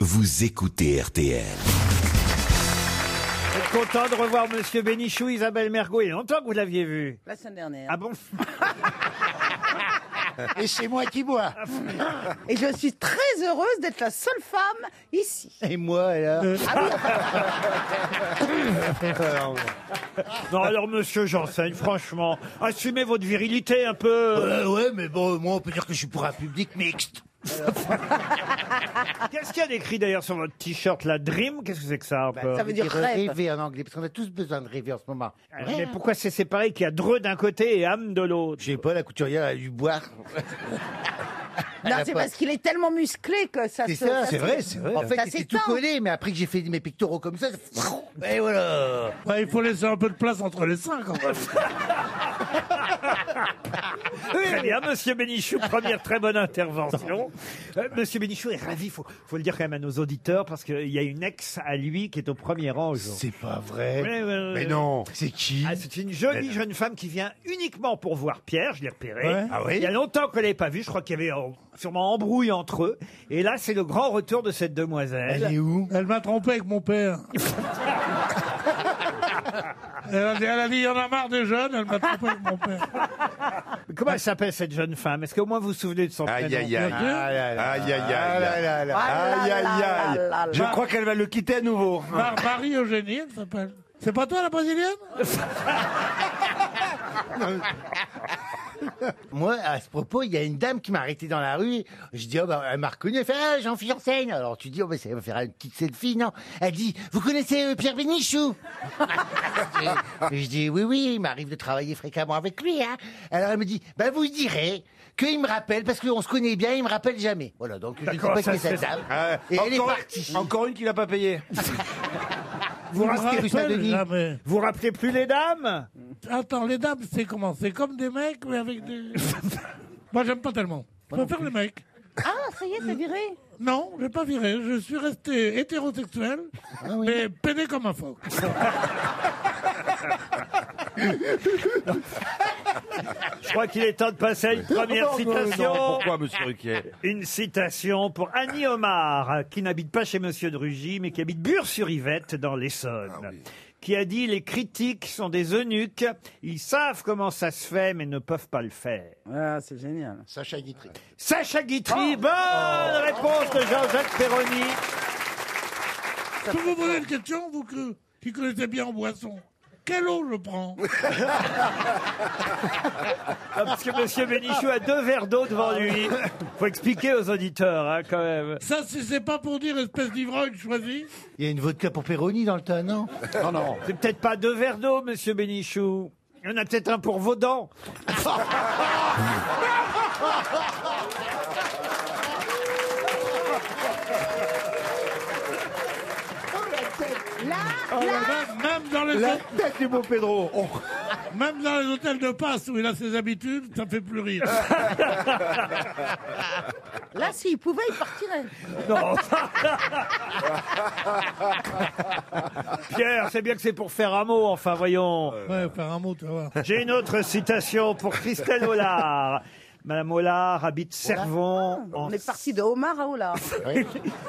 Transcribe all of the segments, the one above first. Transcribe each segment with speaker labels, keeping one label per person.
Speaker 1: Vous écoutez RTL.
Speaker 2: Vous êtes content de revoir Monsieur Bénichou, Isabelle Mergo. Il y a longtemps que vous l'aviez vu.
Speaker 3: La semaine dernière.
Speaker 2: Ah bon
Speaker 4: Et c'est moi qui bois.
Speaker 3: Ah Et je suis très heureuse d'être la seule femme ici.
Speaker 4: Et moi, alors
Speaker 2: Non, alors Monsieur Janssen, franchement, assumez votre virilité un peu.
Speaker 4: Ouais, mais bon, moi, on peut dire que je suis pour un public mixte.
Speaker 2: Qu'est-ce qu'il y a d'écrit d'ailleurs sur votre t-shirt, la Dream Qu'est-ce que c'est que ça
Speaker 4: Bah,
Speaker 2: encore
Speaker 3: Bah, ça veut dire rêve.
Speaker 4: rêver en anglais, parce qu'on a tous besoin de rêver en ce moment.
Speaker 2: Mais pourquoi c'est séparé qu'il y a Dreux d'un côté et âme de l'autre
Speaker 4: J'ai pas la couturière à lui boire.
Speaker 3: Non,
Speaker 4: a
Speaker 3: c'est
Speaker 4: pas-
Speaker 3: parce qu'il est tellement musclé que ça se.
Speaker 4: Ah, C'est ça,
Speaker 3: se-
Speaker 4: c'est vrai, c'est vrai. En fait,
Speaker 3: Ça
Speaker 4: il s'est tout
Speaker 3: s'éteint.
Speaker 4: collé, mais après que j'ai fait mes pectoraux comme ça, ça- et voilà.
Speaker 5: Bah, il faut laisser un peu de place entre les seins quand même.
Speaker 2: Très bien, Monsieur Bénichou, première très bonne intervention. Euh, Monsieur Bénichou est ravi, faut, faut le dire quand même à nos auditeurs, parce qu'il y a une ex à lui qui est au premier rang aujourd'hui.
Speaker 4: C'est pas vrai.
Speaker 2: Ouais, ouais, ouais.
Speaker 4: Mais non, c'est qui
Speaker 2: Ah, c'est une jolie jeune femme qui vient uniquement pour voir Pierre, je l'ai repéré.
Speaker 4: Ouais. Ah oui
Speaker 2: Il y a longtemps qu'on ne l'avait pas vue, je crois qu'il y avait euh, sûrement embrouille entre eux. Et là, c'est le grand retour de cette demoiselle.
Speaker 4: Elle est où
Speaker 5: Elle m'a trompé avec mon père. Elle a dit, elle a dit,
Speaker 4: hein.
Speaker 5: il y en a marre des jeunes, elle m'a trompé avec mon père.
Speaker 2: Comment elle s'appelle cette jeune femme Est-ce qu'au moins vous vous souvenez de son
Speaker 6: Aïe,
Speaker 2: prénom
Speaker 6: aïe,
Speaker 5: Bien
Speaker 6: aïe.
Speaker 5: sûr.
Speaker 4: Ah là là.
Speaker 6: Aïe, aïe, aïe.
Speaker 4: Ah là là là.
Speaker 3: Ah
Speaker 6: Aïe,
Speaker 3: là
Speaker 6: aïe,
Speaker 3: là là là
Speaker 6: aïe. Je
Speaker 3: là.
Speaker 6: crois qu'elle va le quitter à nouveau.
Speaker 5: Mar- Marie-Eugénie, elle s'appelle. C'est pas toi la brésilienne
Speaker 4: Moi, à ce propos, il y a une dame qui m'a arrêté dans la rue. Je dis, oh, bah, elle m'a reconnu. Elle fait, ah, Jean-Philippe Enseigne. Alors tu dis, oh, bah, ça va faire une petite selfie, non Elle dit, vous connaissez euh, Pierre Bénichou Et Je dis, oui, oui, il m'arrive de travailler fréquemment avec lui. Hein. Alors elle me dit, bah, vous direz qu'il me rappelle, parce qu'on se connaît bien, il me rappelle jamais. Voilà, donc je ne sais
Speaker 2: D'accord,
Speaker 4: pas qui
Speaker 2: ça,
Speaker 4: est cette
Speaker 2: c'est-
Speaker 4: dame.
Speaker 6: Ah,
Speaker 4: Et elle est
Speaker 6: encore-
Speaker 4: partie.
Speaker 6: Encore une qu'il n'a pas payée.
Speaker 2: Vous
Speaker 5: Je me
Speaker 2: rappelez,
Speaker 4: restez- Rustin
Speaker 5: rappelle
Speaker 4: Denis.
Speaker 5: jamais.
Speaker 2: vous rappelez plus les dames
Speaker 5: Attends, les dames, c'est comment C'est comme des mecs, mais avec des... Moi, j'aime pas tellement. Je préfère les mecs.
Speaker 3: Ah, ça y est, t'es viré.
Speaker 5: Non, je vais pas virer. Je suis resté hétérosexuel,
Speaker 2: Ah
Speaker 5: mais peiné comme un phoque.
Speaker 2: Je crois qu'il est temps de passer à une première citation.
Speaker 6: Pourquoi, monsieur Ruquier
Speaker 2: Une citation pour Annie Omar, qui n'habite pas chez Monsieur Drugy, mais qui habite Bure-sur-Yvette, dans l'Essonne,
Speaker 6: Ah
Speaker 2: qui a dit « Les critiques sont des eunuques, ils savent comment ça se fait, mais ne peuvent pas le faire.
Speaker 3: Ah, c'est génial. »
Speaker 4: Sacha Guitry.
Speaker 2: Sacha Guitry, bonne
Speaker 5: Ah.
Speaker 2: réponse de Jean-Jacques Perroni.
Speaker 5: Je peux vous poser une question, vous que- qui connaissez bien en boisson. Quelle eau je prends
Speaker 2: Ah, Parce que Monsieur Bénichou a deux verres d'eau devant lui. Faut expliquer aux auditeurs, hein, quand même.
Speaker 5: Ça, si c'est pas pour dire espèce d'ivrogne choisi.
Speaker 4: Il y a une vodka pour Péroni dans le tas, non Non, non.
Speaker 2: C'est peut-être pas deux verres d'eau, Monsieur Bénichou. Il y en a peut-être un pour vos dents.
Speaker 5: Même, même dans les
Speaker 6: La
Speaker 5: hôtels-
Speaker 6: tête du beau Pedro. Oh.
Speaker 5: même dans les hôtels de passe où il a ses habitudes, ça fait plus rire.
Speaker 3: Là, s'il pouvait, il partirait.
Speaker 2: Non. Pierre, c'est bien que c'est pour faire un mot, enfin voyons.
Speaker 5: Ouais, faire un mot, tu vas voir.
Speaker 2: J'ai une autre citation pour Christelle Hollard. Madame Hollard habite Servon.
Speaker 7: Ah,
Speaker 2: en-
Speaker 3: On est parti de Omar à Ola.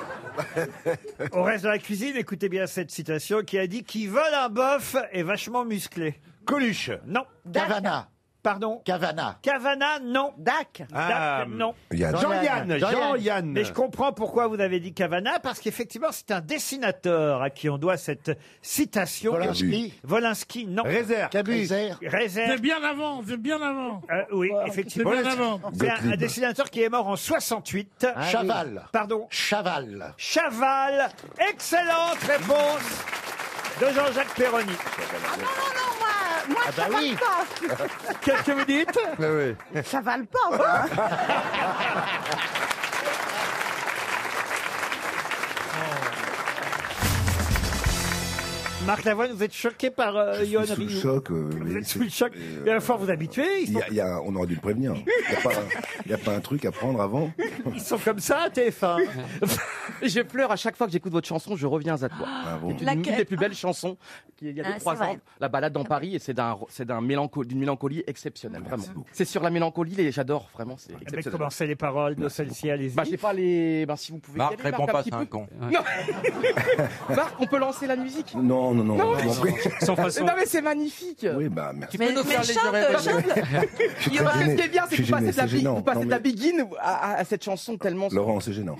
Speaker 2: Au reste de la cuisine, écoutez bien cette citation qui a dit Qui vole un bœuf est vachement musclé.
Speaker 6: Coluche.
Speaker 2: Non.
Speaker 4: Cavana.
Speaker 2: Pardon.
Speaker 4: Cavana.
Speaker 2: Cavana, non.
Speaker 3: Dac.
Speaker 6: Ah,
Speaker 2: Dac, non.
Speaker 6: Jean-Yann. Jean-Yann.
Speaker 2: Mais je comprends pourquoi vous avez dit Cavana, parce qu'effectivement, c'est un dessinateur à qui on doit cette citation.
Speaker 4: Polanski.
Speaker 2: Volinsky, non.
Speaker 6: Réserve.
Speaker 4: Cabu.
Speaker 2: Réserve.
Speaker 5: C'est bien avant, c'est bien avant.
Speaker 2: Euh, oui,
Speaker 5: C'est
Speaker 2: effectivement.
Speaker 5: bien avant.
Speaker 2: C'est un, un dessinateur qui est mort en 68.
Speaker 4: Ah, Chaval. oui.
Speaker 2: Pardon.
Speaker 4: Chaval.
Speaker 2: Chaval. Excellente réponse de Jean-Jacques Perroni.
Speaker 3: Ah non, non, non, moi, moi
Speaker 4: Ah bah
Speaker 3: ça vale
Speaker 4: oui.
Speaker 3: pas.
Speaker 2: Qu'est-ce que vous Oh. dites
Speaker 3: Ça hein. vale pas, moi.
Speaker 2: Marc Lavoine, vous êtes choqué par euh, Johan
Speaker 8: sous le
Speaker 2: Rioux
Speaker 8: choc. euh,
Speaker 2: Vous
Speaker 8: mais
Speaker 2: êtes
Speaker 8: c'est-
Speaker 2: sous le choc.
Speaker 8: mais, euh,
Speaker 2: Il va falloir vous habituer. Ils
Speaker 8: il
Speaker 2: sont,
Speaker 8: y a- il y a- on aurait dû le prévenir. Il n'y a, pas- il y a pas un truc à prendre avant.
Speaker 2: ils sont comme ça à TF1.
Speaker 9: Je pleure à chaque fois que j'écoute votre chanson, je reviens à toi.
Speaker 8: Ah bon.
Speaker 9: C'est une des plus belles chansons qu'il y a
Speaker 10: Ah,
Speaker 9: deux,
Speaker 10: c'est
Speaker 9: trois
Speaker 10: vrai. Ah
Speaker 9: ans. La balade dans Paris, et c'est d'un, c'est d'un mélanco- d'une mélancolie exceptionnelle, vraiment. C'est sur la mélancolie, les, j'adore, vraiment,
Speaker 8: Ah,
Speaker 9: c'est
Speaker 2: Mais
Speaker 9: exceptionnel.
Speaker 2: comment c'est les paroles de celle-ci Allez-y.
Speaker 9: Bah, j'ai pas les. Bah, si vous pouvez. y
Speaker 6: Marc,
Speaker 9: aller,
Speaker 6: réponds
Speaker 9: un
Speaker 6: pas,
Speaker 9: petit
Speaker 6: c'est un
Speaker 9: peu.
Speaker 6: con.
Speaker 9: Marc, on peut lancer la musique
Speaker 8: Non, non, non. je vous en prie.
Speaker 2: Sans façon.
Speaker 9: Non, mais c'est magnifique
Speaker 8: Oui, bah merci.
Speaker 10: Mais, mais chante, chante.
Speaker 8: Je suis
Speaker 9: Parce
Speaker 8: très
Speaker 9: que ce qui
Speaker 8: gêné.
Speaker 9: est bien,
Speaker 8: Je
Speaker 9: c'est que
Speaker 8: suis
Speaker 9: vous passez
Speaker 8: gêné,
Speaker 9: de la,
Speaker 8: c'est
Speaker 9: bi- vous
Speaker 8: gênant.
Speaker 9: passez
Speaker 8: Non,
Speaker 9: de la
Speaker 8: mais-
Speaker 9: begin à, à- à cette chanson tellement.
Speaker 8: Laurent, c'est gênant.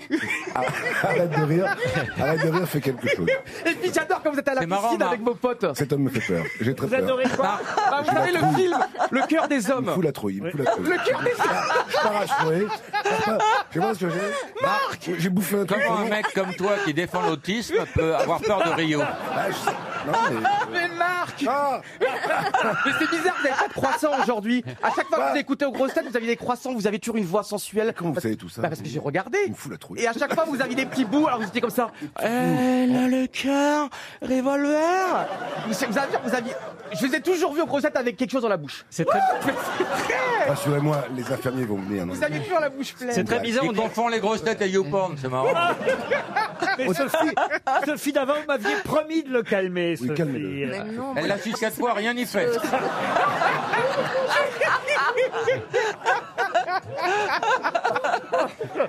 Speaker 8: Arrête de rire. Arrête de rire, fais quelque chose.
Speaker 9: Et puis j'adore quand vous êtes à la
Speaker 6: C'est
Speaker 9: piscine
Speaker 6: marrant, Marc.
Speaker 9: avec vos potes.
Speaker 8: Cet homme me fait peur. J'ai très
Speaker 2: Vous
Speaker 8: peur.
Speaker 2: adorez quoi
Speaker 9: Bah, vous savez le film, le cœur des
Speaker 8: Il me
Speaker 9: hommes.
Speaker 8: fout la trouille. Il me fout la trouille.
Speaker 9: Le cœur des hommes.
Speaker 8: Je pars à chouer. Je vois ce que j'ai. Marc J'ai bouffé un truc.
Speaker 6: Comment un mec comme toi qui défend l'autisme peut avoir peur de Rio
Speaker 8: Ah, je sais. Non, mais...
Speaker 9: Mais Marc,
Speaker 8: Ah
Speaker 9: mais c'est bizarre, vous n'avez pas de croissant aujourd'hui. À chaque fois que vous écoutez aux grosses têtes, vous avez des croissants, vous avez toujours une voix sensuelle.
Speaker 8: Comment vous
Speaker 9: Parce-
Speaker 8: savez tout ça
Speaker 9: bah, Parce que j'ai regardé.
Speaker 8: Il me fout la trouille.
Speaker 9: Et à chaque fois, vous aviez des petits bouts, alors vous étiez comme ça. Elle a le cœur, revolver. Vous, vous aviez, vous aviez- je vous ai toujours vu aux grossettes avec quelque chose dans la bouche.
Speaker 11: C'est très,
Speaker 8: Rassurez-moi, les infirmiers vont venir. non
Speaker 9: Vous aviez toujours la bouche
Speaker 11: c'est
Speaker 9: pleine.
Speaker 11: très bizarre.
Speaker 6: Ils
Speaker 11: On,
Speaker 6: confond les grosses têtes et YouPorn, c'est marrant.
Speaker 2: Mais Sophie, Sophie d'avant, vous m'aviez promis de le calmer, Sophie.
Speaker 8: calmez-le.
Speaker 10: Mais non,
Speaker 6: Elle l'a su quatre fois, rien n'y fait.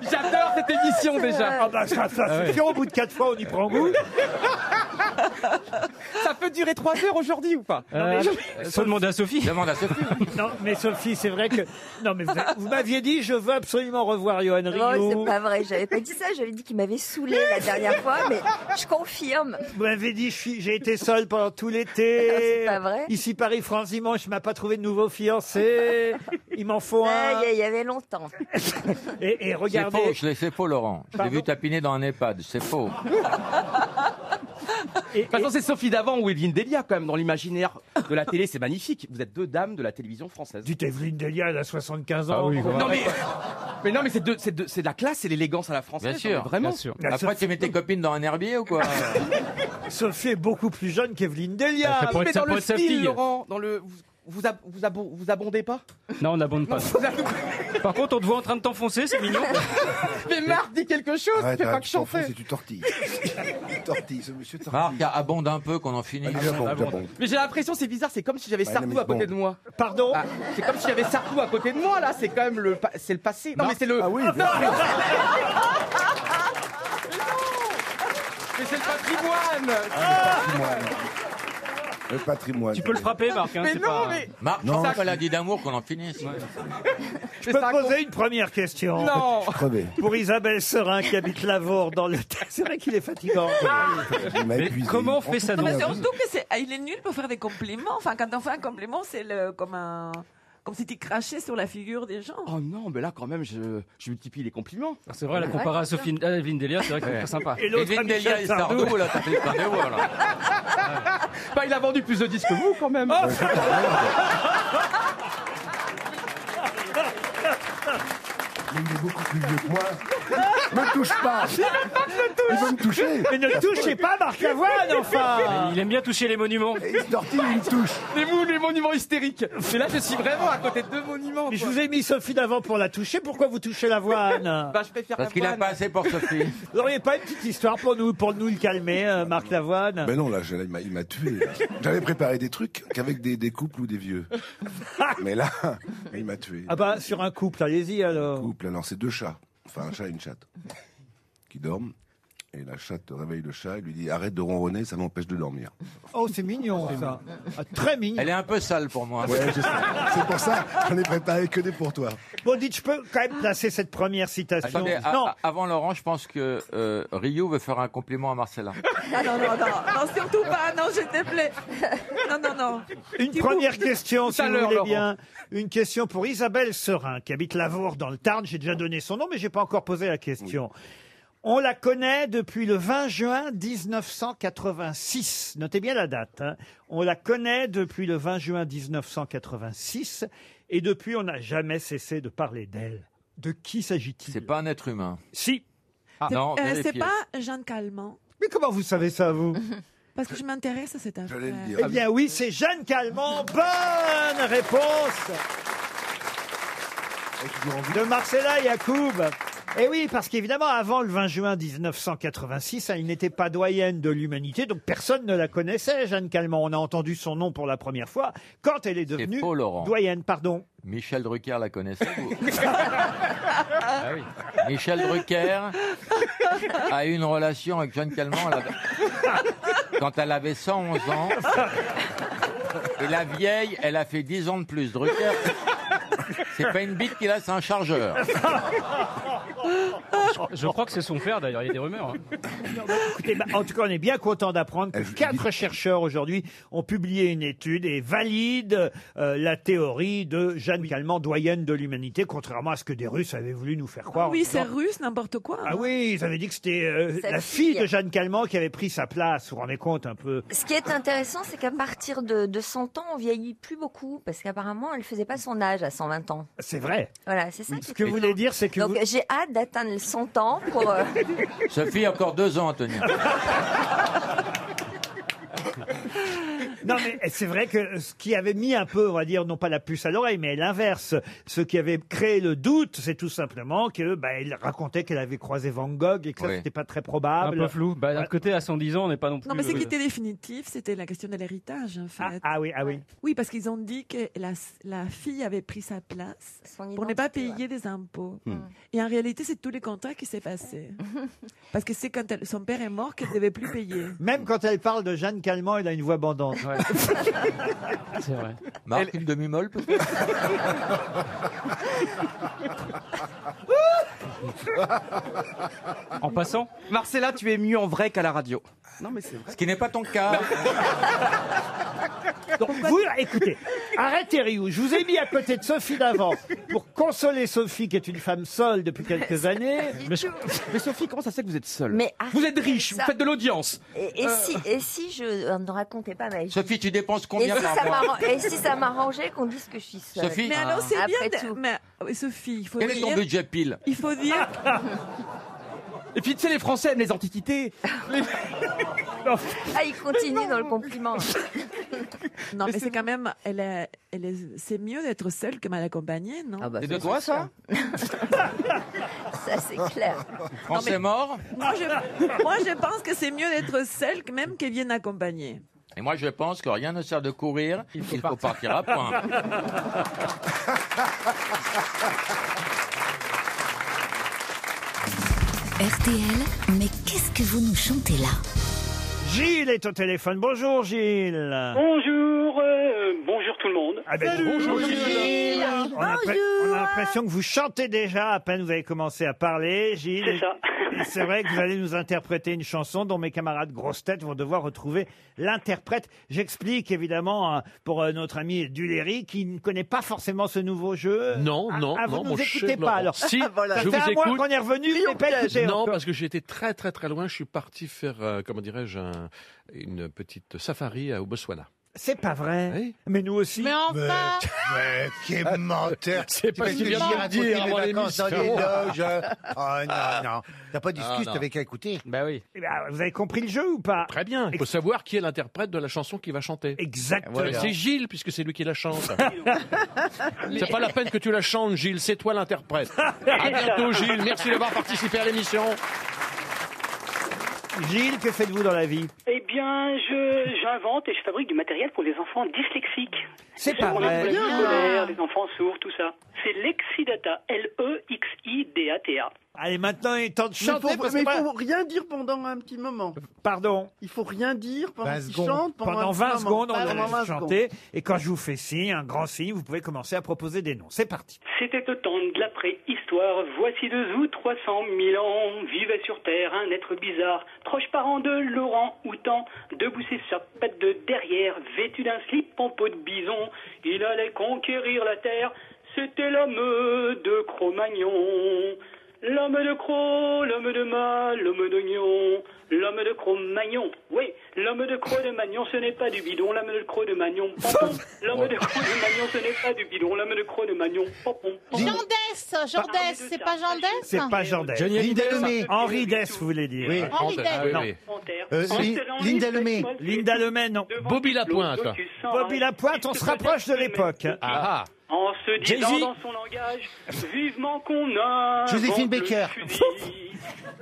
Speaker 9: J'adore cette émission déjà.
Speaker 2: Ah bah ça, ça c'est sûr, au bout de quatre fois, on y prend goût.
Speaker 9: Ça peut durer trois heures aujourd'hui ou pas
Speaker 11: euh, faut demander à Sophie.
Speaker 6: Demande à Sophie.
Speaker 2: Non, mais Sophie, c'est vrai que... Non, mais vous, vous m'aviez dit, je veux absolument revoir Johan
Speaker 10: non, Oh, c'est
Speaker 2: Rioux.
Speaker 10: pas vrai. J'avais pas dit ça. J'avais dit qu'il m'avait saoulé la dernière fois, mais je confirme.
Speaker 2: Vous m'avez dit, je suis- j'ai été seul pendant tout
Speaker 10: Non,
Speaker 2: l'été.
Speaker 10: c'est pas vrai.
Speaker 2: Ici, Paris-France, dimanche, je m'a pas trouvé de nouveau fiancé. Il m'en faut
Speaker 10: Ah,
Speaker 2: un.
Speaker 10: Il y, il y avait longtemps.
Speaker 2: Et, et
Speaker 6: C'est
Speaker 2: regardez...
Speaker 6: faux, je l'ai- c'est faux, Laurent. Je l'ai
Speaker 2: Pardon
Speaker 6: vu tapiner dans un EHPAD, c'est faux.
Speaker 2: et-
Speaker 9: De toute façon, c'est Sophie d'avant ou Evelyne Delia, quand même, dans l'imaginaire de la télé, c'est magnifique. Vous êtes deux dames de la télévision française.
Speaker 2: Dites Evelyne Delia, elle a 75
Speaker 6: Ah
Speaker 2: ans.
Speaker 9: Non, mais, mais non, mais c'est de, c'est de, c'est de la classe et l'élégance à la française.
Speaker 6: Bien sûr,
Speaker 9: mais vraiment.
Speaker 11: Bien sûr.
Speaker 6: Après, tu mets tes copines dans un herbier ou quoi
Speaker 2: Sophie est beaucoup plus jeune qu'Evelyne Delia.
Speaker 11: Ça pourrait
Speaker 9: mais
Speaker 11: être- ça
Speaker 9: dans
Speaker 11: pourrait
Speaker 9: le
Speaker 11: être sa
Speaker 9: style,
Speaker 11: fille.
Speaker 9: Laurent, dans le, vous, vous, ab- vous, abo- vous abondez pas
Speaker 11: Non, on n'abonde pas. Par contre, on te voit en train de t'enfoncer, c'est mignon.
Speaker 9: Mais Marc, dis quelque chose,
Speaker 8: Arrête,
Speaker 9: fais pas
Speaker 8: arrête,
Speaker 9: que
Speaker 8: tu t'en fous, c'est
Speaker 9: chanter.
Speaker 8: du tortille. tortille, ce monsieur tortille.
Speaker 6: Marc, abonde un peu qu'on en
Speaker 9: Ah,
Speaker 6: finisse.
Speaker 8: Allez, j'abonde,
Speaker 11: Abonde.
Speaker 8: j'abonde.
Speaker 9: Mais j'ai l'impression, c'est bizarre, c'est comme si j'avais
Speaker 8: Ouais,
Speaker 9: Sartou
Speaker 8: Bah, mais
Speaker 9: à côté
Speaker 8: bon.
Speaker 9: de moi.
Speaker 2: Pardon
Speaker 9: Ah, c'est comme si j'avais Sartou à côté de moi, là, c'est quand même le, pa- c'est le passé. Non, mais c'est le.
Speaker 8: Ah oui,
Speaker 9: Non, mais... Mais c'est le
Speaker 8: Ah,
Speaker 9: patrimoine Ah.
Speaker 8: le patrimoine.
Speaker 11: Tu peux le frapper, Marc. hein,
Speaker 9: Mais
Speaker 11: c'est
Speaker 9: non,
Speaker 11: pas-
Speaker 9: mais.
Speaker 6: Marc,
Speaker 8: Non.
Speaker 6: non, pas la dit d'amour qu'on en finisse.
Speaker 2: Je peux poser une première question
Speaker 9: Non
Speaker 8: Crevé.
Speaker 2: pour Isabelle Serin qui habite Lavour dans le... C'est vrai qu'il est fatigant.
Speaker 9: Ah.
Speaker 8: Il m'a
Speaker 11: Mais
Speaker 8: épuisé.
Speaker 11: comment on
Speaker 8: Il me
Speaker 11: fait
Speaker 8: prend
Speaker 11: ça
Speaker 8: tout
Speaker 12: Non, mais
Speaker 8: la
Speaker 12: c'est
Speaker 8: vie.
Speaker 12: surtout que c'est, ah, il est nul pour faire des compliments. Enfin, quand on fait un compliment, c'est le, comme un, comme si tu crachais sur la figure des gens.
Speaker 9: Oh non, mais là, quand même, je, je multiplie les compliments.
Speaker 11: Ah, C'est vrai, la comparer à Sophie à Evelyne Delia, c'est vrai que c'est pas sympa.
Speaker 2: Et l'autre,
Speaker 6: Evelyne Delia
Speaker 2: Michel
Speaker 6: et
Speaker 2: Sardou.
Speaker 6: Sardou, là, t'as fait plein de voix, là.
Speaker 9: Bah, il a vendu plus de disques que vous, quand même.
Speaker 11: Oh,
Speaker 8: Il est beaucoup plus vieux que moi. Me touche pas. Il veut me toucher.
Speaker 2: Mais ne touchez pas Marc Lavoine, enfin
Speaker 11: Il aime bien toucher les monuments.
Speaker 8: Et il se tortille, il me touche.
Speaker 9: Mais vous, les monuments hystériques. Mais là, je suis vraiment à côté de deux monuments.
Speaker 2: Mais je
Speaker 9: quoi.
Speaker 2: vous ai mis Sophie d'avant pour la toucher, pourquoi vous touchez l'avoine
Speaker 9: Bah, je préfère
Speaker 6: Parce qu'il a
Speaker 9: Lavoine.
Speaker 6: pas assez pour Sophie.
Speaker 2: Vous n'auriez pas une petite histoire pour nous, pour nous le calmer, euh, Marc Lavoine
Speaker 8: Ben non, là, je- là, il m'a- il m'a tué. là. J'avais préparé des trucs qu'avec des, des couples ou des vieux. Mais là, il m'a tué.
Speaker 2: Ah bah, sur un couple, allez-y alors.
Speaker 8: couple. Alors, c'est deux chats. Enfin, un chat et une chatte. Qui dorment. Et la chatte réveille le chat et lui dit Arrête de ronronner, ça m'empêche de dormir.
Speaker 2: Oh, c'est mignon, ça. Ah, très mignon.
Speaker 6: Elle est un peu sale pour moi.
Speaker 8: Ouais, je sais. C'est pour ça, j'en ai préparé que des pour toi.
Speaker 2: Bon, dites, je peux quand même placer cette première citation.
Speaker 6: Attendez, a-
Speaker 2: non,
Speaker 6: a- avant Laurent, je pense que euh, Rio veut faire un compliment à Marcella.
Speaker 12: Ah, non, non, non, non, surtout pas. Non, je te plaît. Non, non, non.
Speaker 2: Une
Speaker 12: Tu
Speaker 2: première
Speaker 12: bouffes.
Speaker 2: question, si
Speaker 9: à
Speaker 2: vous
Speaker 9: l'heure,
Speaker 2: voulez
Speaker 9: Laurent.
Speaker 2: bien. Une question pour Isabelle Serin, qui habite Lavour dans le Tarn. J'ai déjà donné son nom, mais j'ai pas encore posé la question. On la connaît depuis le 20 juin 1986. Notez bien la date. hein. On la connaît depuis le 20 juin 1986. Et depuis, on n'a jamais cessé de parler d'elle. De qui
Speaker 6: C'est
Speaker 2: s'agit-il
Speaker 6: pas un être humain. Ah.
Speaker 2: Si.
Speaker 6: non,
Speaker 2: Ah,
Speaker 12: Euh, c'est
Speaker 6: vérifiez.
Speaker 12: pas Jeanne Calment.
Speaker 2: Mais comment vous savez ça, vous
Speaker 12: Parce que je m'intéresse à cet affaire.
Speaker 2: Eh bien oui, c'est Jeanne Calment. Bonne réponse de Marcella Yacoub. Et oui, parce qu'évidemment, avant le 20 juin 1986, elle n'était pas doyenne de l'humanité, donc personne ne la connaissait, Jeanne Calment. On a entendu son nom pour la première fois quand elle est devenue
Speaker 6: faux, Laurent.
Speaker 2: doyenne. Pardon.
Speaker 6: Michel Drucker la connaissait vous Ah oui. Michel Drucker a eu une relation avec Jeanne Calment elle avait- quand elle avait 111 ans. Et la vieille, elle a fait 10 ans de plus. Drucker, c'est pas une bite qu'il a, c'est un chargeur.
Speaker 11: Je crois que c'est son père d'ailleurs, il y a des rumeurs. hein.
Speaker 2: Écoutez, bah, en tout cas, on est bien content d'apprendre que quatre chercheurs aujourd'hui ont publié une étude et valident euh, la théorie de Jeanne Calment, doyenne de l'humanité, contrairement à ce que des Russes avaient voulu nous faire croire. en
Speaker 12: Ah Oui, c'est
Speaker 2: disant-
Speaker 12: russe, n'importe quoi. hein.
Speaker 2: Ah oui, ils avaient dit que c'était euh,
Speaker 10: Sa
Speaker 2: la fille
Speaker 10: fille.
Speaker 2: de Jeanne Calment qui avait pris sa place. Vous vous rendez compte un peu
Speaker 10: Ce qui est intéressant, c'est qu'à partir de, de 100 ans, on vieillit plus beaucoup, parce qu'apparemment, elle faisait pas son âge à 120 ans.
Speaker 2: C'est vrai.
Speaker 10: Voilà, c'est ça.
Speaker 2: Ce
Speaker 10: qui
Speaker 2: que
Speaker 10: est
Speaker 2: vous
Speaker 10: étonnant.
Speaker 2: voulez dire, c'est que
Speaker 10: Donc
Speaker 2: vous-
Speaker 10: j'ai hâte d'atteindre les 100 ans pour. euh,
Speaker 6: Sophie, encore 2 ans à tenir.
Speaker 2: Non, mais c'est vrai que ce qui avait mis un peu, on va dire, non pas la puce à l'oreille, mais l'inverse, ce qui avait créé le doute, c'est tout simplement que bah, elle racontait qu'elle avait croisé Van Gogh et que ça,
Speaker 11: Oui.
Speaker 2: c'était pas très
Speaker 11: Un
Speaker 2: probable.
Speaker 11: peu flou. Bah, d'un côté, à 110 ans, on n'est pas non plus.
Speaker 12: Non, mais ce
Speaker 11: euh,
Speaker 12: qui était définitif, c'était la question de l'héritage, en fait.
Speaker 2: Ah oui, ah oui.
Speaker 12: Oui, parce qu'ils ont dit que la, la fille avait pris sa place pour ne pas payer des impôts.
Speaker 13: Hmm.
Speaker 12: Et en réalité, c'est tout le contraire qui s'est passé. parce que c'est quand elle- son père est mort qu'elle ne devait plus payer.
Speaker 2: Même quand elle parle de Jeanne Calment, elle a une voix bandante.
Speaker 11: C'est vrai.
Speaker 6: Marc, une demi-molle peut-être
Speaker 9: En passant Marcella, tu es mieux en vrai qu'à la radio.
Speaker 6: Non, mais c'est vrai. Ce qui n'est pas ton cas.
Speaker 2: Donc, vous, écoutez, arrêtez Rioux. Je vous ai mis à côté de Sophie d'avant pour consoler Sophie, qui est une femme seule depuis quelques années.
Speaker 9: Mais, Sophie, comment ça se fait que vous êtes seule
Speaker 10: Mais ah,
Speaker 9: Vous êtes riche,
Speaker 10: ça.
Speaker 9: vous faites de l'audience. Euh,
Speaker 10: Et, et si, et si je euh, ne racontais pas ma vie
Speaker 6: Sophie, tu dépenses
Speaker 10: et si,
Speaker 6: combien par
Speaker 10: ça
Speaker 6: mois
Speaker 10: m'arran- et si ça m'arrangeait qu'on dise que je suis seule
Speaker 6: Sophie Mais alors, c'est
Speaker 10: Après
Speaker 12: bien de-
Speaker 10: tout.
Speaker 12: Mais ah Sophie, il faut
Speaker 6: Quel est ton
Speaker 12: dire-
Speaker 6: budget pile
Speaker 12: Il faut dire.
Speaker 9: Et puis, tu sais, les Français aiment les antiquités. Les-
Speaker 10: Ah, il continue dans le compliment.
Speaker 12: Non, mais c'est quand même. Elle est- elle est- c'est mieux d'être seule que mal accompagnée, non
Speaker 6: C'est de toi, Ah bah, ça
Speaker 10: Ça, c'est clair.
Speaker 6: Quand c'est mort
Speaker 12: Moi je, moi, je pense que c'est mieux d'être seule que même que bien accompagnée.
Speaker 6: Et moi, je pense que rien ne sert de courir, il faut, partir. à point.
Speaker 14: RTL, mais qu'est-ce que vous nous chantez là
Speaker 2: Gilles est au téléphone. Bonjour Gilles.
Speaker 15: Bonjour, euh, bonjour tout le monde.
Speaker 2: Ah ben, bonjour, Gilles. On
Speaker 3: Ah,
Speaker 2: a, pré- on a l'impression que vous chantez déjà à peine vous avez commencé à parler, Gilles.
Speaker 15: C'est ça.
Speaker 2: Et C'est vrai que vous allez nous interpréter une chanson dont mes camarades grosses têtes vont devoir retrouver l'interprète. J'explique évidemment hein, pour euh, notre ami Duléry qui ne connaît pas forcément ce nouveau jeu.
Speaker 16: Non,
Speaker 2: Ah,
Speaker 16: non,
Speaker 2: ah, vous
Speaker 16: non,
Speaker 2: ne
Speaker 16: mon
Speaker 2: nous écoutez
Speaker 16: cher
Speaker 2: pas
Speaker 16: Laurent.
Speaker 2: alors.
Speaker 16: Si,
Speaker 2: Ah, voilà.
Speaker 16: je
Speaker 2: Ça fait
Speaker 16: vous
Speaker 2: un mois
Speaker 16: écoute.
Speaker 2: qu'on est revenu, vous n'avez pas écouté
Speaker 16: Non,
Speaker 2: encore.
Speaker 16: parce que j'étais très très très loin. Je suis parti faire, euh, comment dirais-je, un- une petite safari euh, au Botswana.
Speaker 2: C'est pas vrai. Mais nous aussi.
Speaker 16: Mais enfin
Speaker 7: Mais quel menteur
Speaker 16: Ah, C'est pas
Speaker 7: Tu
Speaker 16: si
Speaker 7: peux
Speaker 16: bien
Speaker 7: lui
Speaker 16: de
Speaker 7: raconter
Speaker 16: dire
Speaker 7: les
Speaker 16: avant
Speaker 7: vacances dans les
Speaker 16: l'émission.
Speaker 7: loges. Oh non, non. T'as pas d'excuse,
Speaker 16: Ah, non.
Speaker 7: t'avais qu'à écouter.
Speaker 16: Bah oui.
Speaker 2: vous avez compris le jeu ou pas
Speaker 16: Très bien. Il faut savoir qui est l'interprète de la chanson qui va chanter.
Speaker 2: Exactement.
Speaker 7: Voilà.
Speaker 16: C'est Gilles, puisque c'est lui qui la chante. c'est pas la peine que tu la chantes, Gilles. C'est toi l'interprète. À bientôt, Gilles. Merci d'avoir participé à l'émission.
Speaker 2: Gilles, que faites-vous dans la vie
Speaker 15: Eh bien, je j'invente et je fabrique du matériel pour les enfants dyslexiques.
Speaker 2: C'est
Speaker 15: Ceux
Speaker 2: pas
Speaker 15: qui ont des
Speaker 2: vrai.
Speaker 15: problèmes
Speaker 2: Bien.
Speaker 15: scolaires, les enfants sourds, tout ça. C'est Lexidata, E L-E-X-I-D-A-T-A.
Speaker 2: Allez, maintenant il est temps de
Speaker 17: Mais
Speaker 2: chanter
Speaker 17: faut-
Speaker 2: parce
Speaker 17: mais
Speaker 2: que
Speaker 17: il faut rien dire pendant un petit moment.
Speaker 2: Pardon
Speaker 17: Il faut rien dire pendant
Speaker 2: 20
Speaker 17: qu'ils
Speaker 2: secondes.
Speaker 17: chantent. Pendant,
Speaker 2: Pendant
Speaker 17: un petit
Speaker 2: 20
Speaker 17: moment.
Speaker 2: secondes, on
Speaker 17: Pas
Speaker 2: va
Speaker 17: pendant 20
Speaker 2: chanter. Et quand je vous fais signe, un grand signe, vous pouvez commencer à proposer des noms. C'est parti.
Speaker 15: C'était au temps de la préhistoire, voici deux ou trois cent mille ans, vivait sur Terre un être bizarre, proche parent de Laurent Houtan, debout ses patte de derrière, vêtu d'un slip en peau de bison, il allait conquérir la Terre, c'était l'homme de Cro-Magnon. L'homme de Croc, l'homme de mât, l'homme d'oignon, l'homme de Cro-Magnon. Oui, l'homme de Croc de Magnon, ce n'est pas du bidon, l'homme de Croc de Magnon, pompon. L'homme de Croc de Magnon, ce n'est pas du bidon, l'homme de Croc de Magnon, pompon.
Speaker 13: Jandès, Jandès, c'est pas Jandès
Speaker 2: C'est
Speaker 7: Ah.
Speaker 2: pas Jean Dess.
Speaker 15: Johnny Hallyday. Hallyday.
Speaker 2: Henri Dess, vous voulez dire.
Speaker 15: Oui. Henri Dess.
Speaker 2: Non.
Speaker 15: Oui, oui. Euh,
Speaker 2: Non.
Speaker 15: Lin- Linda Lemay.
Speaker 2: Linda Lemay, non.
Speaker 15: Bobby Lapointe. Lotus sans
Speaker 2: Bobby
Speaker 15: arrêt.
Speaker 2: Lapointe, on se rapproche de l'époque.
Speaker 16: Ah.
Speaker 15: En se disant
Speaker 2: Jay-Z.
Speaker 15: dans son langage, vivement qu'on a.
Speaker 2: Joséphine Baker.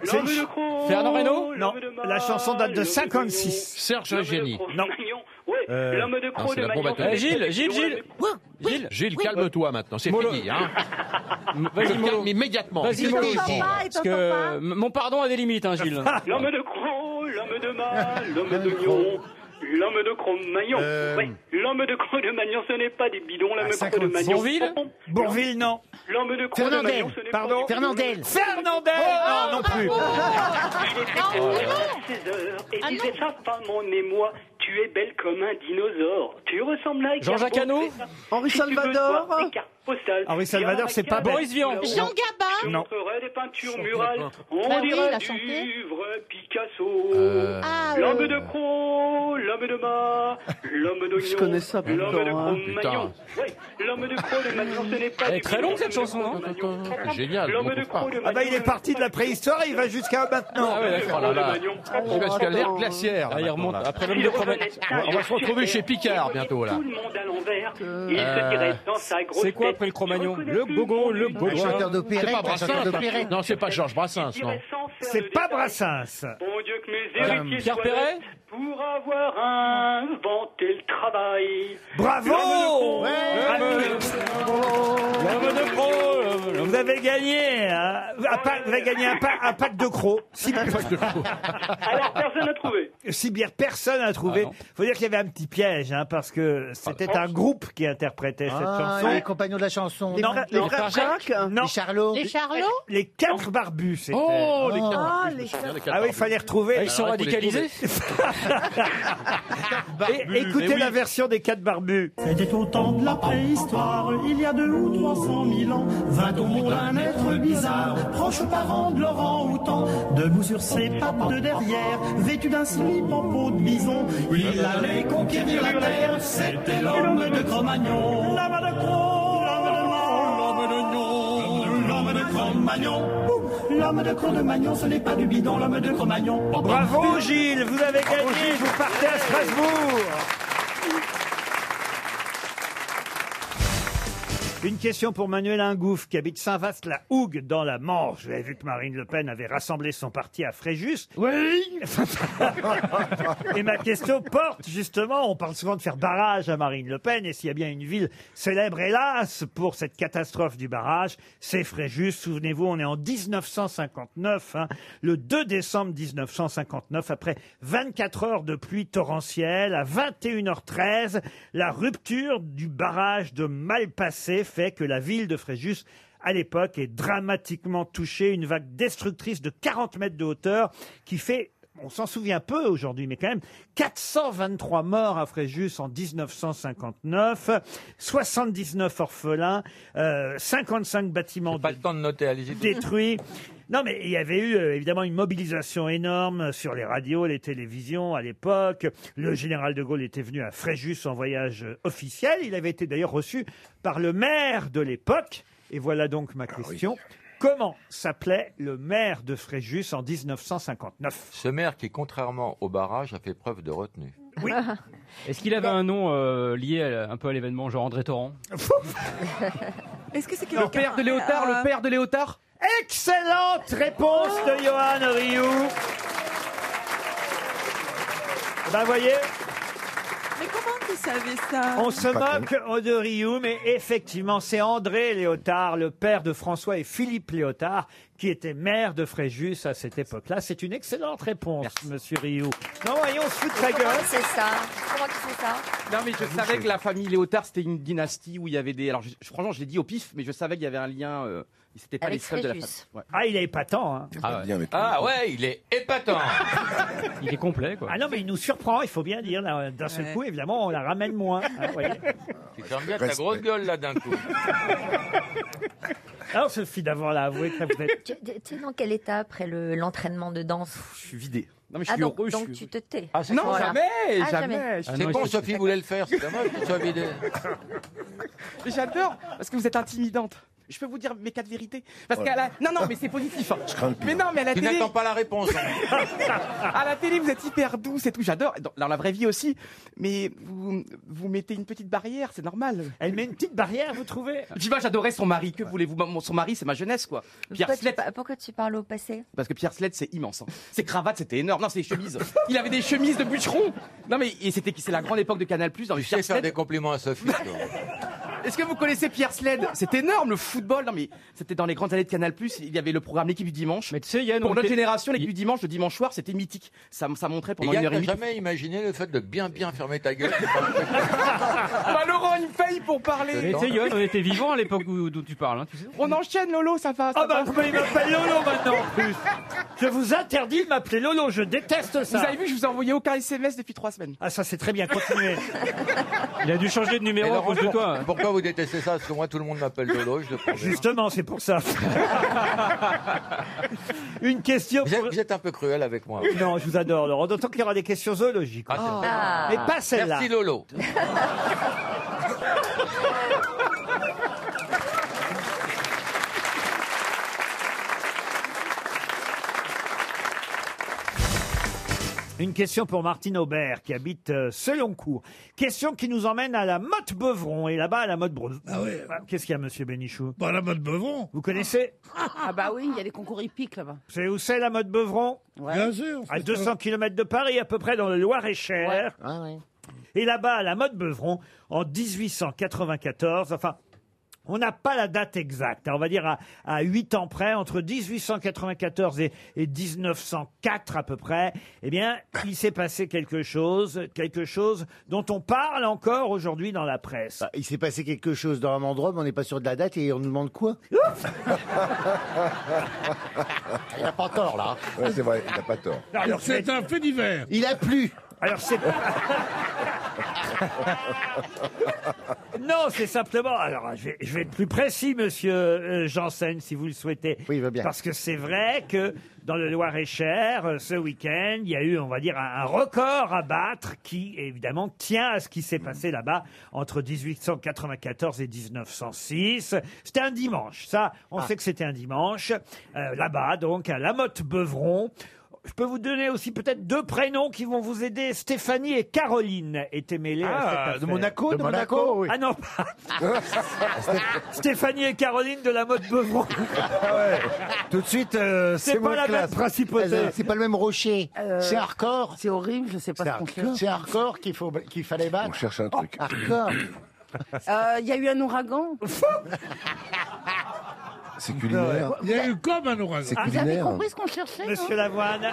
Speaker 15: L'homme de Croc.
Speaker 2: Fernand Reynaud Non,
Speaker 15: l'homme de mât,
Speaker 2: la chanson date de
Speaker 15: l'homme
Speaker 2: 56.
Speaker 16: Serge Reggiani.
Speaker 15: Non. Oui,
Speaker 16: Euh,
Speaker 15: l'homme de
Speaker 16: non,
Speaker 15: Croc
Speaker 16: c'est
Speaker 15: de
Speaker 16: la
Speaker 15: Magnon.
Speaker 16: combattante.
Speaker 15: ce n'est
Speaker 16: Eh, Gilles,
Speaker 15: pas du
Speaker 16: Gilles,
Speaker 15: bidon, l'homme
Speaker 16: Gilles.
Speaker 15: de Croc
Speaker 16: Gilles, Gilles, calme-toi maintenant, c'est fini. Hein.
Speaker 11: Vas-y,
Speaker 16: Je te
Speaker 11: Molo.
Speaker 16: calme immédiatement.
Speaker 11: Vas-y, Molo. Parce
Speaker 15: t'entends
Speaker 11: que mon pardon a des limites, hein, Gilles.
Speaker 15: L'homme de Croc, l'homme de mâle, l'homme d'oignon, l'homme de Cro-Magnon.
Speaker 11: Euh.
Speaker 15: Oui, l'homme de Cro-Magnon, ce n'est pas des bidons, l'homme de Cro-Magnon.
Speaker 2: Bourville Bourville, non.
Speaker 15: L'homme de
Speaker 2: Fernandel,
Speaker 15: Cro-Magnon, ce n'est pas
Speaker 2: pardon.
Speaker 15: des bidons, l'homme de-
Speaker 2: Fernandel Non, non plus.
Speaker 15: Il est très
Speaker 2: Oh.
Speaker 15: heureux à 16 heures,
Speaker 13: Ah
Speaker 15: et disait sa femme en émoi, tu es belle comme un dinosaure, tu ressembles à
Speaker 11: Jean-Jacques Hano
Speaker 15: Henri
Speaker 11: Salvador
Speaker 2: Henri Salvador, c'est pas bête.
Speaker 11: Boris Vian.
Speaker 2: Jean
Speaker 13: Gabin
Speaker 15: Je
Speaker 2: Non.
Speaker 15: montrerai des peintures murales, on
Speaker 13: Bah oui, il
Speaker 15: dirait
Speaker 13: a
Speaker 15: du
Speaker 13: chanté.
Speaker 15: livre Picasso.
Speaker 13: Ah,
Speaker 15: l'homme
Speaker 13: euh.
Speaker 15: de Croc, l'homme de Mât, l'homme d'Oignon,
Speaker 17: Je connais ça, putain,
Speaker 15: l'homme de
Speaker 17: hein.
Speaker 15: Cro-Magnon. Ouais, l'homme de Croc, de Magnon, ce n'est pas
Speaker 11: Elle est
Speaker 15: du
Speaker 11: très
Speaker 15: bidon,
Speaker 11: longue, cette
Speaker 15: l'homme de
Speaker 11: chanson, hein.
Speaker 15: Cro-Magnon.
Speaker 11: C'est génial, je
Speaker 15: L'homme
Speaker 11: m'en
Speaker 15: de
Speaker 11: trouve pas.
Speaker 15: Croc, de Magnon.
Speaker 2: Ah bah il est parti de la préhistoire et il va jusqu'à maintenant.
Speaker 16: Ah ouais, d'accord, là, là. C'est parce qu'il y a l'air glaciaire. là,
Speaker 11: Ah, il
Speaker 16: maintenant,
Speaker 11: remonte.
Speaker 16: là.
Speaker 11: Après l'homme de Cromagne.
Speaker 16: On va se retrouver chez Picard bientôt, là.
Speaker 15: Tout le monde à l'envers, il
Speaker 16: Euh,
Speaker 15: se dirait dans sa grosse
Speaker 11: C'est quoi
Speaker 15: tête.
Speaker 11: après le Cro-Magnon
Speaker 15: Je
Speaker 11: Le Bogon, le Bogon.
Speaker 16: C'est
Speaker 15: d'opérette,
Speaker 16: pas
Speaker 15: un chanteur
Speaker 16: Brassens.
Speaker 15: d'opérette.
Speaker 16: Non, c'est pas Georges Brassens, non.
Speaker 2: C'est pas Brassens.
Speaker 15: Bon Dieu que mes
Speaker 16: Euh,
Speaker 15: héritiers
Speaker 16: Pierre
Speaker 15: soient
Speaker 16: Perret
Speaker 15: nets pour avoir inventé le travail.
Speaker 2: Bravo L'homme de Croc Vous avez gagné, hein. Un pack- vous avez gagné un, pack, un pack de crocs. Si,
Speaker 15: Alors personne n'a trouvé.
Speaker 2: si bien personne n'a trouvé. faut dire qu'il y avait un petit piège, hein, parce que c'était un groupe qui interprétait
Speaker 4: Ah,
Speaker 2: cette chanson.
Speaker 4: les compagnons de la chanson.
Speaker 2: Non, non. Non.
Speaker 4: Les Charlots.
Speaker 2: Les Charlots Les quatre barbus, c'était.
Speaker 4: Oh, les quatre Ah, barbus, je me
Speaker 2: les
Speaker 4: souviens
Speaker 2: Ah
Speaker 4: des quatre
Speaker 2: oui, il
Speaker 4: barbus.
Speaker 2: fallait retrouver.
Speaker 4: Ah, ils sont Alors, il faut les radicalisés
Speaker 2: Et- Écoutez la version des quatre barbus.
Speaker 18: C'était au temps de la préhistoire, il y a deux ou trois cent mille ans, vint au monde un être bizarre, proche parent de Laurent Houtan, debout sur ses pattes de derrière, vêtu d'un slip en peau de bison, il
Speaker 11: Euh,
Speaker 18: allait conquérir
Speaker 15: euh,
Speaker 18: la terre, c'était l'homme de Cro-Magnon. L'homme de Cro, l'homme de Magnon, l'homme de Cro-Magnon, l'homme de Cro-Magnon, ce n'est pas du bidon, l'homme de Cro-Magnon.
Speaker 2: Oh, Bravo Gilles, vous avez gagné, vous partez à Strasbourg. Une question pour Manuel Ingouf qui habite Saint-Vast-la-Hougue dans la Manche. Vous avez vu que Marine Le Pen avait rassemblé son parti à Fréjus. Oui Et ma question porte justement, on parle souvent de faire barrage à Marine Le Pen et s'il y a bien une ville célèbre hélas pour cette catastrophe du barrage, c'est Fréjus. Souvenez-vous, on est en 1959, hein. le 2 décembre 1959, après 24 heures de pluie torrentielle, à 21h13, la rupture du barrage de Malpassé fait que la ville de Fréjus à l'époque est dramatiquement touchée, une vague destructrice de 40 mètres de hauteur qui fait on s'en souvient peu aujourd'hui, mais quand même, 423 morts à Fréjus en 1959, 79 orphelins, euh, 55 bâtiments
Speaker 6: Pas le temps de noter, allez-y.
Speaker 2: détruits. Non, mais il y avait eu euh, évidemment une mobilisation énorme sur les radios, les télévisions à l'époque. Le général de Gaulle était venu à Fréjus en voyage euh, officiel. Il avait été d'ailleurs reçu par le maire de l'époque. Et voilà donc ma question. Comment s'appelait le maire de Fréjus en 1959
Speaker 6: Ce maire qui, contrairement au barrage, a fait preuve de retenue.
Speaker 2: Oui.
Speaker 11: Est-ce qu'il avait un nom euh, lié à- un peu à l'événement, genre André Torrent
Speaker 12: Est-ce que c'est
Speaker 11: Le père de
Speaker 3: Ah.
Speaker 11: Léotard,
Speaker 18: Euh,
Speaker 11: le père de Léotard
Speaker 2: Excellente réponse de Johan Rioux. Ben voyez,
Speaker 12: Mais comment vous savez ça
Speaker 2: on se moque oh, de Rioux, mais effectivement, c'est André Léotard, le père de François et Philippe Léotard, qui était maire de Fréjus à cette époque-là. C'est une excellente réponse, monsieur Rioux. Non, voyons, on se fout de sa
Speaker 10: Comment
Speaker 2: gueule.
Speaker 10: c'est ça Comment tu fais ça
Speaker 9: Non, mais je savais que la famille Léotard, c'était une dynastie où il y avait des. Alors, je, je- franchement, je l'ai dit au pif, mais je savais qu'il y avait un lien. Euh, c'était pas
Speaker 6: Avec
Speaker 9: les seuls de la famille.
Speaker 6: Fréjus.
Speaker 9: Ouais.
Speaker 2: Ah, il est épatant, hein.
Speaker 6: Ah ouais. Ah ouais, il est épatant.
Speaker 11: Il est complet, quoi.
Speaker 2: Ah non, mais il nous surprend, il faut bien dire. là, D'un seul
Speaker 6: Ouais.
Speaker 2: coup, évidemment, on la ramène moins. hein, vous voyez.
Speaker 6: Tu fermes bien ta grosse gueule là d'un coup.
Speaker 2: Alors, Sophie d'avant l'a avoué que vous êtes...
Speaker 10: Tu, tu- tu es dans quel état après le- l'entraînement de danse
Speaker 9: Je suis vidé. Non,
Speaker 10: ah, donc, donc tu te tais.
Speaker 6: Ah, c'est
Speaker 10: Non,
Speaker 6: con.
Speaker 10: jamais, Ah, jamais. jamais.
Speaker 6: C'est con, Sophie voulait le faire, c'est dommage que tu sois vidé.
Speaker 9: Mais J'adore, parce que vous êtes intimidante. Je peux vous dire mes quatre vérités Parce
Speaker 6: Voilà.
Speaker 9: qu'à la... Non, non, mais c'est positif. hein.
Speaker 6: Oh Je crains le pire.
Speaker 9: Mais non, mais à la
Speaker 6: Tu
Speaker 9: télé...
Speaker 6: n'attends pas la réponse.
Speaker 9: à la télé, vous êtes hyper douce et tout, j'adore. Dans, dans la vraie vie aussi. Mais vous, vous mettez une petite barrière, c'est normal.
Speaker 2: Elle met une petite barrière, vous trouvez
Speaker 9: Diva, j'adorais son mari. Que voulez-vous Mon- Son mari, c'est ma jeunesse, quoi. Pierre
Speaker 10: Pourquoi tu,
Speaker 9: Sled,
Speaker 10: pa- pourquoi tu parles au passé
Speaker 9: parce que Pierre Sled, c'est immense. hein. Ses cravates, c'était énorme. Non, ses chemises. Il avait des chemises de bûcheron. Non, mais et c'était c'est la grande époque de Canal+. hein, Dans
Speaker 6: Tu sais faire des compliments à Sophie, toi.
Speaker 9: Est-ce que vous connaissez Pierre Sled C'est énorme le football. Non mais c'était dans les grandes années de Canal+. Il y avait le programme L'équipe du dimanche. Mais tu sais,
Speaker 11: on
Speaker 9: pour notre
Speaker 11: était-
Speaker 9: génération, l'équipe du dimanche, le dimanche soir, c'était mythique. Ça, ça montrait
Speaker 6: Et
Speaker 9: pendant
Speaker 6: Yann,
Speaker 9: une heure et
Speaker 6: t'as
Speaker 9: demie.
Speaker 6: jamais imaginé le fait de bien bien fermer ta gueule
Speaker 3: Ah.
Speaker 9: Bah, Laurent, il me paye pour parler.
Speaker 11: Mais tu sais, Yoann, on était vivant à l'époque où, d'où tu parles, hein, tu sais.
Speaker 9: On enchaîne Lolo, ça va. Ah bah
Speaker 2: vous pouvez m'appeler Lolo maintenant. en plus. Je vous interdis de m'appeler Lolo, je déteste ça.
Speaker 9: Vous avez vu, je vous ai envoyé aucun SMS depuis trois semaines.
Speaker 2: Ah, ça c'est très bien, continuez.
Speaker 11: Il a dû changer de numéro
Speaker 6: Et
Speaker 11: à
Speaker 6: Laurent,
Speaker 11: cause de toi.
Speaker 6: pour- Pourquoi vous détestez ça Parce que moi, tout le monde m'appelle Lolo, je le promets.
Speaker 2: Justement, Oh, c'est pour ça. Une question.
Speaker 6: Vous êtes, vous êtes un peu cruel avec moi.
Speaker 2: Non, je vous adore, Laurent. D'autant qu'il y aura des questions zoologiques.
Speaker 6: Ah, c'est vrai.
Speaker 10: Ah.
Speaker 2: Mais pas celle-là.
Speaker 6: Merci Lolo.
Speaker 2: Une question pour Martine Aubert qui habite euh, Seloncourt. Question qui nous emmène à la Motte Beuvron. Et là-bas, à la Motte Beuvron. Qu'est-ce qu'il y a, monsieur Bénichou
Speaker 5: Ah Bah, la Motte Beuvron.
Speaker 2: Vous connaissez
Speaker 3: Ah bah oui, il y a des concours hippiques là-bas.
Speaker 2: Vous savez où c'est la Motte Beuvron
Speaker 5: Bien sûr.
Speaker 2: À 200 km de Paris, à peu près dans le Loir-et-Cher.
Speaker 5: Ah
Speaker 2: Et là-bas, à la Motte Beuvron, en 1894, enfin. On n'a pas la date exacte, hein, on va dire à, à 8 ans près, entre 1894 et, et 1904 à peu près, eh bien, il s'est passé quelque chose, quelque chose dont on parle encore aujourd'hui dans la presse.
Speaker 4: Bah, Il s'est passé quelque chose dans un endroit, mais on n'est pas sûr de la date et on nous demande quoi
Speaker 2: Euh,
Speaker 4: Il n'a pas tort, là.
Speaker 8: Ouais, c'est vrai, il n'a pas tort.
Speaker 5: Alors, c'est un fait divers.
Speaker 4: Il a plu.
Speaker 2: Alors c'est Non, c'est simplement. Alors, je vais, je vais être plus précis, monsieur euh, Janssen, si vous le souhaitez. Oui, bien. Parce que c'est vrai que dans le Loir-et-Cher, euh, ce week-end, il y a eu, on va dire, un, un record à battre qui, évidemment, tient à ce qui s'est passé
Speaker 7: Mm.
Speaker 2: là-bas entre 1894 et 1906. C'était un dimanche. Ça, on
Speaker 7: Ah.
Speaker 2: sait que c'était un dimanche. euh, là-bas, donc, à La Motte-Beuvron. Je peux vous donner aussi peut-être deux prénoms qui vont vous aider. Stéphanie et Caroline étaient mêlées à
Speaker 7: Ah,
Speaker 2: cette
Speaker 7: de
Speaker 2: affaire.
Speaker 7: Monaco, De de Monaco, Monaco oui.
Speaker 2: Ah non, pas- Stéphanie et Caroline de la mode Beuvron.
Speaker 4: Tout de suite, euh,
Speaker 2: C'est pas la même principauté.
Speaker 4: C'est pas le même rocher.
Speaker 3: Euh,
Speaker 4: C'est hardcore.
Speaker 3: C'est horrible, je sais pas
Speaker 4: C'est
Speaker 3: ce qu'on fait.
Speaker 4: hardcore, c'est hardcore qu'il faut- qu'il fallait battre. Oh,
Speaker 8: On cherche un truc.
Speaker 4: Hardcore.
Speaker 3: Euh, Il y a eu un ouragan.
Speaker 8: C'est culinaire.
Speaker 5: Il y a eu comme un ouragan.
Speaker 2: Ah,
Speaker 8: C'est
Speaker 3: Vous avez
Speaker 8: culinaire.
Speaker 3: compris ce qu'on cherchait
Speaker 2: Monsieur Lavoine.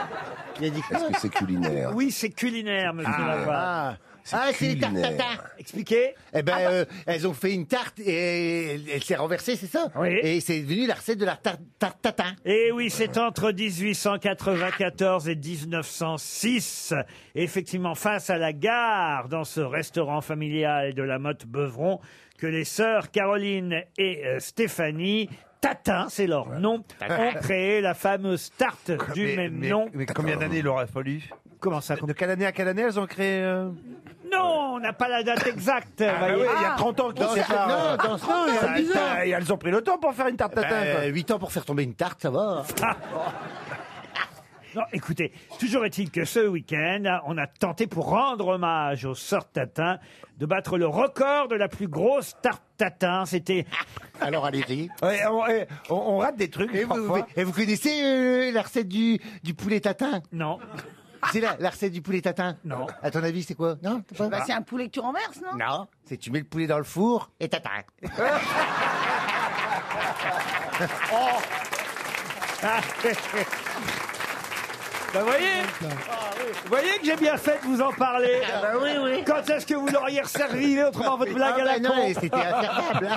Speaker 8: Est-ce que c'est culinaire
Speaker 2: Oui, c'est culinaire, monsieur
Speaker 8: Ah.
Speaker 2: Lavoine.
Speaker 8: C'est Ah, c'est les tartes culinaire. tatars.
Speaker 2: Expliquez. Ah, bah.
Speaker 4: Eh ben, euh, elles ont fait une tarte et elle, elle s'est renversée, c'est ça
Speaker 2: Oui.
Speaker 4: Et c'est devenu la recette de la tarte tarte tatin.
Speaker 2: Et Eh oui, c'est entre 1894 et 1906. Et effectivement, face à la gare, dans ce restaurant familial de la Motte Beuvron, que les sœurs Caroline et euh, Stéphanie Tatin, c'est leur nom, ont créé la fameuse tarte du même nom.
Speaker 7: Ah, Mais combien d'années il aura fallu
Speaker 2: Comment ça
Speaker 7: De quelle année à quelle année elles ont créé euh,
Speaker 2: Non, on n'a pas la date exacte.
Speaker 7: Ah, bah
Speaker 2: voyez.
Speaker 7: oui, il y a 30 ans qu'ils
Speaker 4: Dans
Speaker 7: sont
Speaker 4: ça-
Speaker 7: là.
Speaker 4: non, dans ça-
Speaker 7: Ah,
Speaker 4: ça-
Speaker 7: putain, et elles ont pris le temps pour faire une tarte tatin. quoi.
Speaker 4: 8 Ben, ans pour euh, faire tomber une tarte, ça va.
Speaker 2: Non, écoutez, toujours est-il que ce week-end, on a tenté pour rendre hommage aux sœurs Tatin de battre le record de la plus grosse tarte Tatin. C'était.
Speaker 4: Alors allez-y.
Speaker 7: Ouais, on, eh, on- on rate des trucs.
Speaker 4: Et vous,
Speaker 7: parfois.
Speaker 4: et vous connaissez euh, la recette du, du poulet tatin
Speaker 2: Non.
Speaker 4: C'est la, la recette du poulet tatin
Speaker 2: Non.
Speaker 4: À ton avis, c'est quoi Non t'as pas
Speaker 3: Bah, c'est un poulet que tu renverses, non
Speaker 4: Non, c'est tu mets le poulet dans le four et tatin.
Speaker 2: Ah.
Speaker 8: Ah,
Speaker 2: Bah voyez Vous voyez que j'ai bien fait de vous en parler
Speaker 3: Ah, bah
Speaker 4: oui, oui.
Speaker 2: Quand est-ce que vous l'auriez resservi autrement votre blague
Speaker 4: Ah,
Speaker 2: à la
Speaker 4: bah, non,
Speaker 2: con Ah,
Speaker 4: c'était inservable.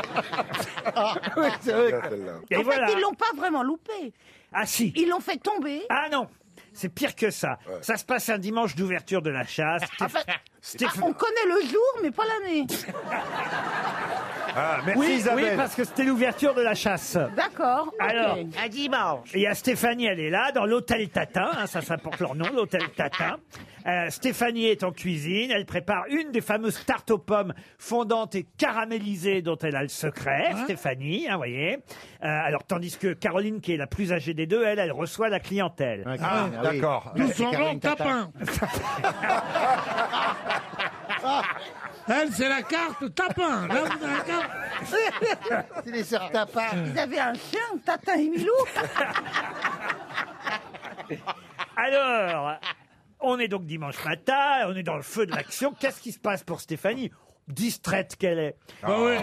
Speaker 4: hein.
Speaker 2: Et
Speaker 3: En
Speaker 2: voilà.
Speaker 3: fait, ils l'ont pas vraiment loupé.
Speaker 2: Ah si
Speaker 3: Ils l'ont fait tomber.
Speaker 2: Ah non C'est pire que ça. Ça se passe un dimanche d'ouverture de
Speaker 3: Ah,
Speaker 2: la chasse.
Speaker 3: Enfin,
Speaker 2: Stéph-
Speaker 3: ah, on connaît le jour, mais pas l'année.
Speaker 2: merci, oui, Isabelle. oui, parce que c'était l'ouverture de la chasse.
Speaker 3: D'accord. ok.
Speaker 2: Alors, à dimanche. Il y a Stéphanie, elle est là, dans l'hôtel Tatin. hein, ça, ça porte leur nom, l'hôtel Tatin. Euh, Stéphanie est en cuisine. Elle prépare une des fameuses tartes aux pommes fondantes et caramélisées dont elle a le secret. Stéphanie, hein, voyez. Euh, alors, tandis que Caroline, qui est la plus âgée des deux, elle, elle reçoit la clientèle.
Speaker 7: Ah, ah oui. d'accord. Nous
Speaker 5: Son grand tapin. Ah, Elle, c'est la carte tapin. Là, vous avez la carte.
Speaker 3: C'est les sœurs Tapin. Ils avaient un chien, Tatin et Milou.
Speaker 2: Alors, on est donc dimanche matin, on est dans le feu de l'action. Qu'est-ce qui se passe pour Stéphanie Distraite qu'elle est.
Speaker 5: Bah ouais.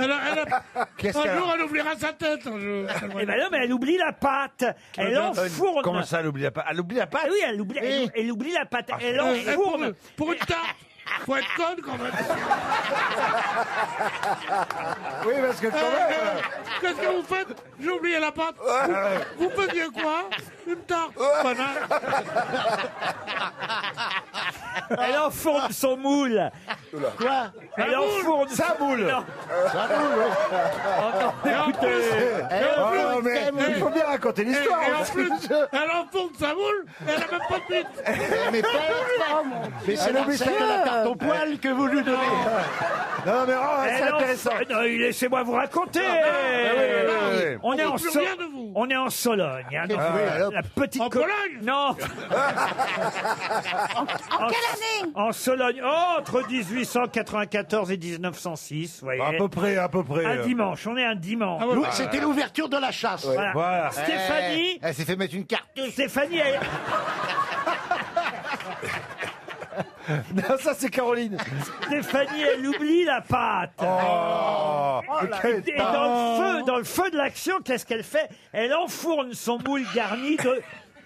Speaker 5: Elle a- elle a-
Speaker 2: Qu'est-ce
Speaker 5: un
Speaker 2: qu'elle a
Speaker 5: jour, elle oubliera sa tête. un jour.
Speaker 2: Eh ben non, mais elle oublie la pâte. Elle
Speaker 7: Euh,
Speaker 2: enfourne. Eh
Speaker 7: Comment ça, elle oublie la pâte Elle oublie la pâte Eh. Ah,
Speaker 2: Oui, elle oublie, elle, elle oublie la pâte. elle
Speaker 5: Euh, eh, pour,
Speaker 2: enfourne.
Speaker 5: pour une tarte. Faut être conne quand même.
Speaker 7: Oui, parce que quand
Speaker 5: Euh,
Speaker 7: même.
Speaker 5: Qu'est-ce que vous faites J'ai oublié la pâte. Vous, vous faisiez quoi Une tarte. Banane.
Speaker 2: Elle enfourne son moule. Quoi
Speaker 7: Ah,
Speaker 2: Elle enfourne sa moule.
Speaker 7: Sa moule, oui.
Speaker 5: Et en plus, et en plus-
Speaker 7: Oh, mais il faut bien raconter l'histoire.
Speaker 5: Et, et en plus, elle enfonce sa boule, elle a même pas de pute.
Speaker 7: mais pas- Mais c'est la tarte au poil que vous lui donnez. Non, mais oh, c'est
Speaker 2: Elle en-
Speaker 7: intéressant. Ah, bah,
Speaker 2: Non, laissez-moi vous raconter.
Speaker 7: oui, oui, bah, oui, oui.
Speaker 2: On,
Speaker 5: On
Speaker 2: est
Speaker 5: veut
Speaker 2: en
Speaker 5: plus
Speaker 2: So-
Speaker 5: rien de vous.
Speaker 2: on est en Sologne. hein, dans
Speaker 7: Ah,
Speaker 2: la-
Speaker 7: alors.
Speaker 2: la petite
Speaker 5: En
Speaker 2: co-
Speaker 5: Pologne
Speaker 2: Non.
Speaker 3: En quelle année
Speaker 2: En Sologne, oh, entre 1894 et 1906, vous voyez.
Speaker 7: À peu près, à peu près.
Speaker 2: Un
Speaker 7: euh.
Speaker 2: dimanche, on est un dimanche.
Speaker 7: Ah ouais, bah,
Speaker 5: euh,
Speaker 4: C'était l'ouverture de la chasse. Eh,
Speaker 2: Voilà. Eh,
Speaker 7: Voilà.
Speaker 2: Stéphanie,
Speaker 4: Elle s'est fait mettre une carte.
Speaker 2: Stéphanie, elle-
Speaker 7: Non, ça, c'est Caroline.
Speaker 2: Stéphanie, elle oublie la pâte.
Speaker 7: Oh,
Speaker 2: Et-
Speaker 7: quelle
Speaker 2: et dans le feu, dans le feu de l'action, qu'est-ce qu'elle fait Elle enfourne son moule garni de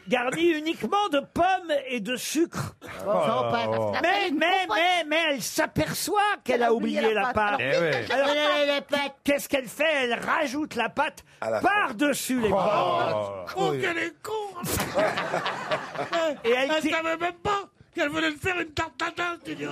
Speaker 2: garni uniquement de pommes et de sucre.
Speaker 7: là là.
Speaker 2: Mais, mais, mais, mais elle s'aperçoit qu'elle a oublié la pâte.
Speaker 7: Eh ouais.
Speaker 2: Alors, qu'est-ce qu'elle fait Elle rajoute la pâte par-dessus les pommes.
Speaker 5: Oh, qu'elle est con
Speaker 2: Et elle,
Speaker 5: Elle
Speaker 2: ti-
Speaker 5: savait même pas qu'elle venait de faire une tarte tatin, cette idiote.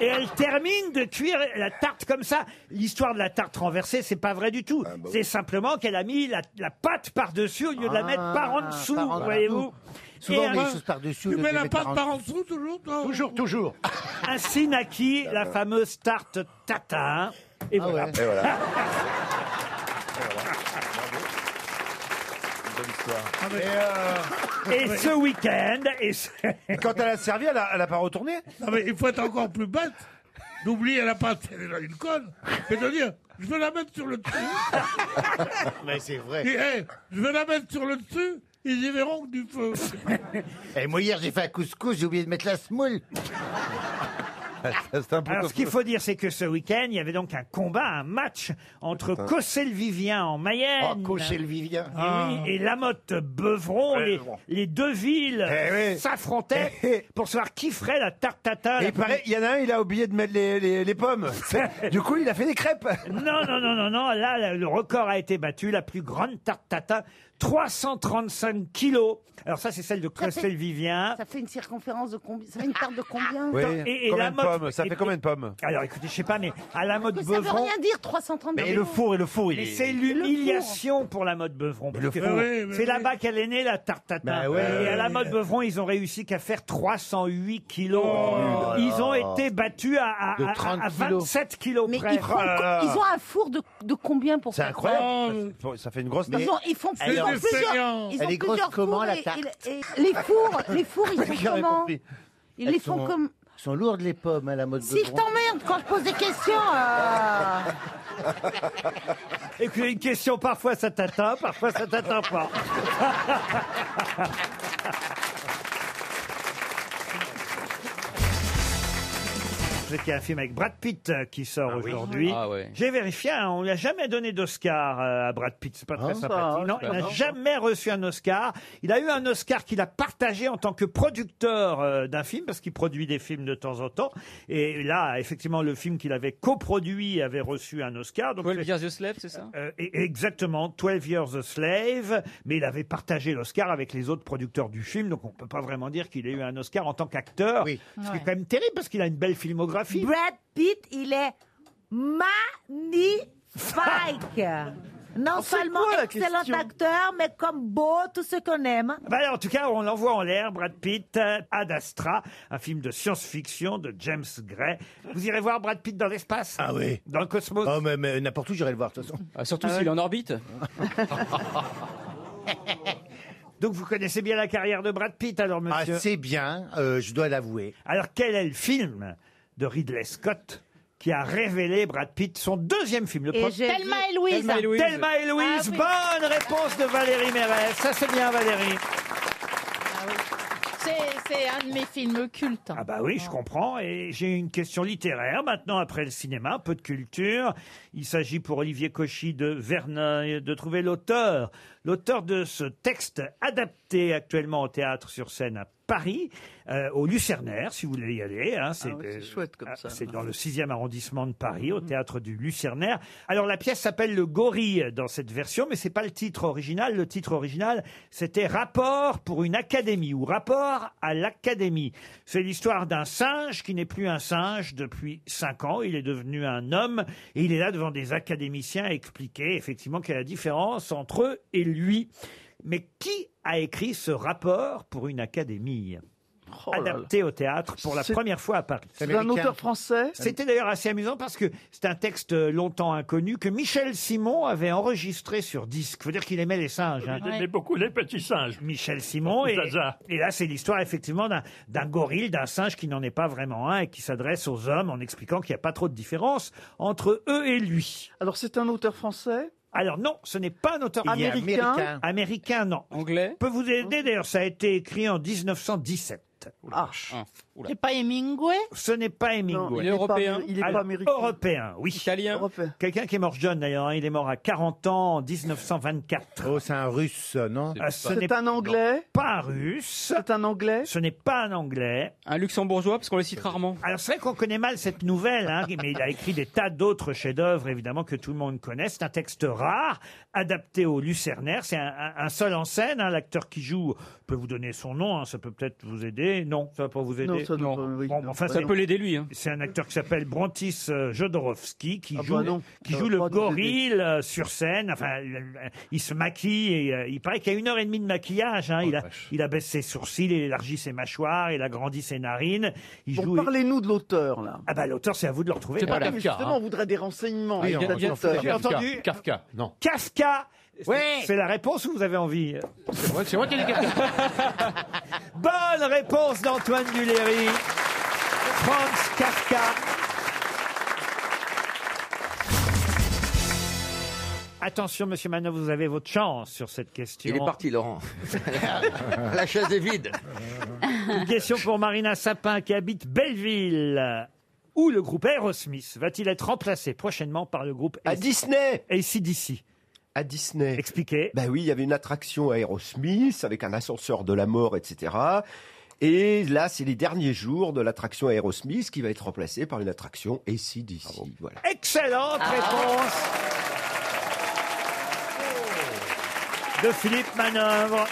Speaker 2: et elle termine de cuire la tarte comme ça. L'histoire de la tarte renversée, c'est pas vrai du tout.
Speaker 7: Ah, bah
Speaker 2: c'est simplement qu'elle a mis la, la pâte par-dessus au lieu de la mettre par en dessous,
Speaker 4: Ah, par en dessous.
Speaker 2: voyez-vous.
Speaker 4: Souvent,
Speaker 2: Et
Speaker 4: on met les
Speaker 2: un-
Speaker 4: choses par-dessus.
Speaker 5: Tu
Speaker 4: au lieu
Speaker 5: mets
Speaker 4: de
Speaker 5: la
Speaker 4: mettre
Speaker 5: pâte par
Speaker 4: dessous.
Speaker 5: en dessous, toujours toi
Speaker 4: Toujours, toujours.
Speaker 2: Ainsi naquit
Speaker 7: Ah,
Speaker 2: la
Speaker 7: bah.
Speaker 2: fameuse tarte tatin. Et voilà.
Speaker 4: ouais.
Speaker 8: Et voilà.
Speaker 7: Et, euh,
Speaker 2: Et ce week-end, et ce-
Speaker 7: et quand elle a servi, elle a, elle a pas retourné
Speaker 5: Non, mais il faut être encore plus bête d'oublier la pâte, elle est là, une conne, et de dire je vais la mettre sur le dessus.
Speaker 4: Ah, Mais c'est
Speaker 5: Et,
Speaker 2: Eh,
Speaker 4: vrai.
Speaker 5: hey, je vais la mettre sur le dessus, ils y verront que du feu.
Speaker 4: Et Eh, moi, hier, j'ai fait un couscous, j'ai oublié de mettre la semoule.
Speaker 7: C'est un peu
Speaker 2: Alors, ce qu'il faut dire, c'est que ce week-end, il y avait donc un combat, un match entre Cossé-le-Vivien en Mayenne
Speaker 7: Ah,
Speaker 4: Oh, cocher le Vivien.
Speaker 2: et, oui, et Lamotte-Beuvron. Les, les deux villes
Speaker 7: Eh oui.
Speaker 2: s'affrontaient pour savoir qui ferait la tarte tatin.
Speaker 7: Et
Speaker 2: la
Speaker 7: il paraît, il y en a un, il a oublié de mettre les, les, les pommes. du coup, il a fait des crêpes.
Speaker 2: Non, non, non, non, non. Là, là, le record a été battu. La plus grande tarte tatin, 335 kilos. Alors ça, c'est celle de
Speaker 3: Ça fait-
Speaker 2: Costel-Vivien.
Speaker 3: Ça fait une circonférence de combien Ça fait une tarte de combien
Speaker 7: Oui.
Speaker 2: et- et
Speaker 7: combien
Speaker 2: la
Speaker 7: de
Speaker 2: mode-
Speaker 7: pommes Ça
Speaker 2: et-
Speaker 7: fait combien de pommes
Speaker 2: Alors, écoutez, je sais pas, mais à la mode
Speaker 3: Mais Ça veut
Speaker 2: Beuvron...
Speaker 3: rien dire, 330
Speaker 7: Mais le four et le four, il
Speaker 2: Mais
Speaker 7: est.
Speaker 2: c'est l'humiliation pour la mode Beuvron.
Speaker 7: Mais le
Speaker 2: Parce que
Speaker 7: four.
Speaker 5: Oui, oui,
Speaker 2: C'est
Speaker 5: oui.
Speaker 2: là-bas qu'elle est née, la tarte tatin.
Speaker 7: Bah ouais.
Speaker 2: Et à la mode Beuvron, ils ont réussi qu'à faire 308 kilos.
Speaker 7: Oh
Speaker 2: ils ont été battus à, à-
Speaker 4: De
Speaker 2: à- à
Speaker 4: 30 kilos.
Speaker 2: 27 kilos
Speaker 3: Mais
Speaker 2: près.
Speaker 3: ils, font co-
Speaker 7: Oh là.
Speaker 3: ils ont un four de, de combien pour
Speaker 7: C'est
Speaker 3: faire Euh,
Speaker 7: incroyable.
Speaker 5: Oh,
Speaker 7: Ça fait- Ça fait une grosse
Speaker 3: ça ils, ont, ils font
Speaker 4: Elle
Speaker 5: est
Speaker 3: plusieurs, plusieurs-
Speaker 5: enseignante.
Speaker 3: ils ont
Speaker 4: Elle est grosse
Speaker 3: plusieurs
Speaker 4: comment,
Speaker 3: fours
Speaker 4: la
Speaker 3: et-
Speaker 4: tarte
Speaker 3: et- et- Les fours, les fours, ils font
Speaker 7: J'aurais
Speaker 3: comment
Speaker 7: compris.
Speaker 3: Ils
Speaker 4: Elles
Speaker 3: les font
Speaker 4: sont-
Speaker 3: comme...
Speaker 4: elles sont lourdes, les pommes, à la mode
Speaker 3: Si je
Speaker 4: Beuvron.
Speaker 3: t'emmerde quand je pose des questions...
Speaker 6: Ah.
Speaker 3: euh,
Speaker 2: Et puis une question, parfois ça t'atteint, parfois ça t'atteint pas. C'était un film avec Brad Pitt euh, qui sort aujourd'hui.
Speaker 6: Ah ouais.
Speaker 2: J'ai vérifié, hein, on lui a jamais donné d'Oscar euh, à Brad Pitt. C'est pas très
Speaker 4: Ah,
Speaker 2: sympathique. Non, il
Speaker 6: pas
Speaker 2: n'a
Speaker 6: grave.
Speaker 2: jamais reçu un Oscar. Il a eu un Oscar qu'il a partagé en tant que producteur euh, d'un film, parce qu'il produit des films de temps en temps. Et là, effectivement, le film qu'il avait coproduit avait reçu un Oscar. Donc,
Speaker 11: Paul Vierzioslav, c'est ça
Speaker 2: euh, et- exactement, 12 Years a Slave, mais il avait partagé l'Oscar avec les autres producteurs du film, donc on peut pas vraiment dire qu'il ait eu un Oscar en tant qu'acteur,
Speaker 4: Oui.
Speaker 2: ce qui est
Speaker 3: Ouais.
Speaker 2: quand même terrible parce qu'il a une belle filmographie.
Speaker 3: Brad Pitt, il est
Speaker 19: Magnifique. Non seulement excellent acteur, mais comme beau, tout ce qu'on aime.
Speaker 2: Bah, en tout cas, on l'envoie en l'air, Brad Pitt, euh, Ad Astra, un film de science-fiction de James Gray. Vous irez voir Brad Pitt dans l'espace Ah oui. Dans le cosmos Ah
Speaker 4: Oh, mais, mais n'importe où, j'irai le voir, de toute façon.
Speaker 11: Ah, surtout s'il est en orbite.
Speaker 2: Donc vous connaissez bien la carrière de Brad Pitt alors, monsieur
Speaker 4: Assez bien, Euh, je dois l'avouer.
Speaker 2: Alors quel est le film de Ridley Scott qui a révélé Brad Pitt, son deuxième film, le
Speaker 13: Et
Speaker 2: pro-
Speaker 13: j'ai Thelma vu- et Louise. Ah
Speaker 2: Thelma et Louise. Thelma et Louise. Bonne réponse de Valérie Mérès. Ça c'est bien Valérie.
Speaker 13: C'est c'est un de mes films cultes.
Speaker 2: Ah bah oui, je comprends. Et j'ai une question littéraire maintenant après le cinéma, un peu de culture. Il s'agit pour Olivier Cauchy de Verneuil de trouver l'auteur, l'auteur de ce texte adapté actuellement au théâtre sur scène à Paris, euh, au Lucernaire, si vous voulez y aller. hein. c'est euh, ah, C'est dans le 6e arrondissement de Paris, au théâtre du Lucernaire. Alors la pièce s'appelle Le Gorille euh, dans cette version, mais c'est pas le titre original. Le titre original, c'était Rapport pour une académie ou Rapport à l'académie. C'est l'histoire d'un singe qui n'est plus un singe depuis 5 ans. Il est devenu un homme et il est là devant des académiciens à expliquer effectivement quelle est la différence entre eux et lui. Mais qui a écrit ce rapport pour une académie
Speaker 17: Oh là là.
Speaker 2: adapté au théâtre pour la première fois à Paris.
Speaker 17: C'est un auteur français
Speaker 2: C'était d'ailleurs assez amusant parce que c'est un texte euh, longtemps inconnu que Michel Simon avait enregistré sur disque. Faut dire qu'il aimait les singes. hein.
Speaker 20: Il aimait beaucoup les petits singes.
Speaker 2: Michel Simon. Et, et là, c'est l'histoire effectivement d'un- d'un gorille, d'un singe qui n'en est pas vraiment un et qui s'adresse aux hommes en expliquant qu'il n'y a pas trop de différence entre eux et lui.
Speaker 17: Alors c'est un auteur français
Speaker 2: Alors non, ce n'est pas un auteur
Speaker 17: Il est Américain américain.
Speaker 2: Américain, non. Anglais. Je peux vous aider d'ailleurs, ça a été écrit en 1917.
Speaker 17: Ah.
Speaker 6: Ah,
Speaker 13: C'est pas Hemingway
Speaker 2: Ce n'est pas Hemingway.
Speaker 13: Non, il est Il est européen. pas- il est pas
Speaker 2: Alors,
Speaker 13: américain.
Speaker 2: Européen, oui. Italien. Quelqu'un qui est mort jeune d'ailleurs. hein. Il est mort à 40 ans en 1924.
Speaker 4: Oh, c'est un russe, non
Speaker 17: C'est un Anglais
Speaker 2: Euh, Pas un russe.
Speaker 17: C'est un Anglais
Speaker 2: Ce n'est pas un Anglais.
Speaker 11: Un luxembourgeois, parce qu'on les cite rarement.
Speaker 2: Alors c'est vrai qu'on connaît mal cette nouvelle, hein, mais il a écrit des tas d'autres chefs-d'œuvre évidemment que tout le monde connaît. C'est un texte rare, adapté au Lucernaire. C'est un, un- un seul en scène. hein. L'acteur qui joue je peux vous donner son nom. hein, ça peut peut-être vous aider. Non, ça va pas vous aider.
Speaker 17: Non, ça doit pas- oui,
Speaker 2: Bon,
Speaker 17: non,
Speaker 2: enfin,
Speaker 17: ça
Speaker 2: c'est-
Speaker 17: peut
Speaker 11: l'aider lui.
Speaker 2: C'est un acteur qui s'appelle Brontis euh, Jodorowsky qui
Speaker 17: Ah
Speaker 2: joue,
Speaker 17: bah non,
Speaker 2: qui
Speaker 17: ça
Speaker 2: joue
Speaker 17: va
Speaker 2: le
Speaker 17: pas nous
Speaker 2: gorille euh, sur scène. Enfin, euh, euh, il se maquille et euh, il paraît qu'il y a une heure et demie de maquillage. hein. il, a, il abaisse ses sourcils, il élargit ses mâchoires, il agrandit ses narines. Il joue.
Speaker 17: Parlez-nous de l'auteur, là.
Speaker 2: Ah bah l'auteur, c'est à vous de le retrouver.
Speaker 17: Ah, mais Justement,
Speaker 9: hein.
Speaker 17: on voudrait des renseignements.
Speaker 16: Ah,
Speaker 2: Oui,
Speaker 17: sur
Speaker 2: on-
Speaker 17: cet
Speaker 2: bien
Speaker 17: auteur.
Speaker 2: sûr. J'ai entendu-
Speaker 16: Kafka, non.
Speaker 2: Kafka. C'est- C'est la réponse ou vous avez envie
Speaker 16: C'est moi, c'est moi qui ai dit Kafka.
Speaker 2: Bonne réponse d'Antoine Duléry. Franz Kafka. Attention, monsieur Manon, vous avez votre chance sur cette question.
Speaker 6: Il est parti, Laurent. La chaise est vide.
Speaker 2: Une question pour Marina Sapin qui habite Belleville. Où le groupe Aerosmith va-t-il être remplacé prochainement par le groupe
Speaker 21: À Disney
Speaker 2: ACDC.
Speaker 21: À Disney.
Speaker 2: Expliquez.
Speaker 21: Ben oui, il y avait une attraction à Aerosmith avec un ascenseur de la mort, etc. Et là, c'est les derniers jours de l'attraction Aerosmith qui va être remplacée par une attraction
Speaker 7: Ah
Speaker 21: ACDC. Voilà.
Speaker 2: Excellente réponse de Philippe Manœuvre.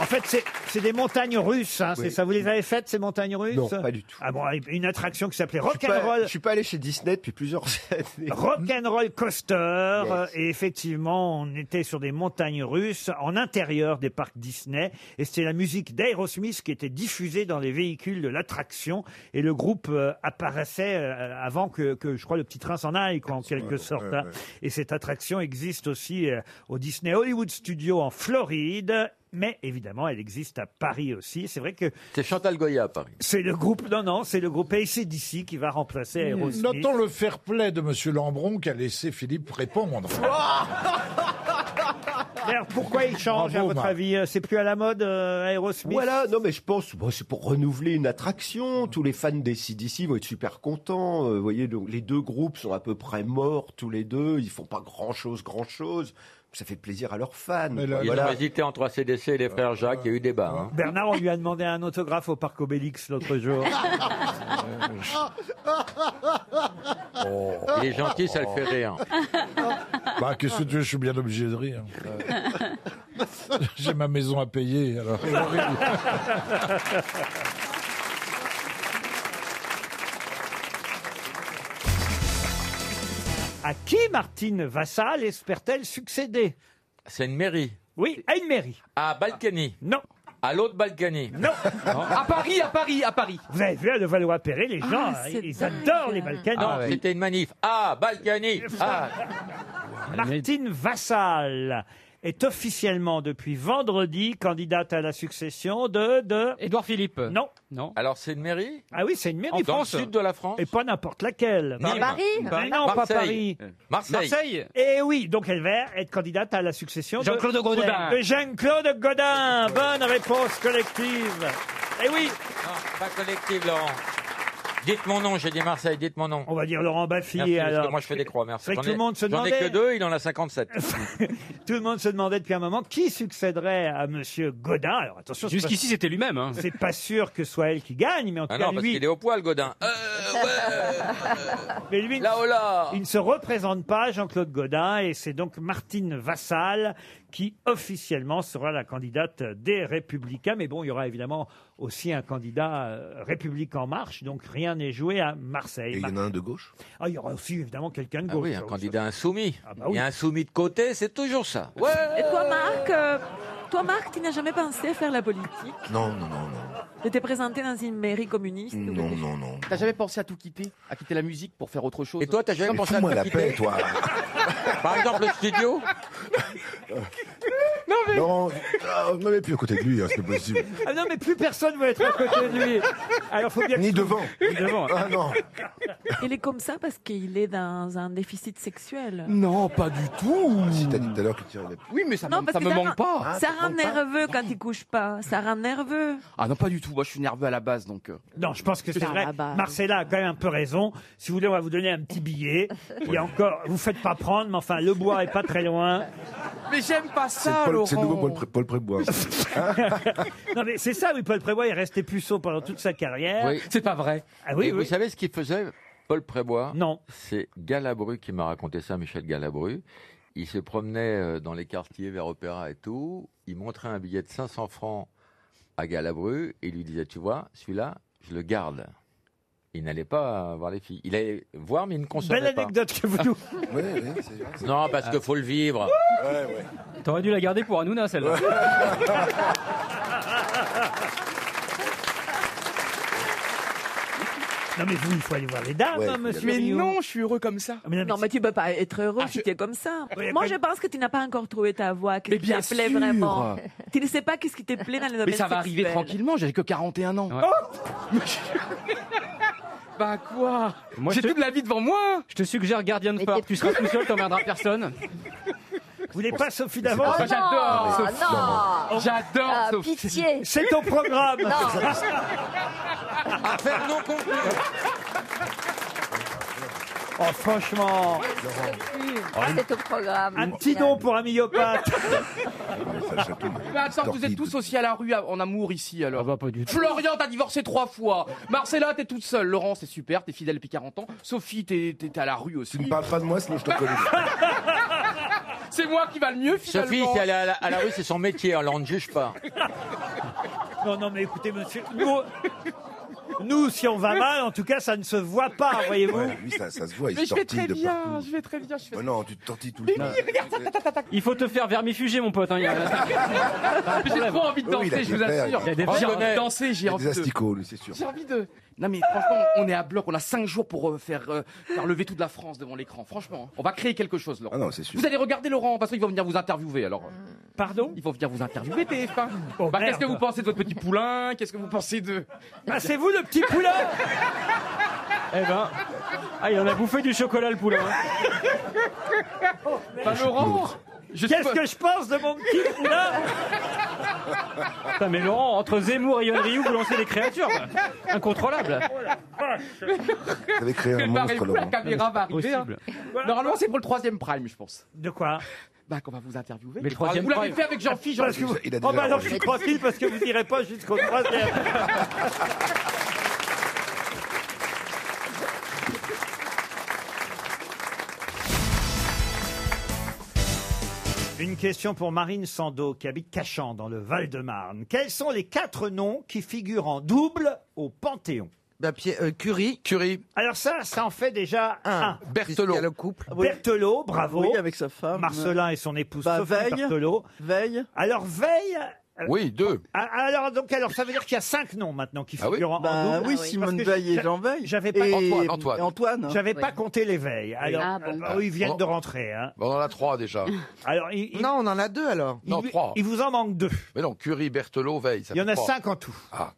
Speaker 2: En fait, c'est- c'est des montagnes russes, hein, c'est
Speaker 21: Oui.
Speaker 2: ça Vous les avez faites, ces montagnes russes
Speaker 21: Non, pas du tout.
Speaker 2: Ah bon, une attraction qui s'appelait
Speaker 21: Je suis pas-
Speaker 2: Rock'n'Roll
Speaker 21: Je suis pas allé chez Disney depuis plusieurs années.
Speaker 2: Rock'n'Roll Coaster. euh, Et effectivement, on était sur des montagnes russes en intérieur des parcs Disney. Et c'était la musique d'Aerosmith qui était diffusée dans les véhicules de l'attraction. Et le groupe euh, apparaissait euh, avant que, que, je crois, le petit train s'en aille, quoi, en quelque sorte. hein. Et cette attraction existe aussi euh, au Disney Hollywood Studio en Floride. Mais évidemment, elle existe à Paris aussi. C'est vrai que
Speaker 6: C'est Chantal Goya à Paris.
Speaker 2: c'est le groupe, non, non, c'est le groupe ACDC qui va remplacer
Speaker 13: Hmm.
Speaker 2: Aerosmith.
Speaker 22: Notons le fair play de Monsieur Lambron qui a laissé Philippe répondre.
Speaker 2: D'ailleurs, pourquoi il change,
Speaker 21: Bravo,
Speaker 2: à votre
Speaker 21: Marc.
Speaker 2: avis euh, C'est plus à la mode, euh, Aerosmith
Speaker 21: Voilà, non mais je pense, bon, c'est pour renouveler une attraction. Tous les fans des CDC vont être super contents. Euh, vous voyez, donc, les deux groupes sont à peu près morts tous les deux. Ils font pas grand chose, grand chose. Ça fait plaisir à leurs fans.
Speaker 6: Ils ont
Speaker 21: Voilà.
Speaker 6: hésité entre ACDC et les frères Jacques. Il y a eu débat. hein.
Speaker 2: Bernard, on lui a demandé un autographe au parc Obélix l'autre jour.
Speaker 6: Oh. Il est gentil, ça le fait rire.
Speaker 22: Bah, qu'est-ce que tu veux, je suis bien obligé de rire. J'ai ma maison à payer, alors. c'est horrible.
Speaker 2: À qui Martine Vassal espère-t-elle succéder
Speaker 6: C'est une mairie.
Speaker 2: Oui, à une mairie.
Speaker 6: À Balkany.
Speaker 2: Non.
Speaker 6: À l'autre Balkany.
Speaker 2: Non.
Speaker 6: À Paris, à Paris, à Paris.
Speaker 2: Vous avez vu à Levallois-Perret, les gens,
Speaker 6: Ah, c'est
Speaker 2: ils ils adorent les Balkans.
Speaker 6: non, c'était une manif. Ah, Balkany. Ah.
Speaker 2: Martine Vassal est officiellement depuis vendredi candidate à la succession de de
Speaker 11: Édouard Philippe.
Speaker 2: Non.
Speaker 11: Non.
Speaker 6: Alors c'est une mairie
Speaker 2: Ah oui, c'est une mairie
Speaker 6: En France Dans le sud de la France
Speaker 2: Et pas n'importe laquelle.
Speaker 6: Nîmes. Paris
Speaker 2: Mais non, pas
Speaker 6: Marseille.
Speaker 2: Paris.
Speaker 6: Marseille. Marseille.
Speaker 2: Et oui, donc elle va être candidate à la succession de-
Speaker 11: Jean-Claude Godin.
Speaker 2: De Jean-Claude Godin. Bonne réponse collective. Eh oui.
Speaker 6: Non, pas collective, Laurent. Dites mon nom, j'ai dit Marseille, dites mon nom.
Speaker 2: On va dire Laurent Baffy.
Speaker 6: Merci, parce que
Speaker 2: alors.
Speaker 6: moi je fais des croix, merci.
Speaker 2: C'est vrai que
Speaker 6: J'en
Speaker 2: tout le
Speaker 6: ai-
Speaker 2: monde se
Speaker 6: J'en ai
Speaker 2: demandait.
Speaker 6: que deux, il en a 57.
Speaker 2: Tout le monde se demandait depuis un moment qui succéderait à Monsieur Godin. Alors attention. c'est
Speaker 11: Jusqu'ici,
Speaker 2: pas-
Speaker 11: c'était lui-même, hein.
Speaker 2: C'est pas sûr que ce soit elle qui gagne, mais en tout
Speaker 6: Ah
Speaker 2: cas
Speaker 6: non, parce
Speaker 2: lui.
Speaker 6: qu'il est au poil, Godin. Euh,
Speaker 2: Mais lui,
Speaker 6: Là, oh là.
Speaker 2: il ne se représente pas, Jean-Claude Godin, et c'est donc Martine Vassal qui officiellement sera la candidate des Républicains. Mais bon, il y aura évidemment aussi un candidat euh, République en marche, donc rien n'est joué à Marseille.
Speaker 8: Et il y en a un de gauche
Speaker 2: Ah, il y aura aussi évidemment quelqu'un de
Speaker 6: Ah
Speaker 2: gauche.
Speaker 6: oui, un
Speaker 8: hein.
Speaker 6: candidat insoumis.
Speaker 2: bah oui.
Speaker 6: Il y a un soumis de côté, c'est toujours ça. Ouais.
Speaker 12: Et toi, Marc, euh, toi, Marc, tu n'as jamais pensé faire la politique
Speaker 8: Non, non, non, non.
Speaker 12: Tu t'es présenté dans une mairie communiste ou
Speaker 8: Non,
Speaker 12: quelque
Speaker 8: non, non.
Speaker 9: T'as jamais pensé à tout quitter À quitter la musique pour faire autre chose
Speaker 6: Et toi, t'as jamais
Speaker 8: Mais
Speaker 6: pensé à
Speaker 8: fous-moi
Speaker 6: te
Speaker 8: la
Speaker 6: quitter
Speaker 8: paix, toi.
Speaker 6: Par exemple, le studio
Speaker 8: Laurent, ah, ne mets plus à côté de lui, hein, c'est pas possible.
Speaker 2: Ah non, mais plus personne veut être à côté de lui. Alors faut bien que-
Speaker 8: Ni devant.
Speaker 2: Ni devant.
Speaker 8: Ah non.
Speaker 12: chose Il est comme ça parce qu'il est dans un déficit sexuel.
Speaker 9: Non, pas du tout.
Speaker 8: Ah, Si t'as dit tout à l'heure que tu enlèves.
Speaker 9: Oui, mais ça,
Speaker 12: Non,
Speaker 9: me-
Speaker 12: parce
Speaker 9: ça
Speaker 12: que
Speaker 9: me manque
Speaker 12: rend-
Speaker 9: pas.
Speaker 12: Ça rend nerveux quand il couche pas. Ça rend nerveux.
Speaker 9: Ah non, pas du tout. Moi, je suis nerveux à la base, donc. euh.
Speaker 2: Non, je pense que c'est
Speaker 9: Par
Speaker 2: vrai.
Speaker 13: ah
Speaker 9: la
Speaker 13: bah.
Speaker 9: base.
Speaker 2: Marcella a quand même un peu raison. Si vous voulez, on va vous donner un petit billet. Et encore, vous faites pas prendre, mais enfin, le bois est pas très loin.
Speaker 9: Mais j'aime pas
Speaker 8: C'est
Speaker 9: ça,
Speaker 8: Paul-
Speaker 9: Laurent.
Speaker 8: c'est le nouveau Paul, Ah. Pré- Paul Prébois.
Speaker 2: Non, mais c'est ça, oui, Paul Prébois est resté puceau pendant toute sa carrière.
Speaker 6: Oui.
Speaker 11: C'est pas vrai.
Speaker 2: Ah oui,
Speaker 6: Et Vous
Speaker 2: oui.
Speaker 6: savez ce qu'il faisait, Paul Prébois
Speaker 2: Non.
Speaker 6: C'est Galabru qui m'a raconté ça, Michel Galabru. Il se promenait euh, dans les quartiers vers Opéra et tout. Il montrait un billet de 500 francs à Galabru et il lui disait Tu vois, celui-là, je le garde. Il n'allait pas voir les filles. Il allait voir, mais il ne consommait
Speaker 2: Belle
Speaker 6: pas.
Speaker 2: anecdote que vous nous.
Speaker 8: Oui, oui, c'est vrai. c'est-
Speaker 6: Non, parce que faut le vivre.
Speaker 8: Ouais, ouais.
Speaker 11: T'aurais dû la garder pour Hanouna, celle-là.
Speaker 2: Non, mais vous, il faut aller voir les dames,
Speaker 8: Ouais,
Speaker 2: hein,
Speaker 8: il faut y
Speaker 2: monsieur.
Speaker 9: Mais
Speaker 2: Millot.
Speaker 9: non, je suis heureux comme ça.
Speaker 2: Ah, mais Ah, non, mais
Speaker 12: Non, mais tu peux pas être heureux si tu es comme ça. Moi, je pense que tu n'as pas encore trouvé ta voix. Qu'est-ce
Speaker 9: Mais
Speaker 12: qui
Speaker 9: bien
Speaker 12: te plaît
Speaker 9: sûr.
Speaker 12: vraiment Tu ne sais pas qu'est-ce qui te plaît dans le domaine
Speaker 9: Mais ça va arriver
Speaker 12: sexuel.
Speaker 9: tranquillement, j'ai que 41 ans. bah quoi
Speaker 11: Moi,
Speaker 9: J'ai
Speaker 11: je te-
Speaker 9: toute la vie devant moi
Speaker 11: Je te suggère Guardian de
Speaker 13: Mais
Speaker 11: Park.
Speaker 13: t'es-
Speaker 11: Tu seras tout seul, t'emmerderas personne.
Speaker 2: vous voulez pas Sophie
Speaker 13: Oh
Speaker 2: d'avant
Speaker 13: non,
Speaker 9: Ah, j'adore, Sophie.
Speaker 13: non.
Speaker 9: J'adore
Speaker 13: Ah,
Speaker 9: Sophie.
Speaker 13: Pitié.
Speaker 2: C'est au programme.
Speaker 6: Affaire non conclue.
Speaker 2: Oh, franchement.
Speaker 11: Ah,
Speaker 6: Ah,
Speaker 10: C'est au programme.
Speaker 2: Un petit don pour un myopathe.
Speaker 8: Ouais, ça chatouille.
Speaker 9: Mais attends, Bah, vous êtes tous aussi à la rue à- en amour ici
Speaker 6: Ah
Speaker 9: alors.
Speaker 6: bah,
Speaker 11: pas du
Speaker 9: Florian, t'as divorcé trois fois. Marcella, t'es toute seule. Laurent, c'est super, t'es fidèle depuis 40 ans. Sophie, t'es t'es à la rue aussi.
Speaker 8: Tu ne parles pas de moi, sinon je te connais.
Speaker 9: C'est moi qui va le mieux finalement.
Speaker 6: Sophie, si elle est à la, à la rue, c'est son métier, alors on ne juge pas.
Speaker 2: Non, non, mais écoutez, monsieur, nous, nous, si on va mal, en tout cas, ça ne se voit pas, voyez-vous.
Speaker 8: Ouais, lui, ça, ça se voit, il
Speaker 9: Mais je
Speaker 8: se
Speaker 9: vais
Speaker 8: tortille
Speaker 9: très
Speaker 8: de
Speaker 9: bien,
Speaker 8: partout.
Speaker 9: je vais très bien. Je fais...
Speaker 8: Ouais, non, tu te tortilles tout le temps.
Speaker 11: Il faut te faire vermifuger, mon pote. hein, il y a-
Speaker 6: Ah,
Speaker 9: Mais J'ai trop envie de
Speaker 8: Oui, oui, il
Speaker 9: danser,
Speaker 8: a des
Speaker 9: je vous
Speaker 8: verres,
Speaker 9: assure.
Speaker 8: il
Speaker 11: a des
Speaker 9: J'ai envie de
Speaker 6: verres.
Speaker 9: danser,
Speaker 8: Il y
Speaker 9: j'ai
Speaker 8: a
Speaker 9: envie
Speaker 8: des
Speaker 9: de.
Speaker 8: asticots, lui, c'est sûr.
Speaker 9: J'ai envie de. Non mais franchement, on est à bloc, on a 5 jours pour euh, faire, euh, faire lever toute la France devant l'écran. Franchement, hein. on va créer quelque chose, Laurent.
Speaker 8: Ah non, c'est sûr.
Speaker 9: Vous allez regarder Laurent, parce qu'ils vont venir vous interviewer alors. euh,
Speaker 2: Pardon
Speaker 9: Ils vont venir vous interviewer, TF1.
Speaker 2: Oh,
Speaker 9: bah, qu'est-ce que
Speaker 2: merde.
Speaker 9: vous pensez de votre petit poulain Qu'est-ce que vous pensez de.
Speaker 2: Ah, c'est vous le petit poulain
Speaker 11: Eh ben. Ah, il en a bouffé du chocolat, le poulain. hein.
Speaker 9: Bah, Laurent je sais
Speaker 2: Qu'est-ce
Speaker 9: pas-
Speaker 2: que je pense de mon petit poulain
Speaker 11: Putain, mais Laurent, entre Zemmour et Yann Rioux, vous lancez des créatures. quoi. Incontrôlables.
Speaker 8: Vous avez créé un monstre,
Speaker 9: Préparez-vous, la
Speaker 8: Laurent.
Speaker 9: caméra va arriver. hein.
Speaker 11: Possible.
Speaker 9: Normalement, c'est pour le troisième prime, je pense.
Speaker 2: De quoi
Speaker 9: Bah, qu'on va vous interviewer.
Speaker 11: Mais le troisième
Speaker 9: vous l'avez
Speaker 11: prime.
Speaker 9: fait avec Jean-Philippe,
Speaker 2: Parce que
Speaker 9: Jean-Philippe.
Speaker 2: vous-
Speaker 8: Il a déjà
Speaker 2: Oh, bah alors, je
Speaker 8: enregistré.
Speaker 2: suis tranquille parce que vous n'irez pas jusqu'au troisième. Une question pour Marine Sando qui habite Cachan dans le Val-de-Marne. Quels sont les quatre noms qui figurent en double au Panthéon Curie. Curie. Alors ça, ça en fait déjà un. Berthelot. Berthelot, bravo.
Speaker 17: Oui, avec sa femme.
Speaker 2: Marcelin et son épouse
Speaker 17: Bah,
Speaker 2: Sophie
Speaker 17: Veil.
Speaker 2: Berthelot.
Speaker 17: Veille.
Speaker 2: Alors Veille. euh,
Speaker 17: Oui, deux.
Speaker 2: ah, Alors donc alors ça veut dire qu'il y a cinq noms maintenant qui
Speaker 17: Ah oui.
Speaker 2: figurent en- en
Speaker 17: Bah
Speaker 2: double.
Speaker 17: oui,
Speaker 2: Parce
Speaker 17: Simone
Speaker 2: que
Speaker 17: Veil et
Speaker 2: j'a-
Speaker 17: Jean Veil.
Speaker 2: J'avais pas
Speaker 17: Et- Antoine, Antoine. et Antoine.
Speaker 2: J'avais
Speaker 17: Oui.
Speaker 2: pas compté les Veilles. Alors
Speaker 17: Ah, bon.
Speaker 2: euh, ils viennent de
Speaker 1: Bon.
Speaker 2: rentrer. hein.
Speaker 1: Bon, on en a trois déjà.
Speaker 2: Alors,
Speaker 1: non, on en a deux alors. Non, trois.
Speaker 2: Il vous en manque deux.
Speaker 1: Mais non, Curie, Berthelot, Veil. ça
Speaker 2: Il y en
Speaker 1: fait
Speaker 2: a
Speaker 1: trois.
Speaker 2: cinq en tout.
Speaker 1: Ah.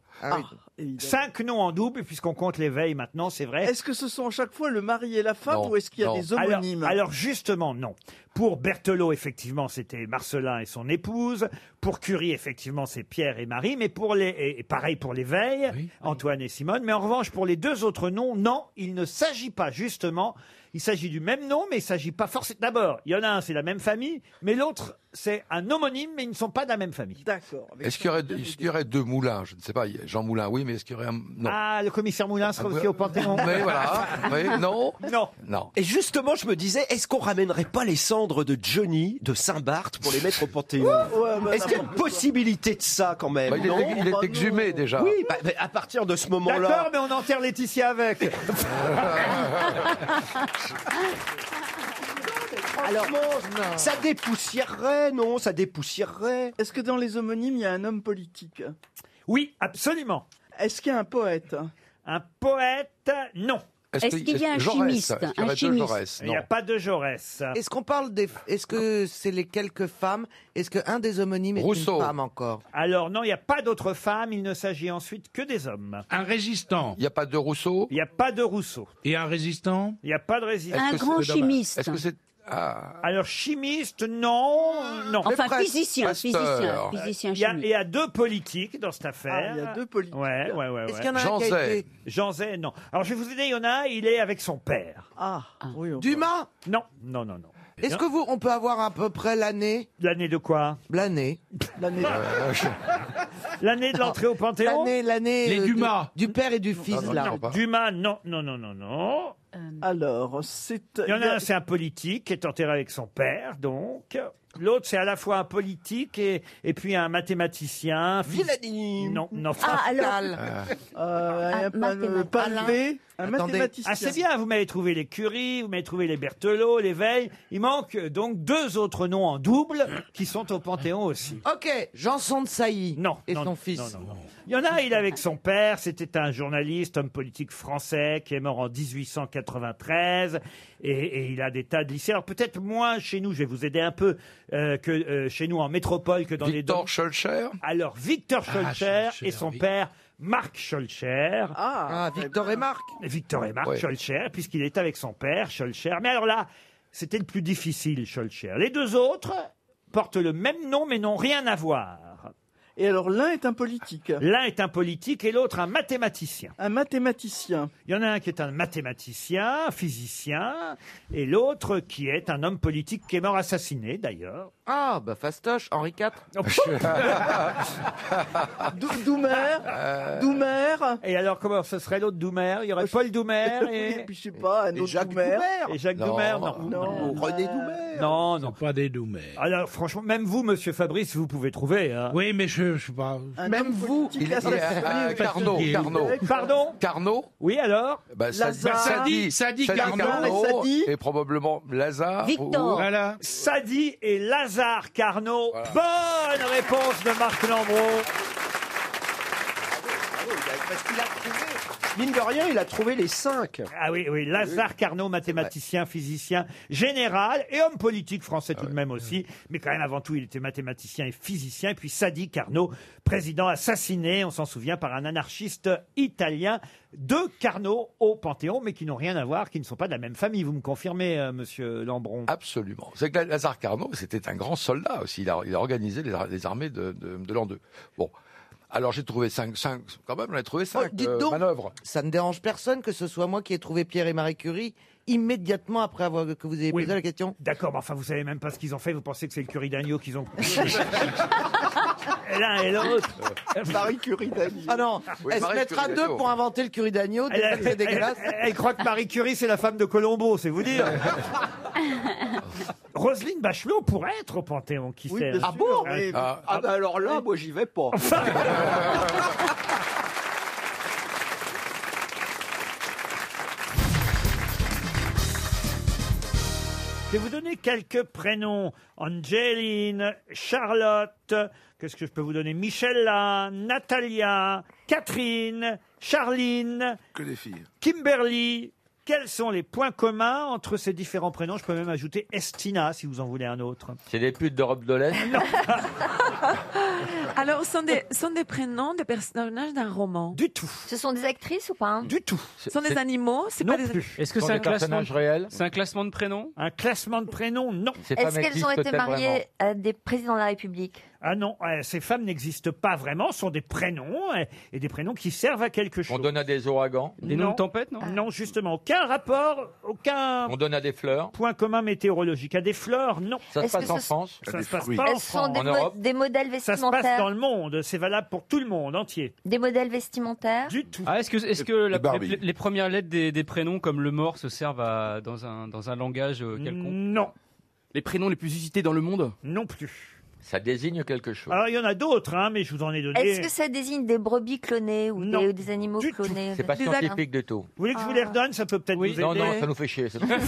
Speaker 2: Cinq noms en double puisqu'on compte les Veilles maintenant, c'est vrai.
Speaker 17: Est-ce que ce sont à chaque fois le mari et la femme
Speaker 2: Non,
Speaker 17: ou est-ce qu'il y a
Speaker 2: non.
Speaker 17: des homonymes
Speaker 2: alors, alors justement, non. Pour Berthelot, effectivement, c'était Marcelin et son épouse. Pour Curie, effectivement, c'est Pierre et Marie. Mais pour les, et et pareil pour les Veilles, Antoine et Simone. Mais en revanche, pour les deux autres noms, non, il ne s'agit pas justement. Il s'agit du même nom, mais il s'agit pas forcément. D'abord, il y en a un, c'est la même famille, mais l'autre, c'est un homonyme, mais ils ne sont pas de la même famille.
Speaker 17: D'accord.
Speaker 1: Est-ce qu'il y, aurait- est-ce qu'il y aurait deux moulins Je ne sais pas. il y a Jean Moulin, oui, mais est-ce qu'il y aurait un. Non.
Speaker 2: Ah, le commissaire Moulin sera
Speaker 1: Ah,
Speaker 2: aussi
Speaker 1: voilà.
Speaker 2: au Panthéon.
Speaker 1: Oui, voilà. Oui, non.
Speaker 2: Non.
Speaker 1: Non.
Speaker 21: Et justement, je me disais, est-ce qu'on ramènerait pas les cendres de Johnny de Saint-Barth pour les mettre au Panthéon
Speaker 17: Ouais, bah,
Speaker 21: Est-ce qu'il y a une
Speaker 17: n'importe
Speaker 21: possibilité de ça quand même
Speaker 1: Bah, il est-
Speaker 21: non
Speaker 1: il est Bah, non. exhumé, déjà.
Speaker 21: Oui, bah, bah, à partir de ce
Speaker 2: D'accord,
Speaker 21: moment-là.
Speaker 2: mais on enterre Laetitia avec.
Speaker 21: Alors, ça dépoussiérerait, non Ça dépoussiérerait.
Speaker 17: Est-ce que dans les homonymes, il y a un homme politique
Speaker 2: Oui, absolument.
Speaker 17: Est-ce qu'il y a un poète
Speaker 2: Un poète, non.
Speaker 1: Est-ce Est-ce qu'il- qu'il y a est-ce- un Jaurès, chimiste est-ce qu'il y Un aurait deux chimiste. Jaurès
Speaker 2: Il n'y a
Speaker 1: Non.
Speaker 2: pas de Jaurès.
Speaker 20: Est-ce qu'on parle des. Est-ce que c'est les quelques femmes Est-ce qu'un des homonymes est
Speaker 1: Rousseau.
Speaker 20: une femme encore
Speaker 2: Alors non, il n'y a pas d'autres femmes, il ne s'agit ensuite que des hommes.
Speaker 1: Un résistant. Il n'y a pas de Rousseau.
Speaker 2: Il n'y a pas de Rousseau.
Speaker 1: Et un résistant
Speaker 2: Il n'y a pas de résistance.
Speaker 1: Est-ce que c'est- dommage. Est-ce que c'est. Ah.
Speaker 2: Alors chimiste, non, non.
Speaker 1: Enfin, Le prêtre, physicien, pasteur. physicien, physicien
Speaker 2: Il y, a,
Speaker 1: chimiste.
Speaker 2: il y a deux politiques dans cette affaire.
Speaker 17: Ah, il y a deux politiques.
Speaker 2: Ouais, ouais, ouais.
Speaker 17: Est-ce
Speaker 2: ouais.
Speaker 17: qu'il y en a un qui a
Speaker 2: Jean
Speaker 17: été-
Speaker 2: Jean Zay, non. Alors je vais vous aider, il y en a un, il est avec son père.
Speaker 17: Ah, oui. on-
Speaker 20: Dumas
Speaker 2: Non, non, non, non.
Speaker 20: Est-ce que vous, on peut avoir à peu près l'année
Speaker 2: L'année de quoi
Speaker 20: L'année.
Speaker 17: L'année.
Speaker 2: L'année de l'entrée au Panthéon
Speaker 20: L'année, l'année.
Speaker 2: Les
Speaker 20: euh, du-
Speaker 2: Dumas.
Speaker 20: Du, père et du fils,
Speaker 2: Non,
Speaker 20: là.
Speaker 2: Dumas, non, non, non, non, non.
Speaker 17: Euh, Alors, c'est.
Speaker 2: Il y en a un, c'est un politique qui est enterré avec son père, donc. L'autre, c'est à la fois un politique et, et puis un mathématicien. Villadine Non, non.
Speaker 17: Ah, alors-
Speaker 2: Pascal.
Speaker 17: Euh,
Speaker 2: Ah,
Speaker 17: un pa- euh,
Speaker 2: mathématicien.
Speaker 17: Palvé, un mathématicien.
Speaker 2: Ah, c'est bien, vous m'avez trouvé les Curie, vous m'avez trouvé les Berthelot, les Veil. Il manque euh, donc deux autres noms en double qui sont au Panthéon aussi.
Speaker 20: Ok, Janson de Sailly.
Speaker 2: Non.
Speaker 20: Et
Speaker 2: non,
Speaker 20: son fils.
Speaker 2: non, non, non. Il y en a, il est avec son père, c'était un journaliste, homme politique français, qui est mort en 1893, et, et il a des tas de lycées. Alors peut-être moins chez nous, je vais vous aider un peu, euh, que euh, chez nous en métropole que dans les... Victor
Speaker 1: Schulcher
Speaker 2: Alors Victor
Speaker 1: Ah,
Speaker 2: Schulcher
Speaker 1: Schulcher,
Speaker 2: et son
Speaker 1: oui.
Speaker 2: père... Marc Schulcher.
Speaker 20: Ah, Victor et Marc.
Speaker 2: Victor et Marc
Speaker 1: Ouais.
Speaker 2: Schulcher, puisqu'il est avec son père, Schulcher. Mais alors là, c'était le plus difficile, Schulcher. Les deux autres portent le même nom, mais n'ont rien à voir.
Speaker 17: Et alors, l'un est un politique.
Speaker 2: L'un est un politique et l'autre un mathématicien.
Speaker 17: Un mathématicien.
Speaker 2: Il y en a un qui est un mathématicien, un physicien, et l'autre qui est un homme politique qui est mort assassiné d'ailleurs. Oh.
Speaker 20: Ah, bah fastoche, Henri IV.
Speaker 17: Dou- Doumer.
Speaker 20: Euh.
Speaker 17: Doumer.
Speaker 2: Et alors comment ce serait l'autre Doumer Il y aurait Paul Doumer
Speaker 17: Et
Speaker 2: et,
Speaker 17: puis, je sais pas, un autre Doumer.
Speaker 2: et Jacques Doumer, non.
Speaker 17: Non.
Speaker 2: René Doumer. Non, non. Pas des Doumer. Alors franchement, même vous, Monsieur Fabrice, vous pouvez trouver. hein.
Speaker 5: Oui, mais je ne sais pas.
Speaker 17: Même vous,
Speaker 5: il est-
Speaker 1: euh, Carnot, Carnot.
Speaker 2: Euh, Pardon
Speaker 1: Carnot
Speaker 2: Oui, alors
Speaker 1: bah, ça,
Speaker 2: Lazare.
Speaker 1: ça dit,
Speaker 2: Sadi,
Speaker 1: ça dit
Speaker 2: Carnot,
Speaker 1: Carnot, Ah, oh,
Speaker 2: et Sadi.
Speaker 1: et probablement Lazare. ou-
Speaker 2: Sadi et Lazare Carnot. Bonne réponse de Marc Lambron.
Speaker 21: Ah Mine de rien, il a trouvé les cinq.
Speaker 2: Ah oui, oui, Lazare Carnot, mathématicien, physicien, général et homme politique français
Speaker 21: Ah
Speaker 2: tout de même aussi. Mais quand même, avant tout, il était mathématicien et physicien. Et puis Sadi Carnot, président assassiné, on s'en souvient, par un anarchiste italien. Deux Carnot au Panthéon, mais qui n'ont rien à voir, qui ne sont pas de la même famille. Vous me confirmez, euh, monsieur Lambron
Speaker 1: Absolument. C'est que Lazare Carnot, c'était un grand soldat aussi. Il a, il a organisé les, ar- les armées de, de- de l'an 2. Bon. Alors j'ai trouvé 5, 5, quand même, j'en ai trouvé
Speaker 17: Oh,
Speaker 1: 5
Speaker 20: dites donc.
Speaker 1: manœuvres.
Speaker 20: Ça ne dérange personne que ce soit moi qui ai trouvé Pierre et Marie Curie immédiatement après avoir que vous ayez posé la question.
Speaker 2: D'accord, mais enfin, vous savez même pas ce qu'ils ont fait. Vous pensez que c'est le curry d'agneau qu'ils ont. L'un et l'autre.
Speaker 20: Marie Curie d'agneau. Ah non,
Speaker 2: Oui,
Speaker 20: elle se
Speaker 2: Marie
Speaker 20: mettra
Speaker 2: Curie
Speaker 20: deux
Speaker 2: d'agneau.
Speaker 20: pour inventer le curry d'agneau.
Speaker 2: Elle,
Speaker 20: déjà que C'est
Speaker 2: elle-
Speaker 20: dégueulasse.
Speaker 2: elle- elle croit que Marie Curie, c'est la femme de Colombo, c'est vous dire. Roselyne Bachelot pourrait être au Panthéon, qui
Speaker 21: Oui,
Speaker 2: sait.
Speaker 21: bien
Speaker 2: hein.
Speaker 21: sûr. Ah bon
Speaker 2: Ouais.
Speaker 21: Ah, ah bah alors là, moi j'y vais pas.
Speaker 2: vais vous donner quelques prénoms. Angeline, Charlotte, qu'est-ce que je peux vous donner Michella, Natalia, Catherine, Charline,
Speaker 8: Que des filles.
Speaker 2: Kimberly. Quels sont les points communs entre ces différents prénoms Je peux même ajouter Estina si vous en voulez un autre.
Speaker 6: C'est des putes d'Europe de l'Est.
Speaker 12: Alors, ce sont des, sont des prénoms de personnages d'un roman.
Speaker 2: Du tout.
Speaker 10: Ce sont des actrices ou pas hein
Speaker 2: Du tout.
Speaker 12: Ce sont des animaux. C'est pas des
Speaker 11: Est-ce que
Speaker 6: Ce sont
Speaker 11: c'est un
Speaker 6: des
Speaker 11: classement
Speaker 6: personnages réels
Speaker 11: C'est un classement de prénoms
Speaker 2: Un classement de prénoms Non.
Speaker 10: Est-ce qu'elles ont été mariées à des présidents de la République
Speaker 2: Ah non, euh, ces femmes n'existent pas vraiment, ce sont des prénoms euh, et des prénoms qui servent à quelque chose.
Speaker 6: On donne à des ouragans.
Speaker 2: Non. Non, justement, aucun rapport, aucun
Speaker 6: On donne à des fleurs.
Speaker 2: point commun météorologique. À des fleurs, non.
Speaker 6: Ça se Est-ce passe que en ce- France
Speaker 2: Ça
Speaker 6: Des
Speaker 2: se passe
Speaker 6: fruits.
Speaker 2: pas en
Speaker 10: Elles sont
Speaker 2: France.
Speaker 10: des, mo- des modèles
Speaker 2: Ça se passe dans
Speaker 10: vestimentaires
Speaker 2: le monde, c'est valable pour tout le monde entier.
Speaker 10: Des modèles vestimentaires
Speaker 2: Du tout.
Speaker 11: Ah, est-ce que, est-ce que la-
Speaker 2: Barbie.
Speaker 11: les, les premières lettres des, des prénoms comme le mort se servent à- dans, un, dans un langage euh, quelconque
Speaker 2: Non.
Speaker 11: Les prénoms les plus usités dans le monde
Speaker 2: Non plus.
Speaker 6: Ça désigne quelque chose.
Speaker 2: Alors, il y en a d'autres, hein, mais je vous en ai donné.
Speaker 10: Est-ce que ça désigne des brebis clonées ou des, des animaux clonés
Speaker 6: C'est pas
Speaker 10: Des
Speaker 6: scientifique du tout.
Speaker 2: Vous voulez que je vous
Speaker 11: Ah.
Speaker 2: les redonne Ça peut peut-être vous aider.
Speaker 6: Non, non, ça nous fait chier. c'est tout.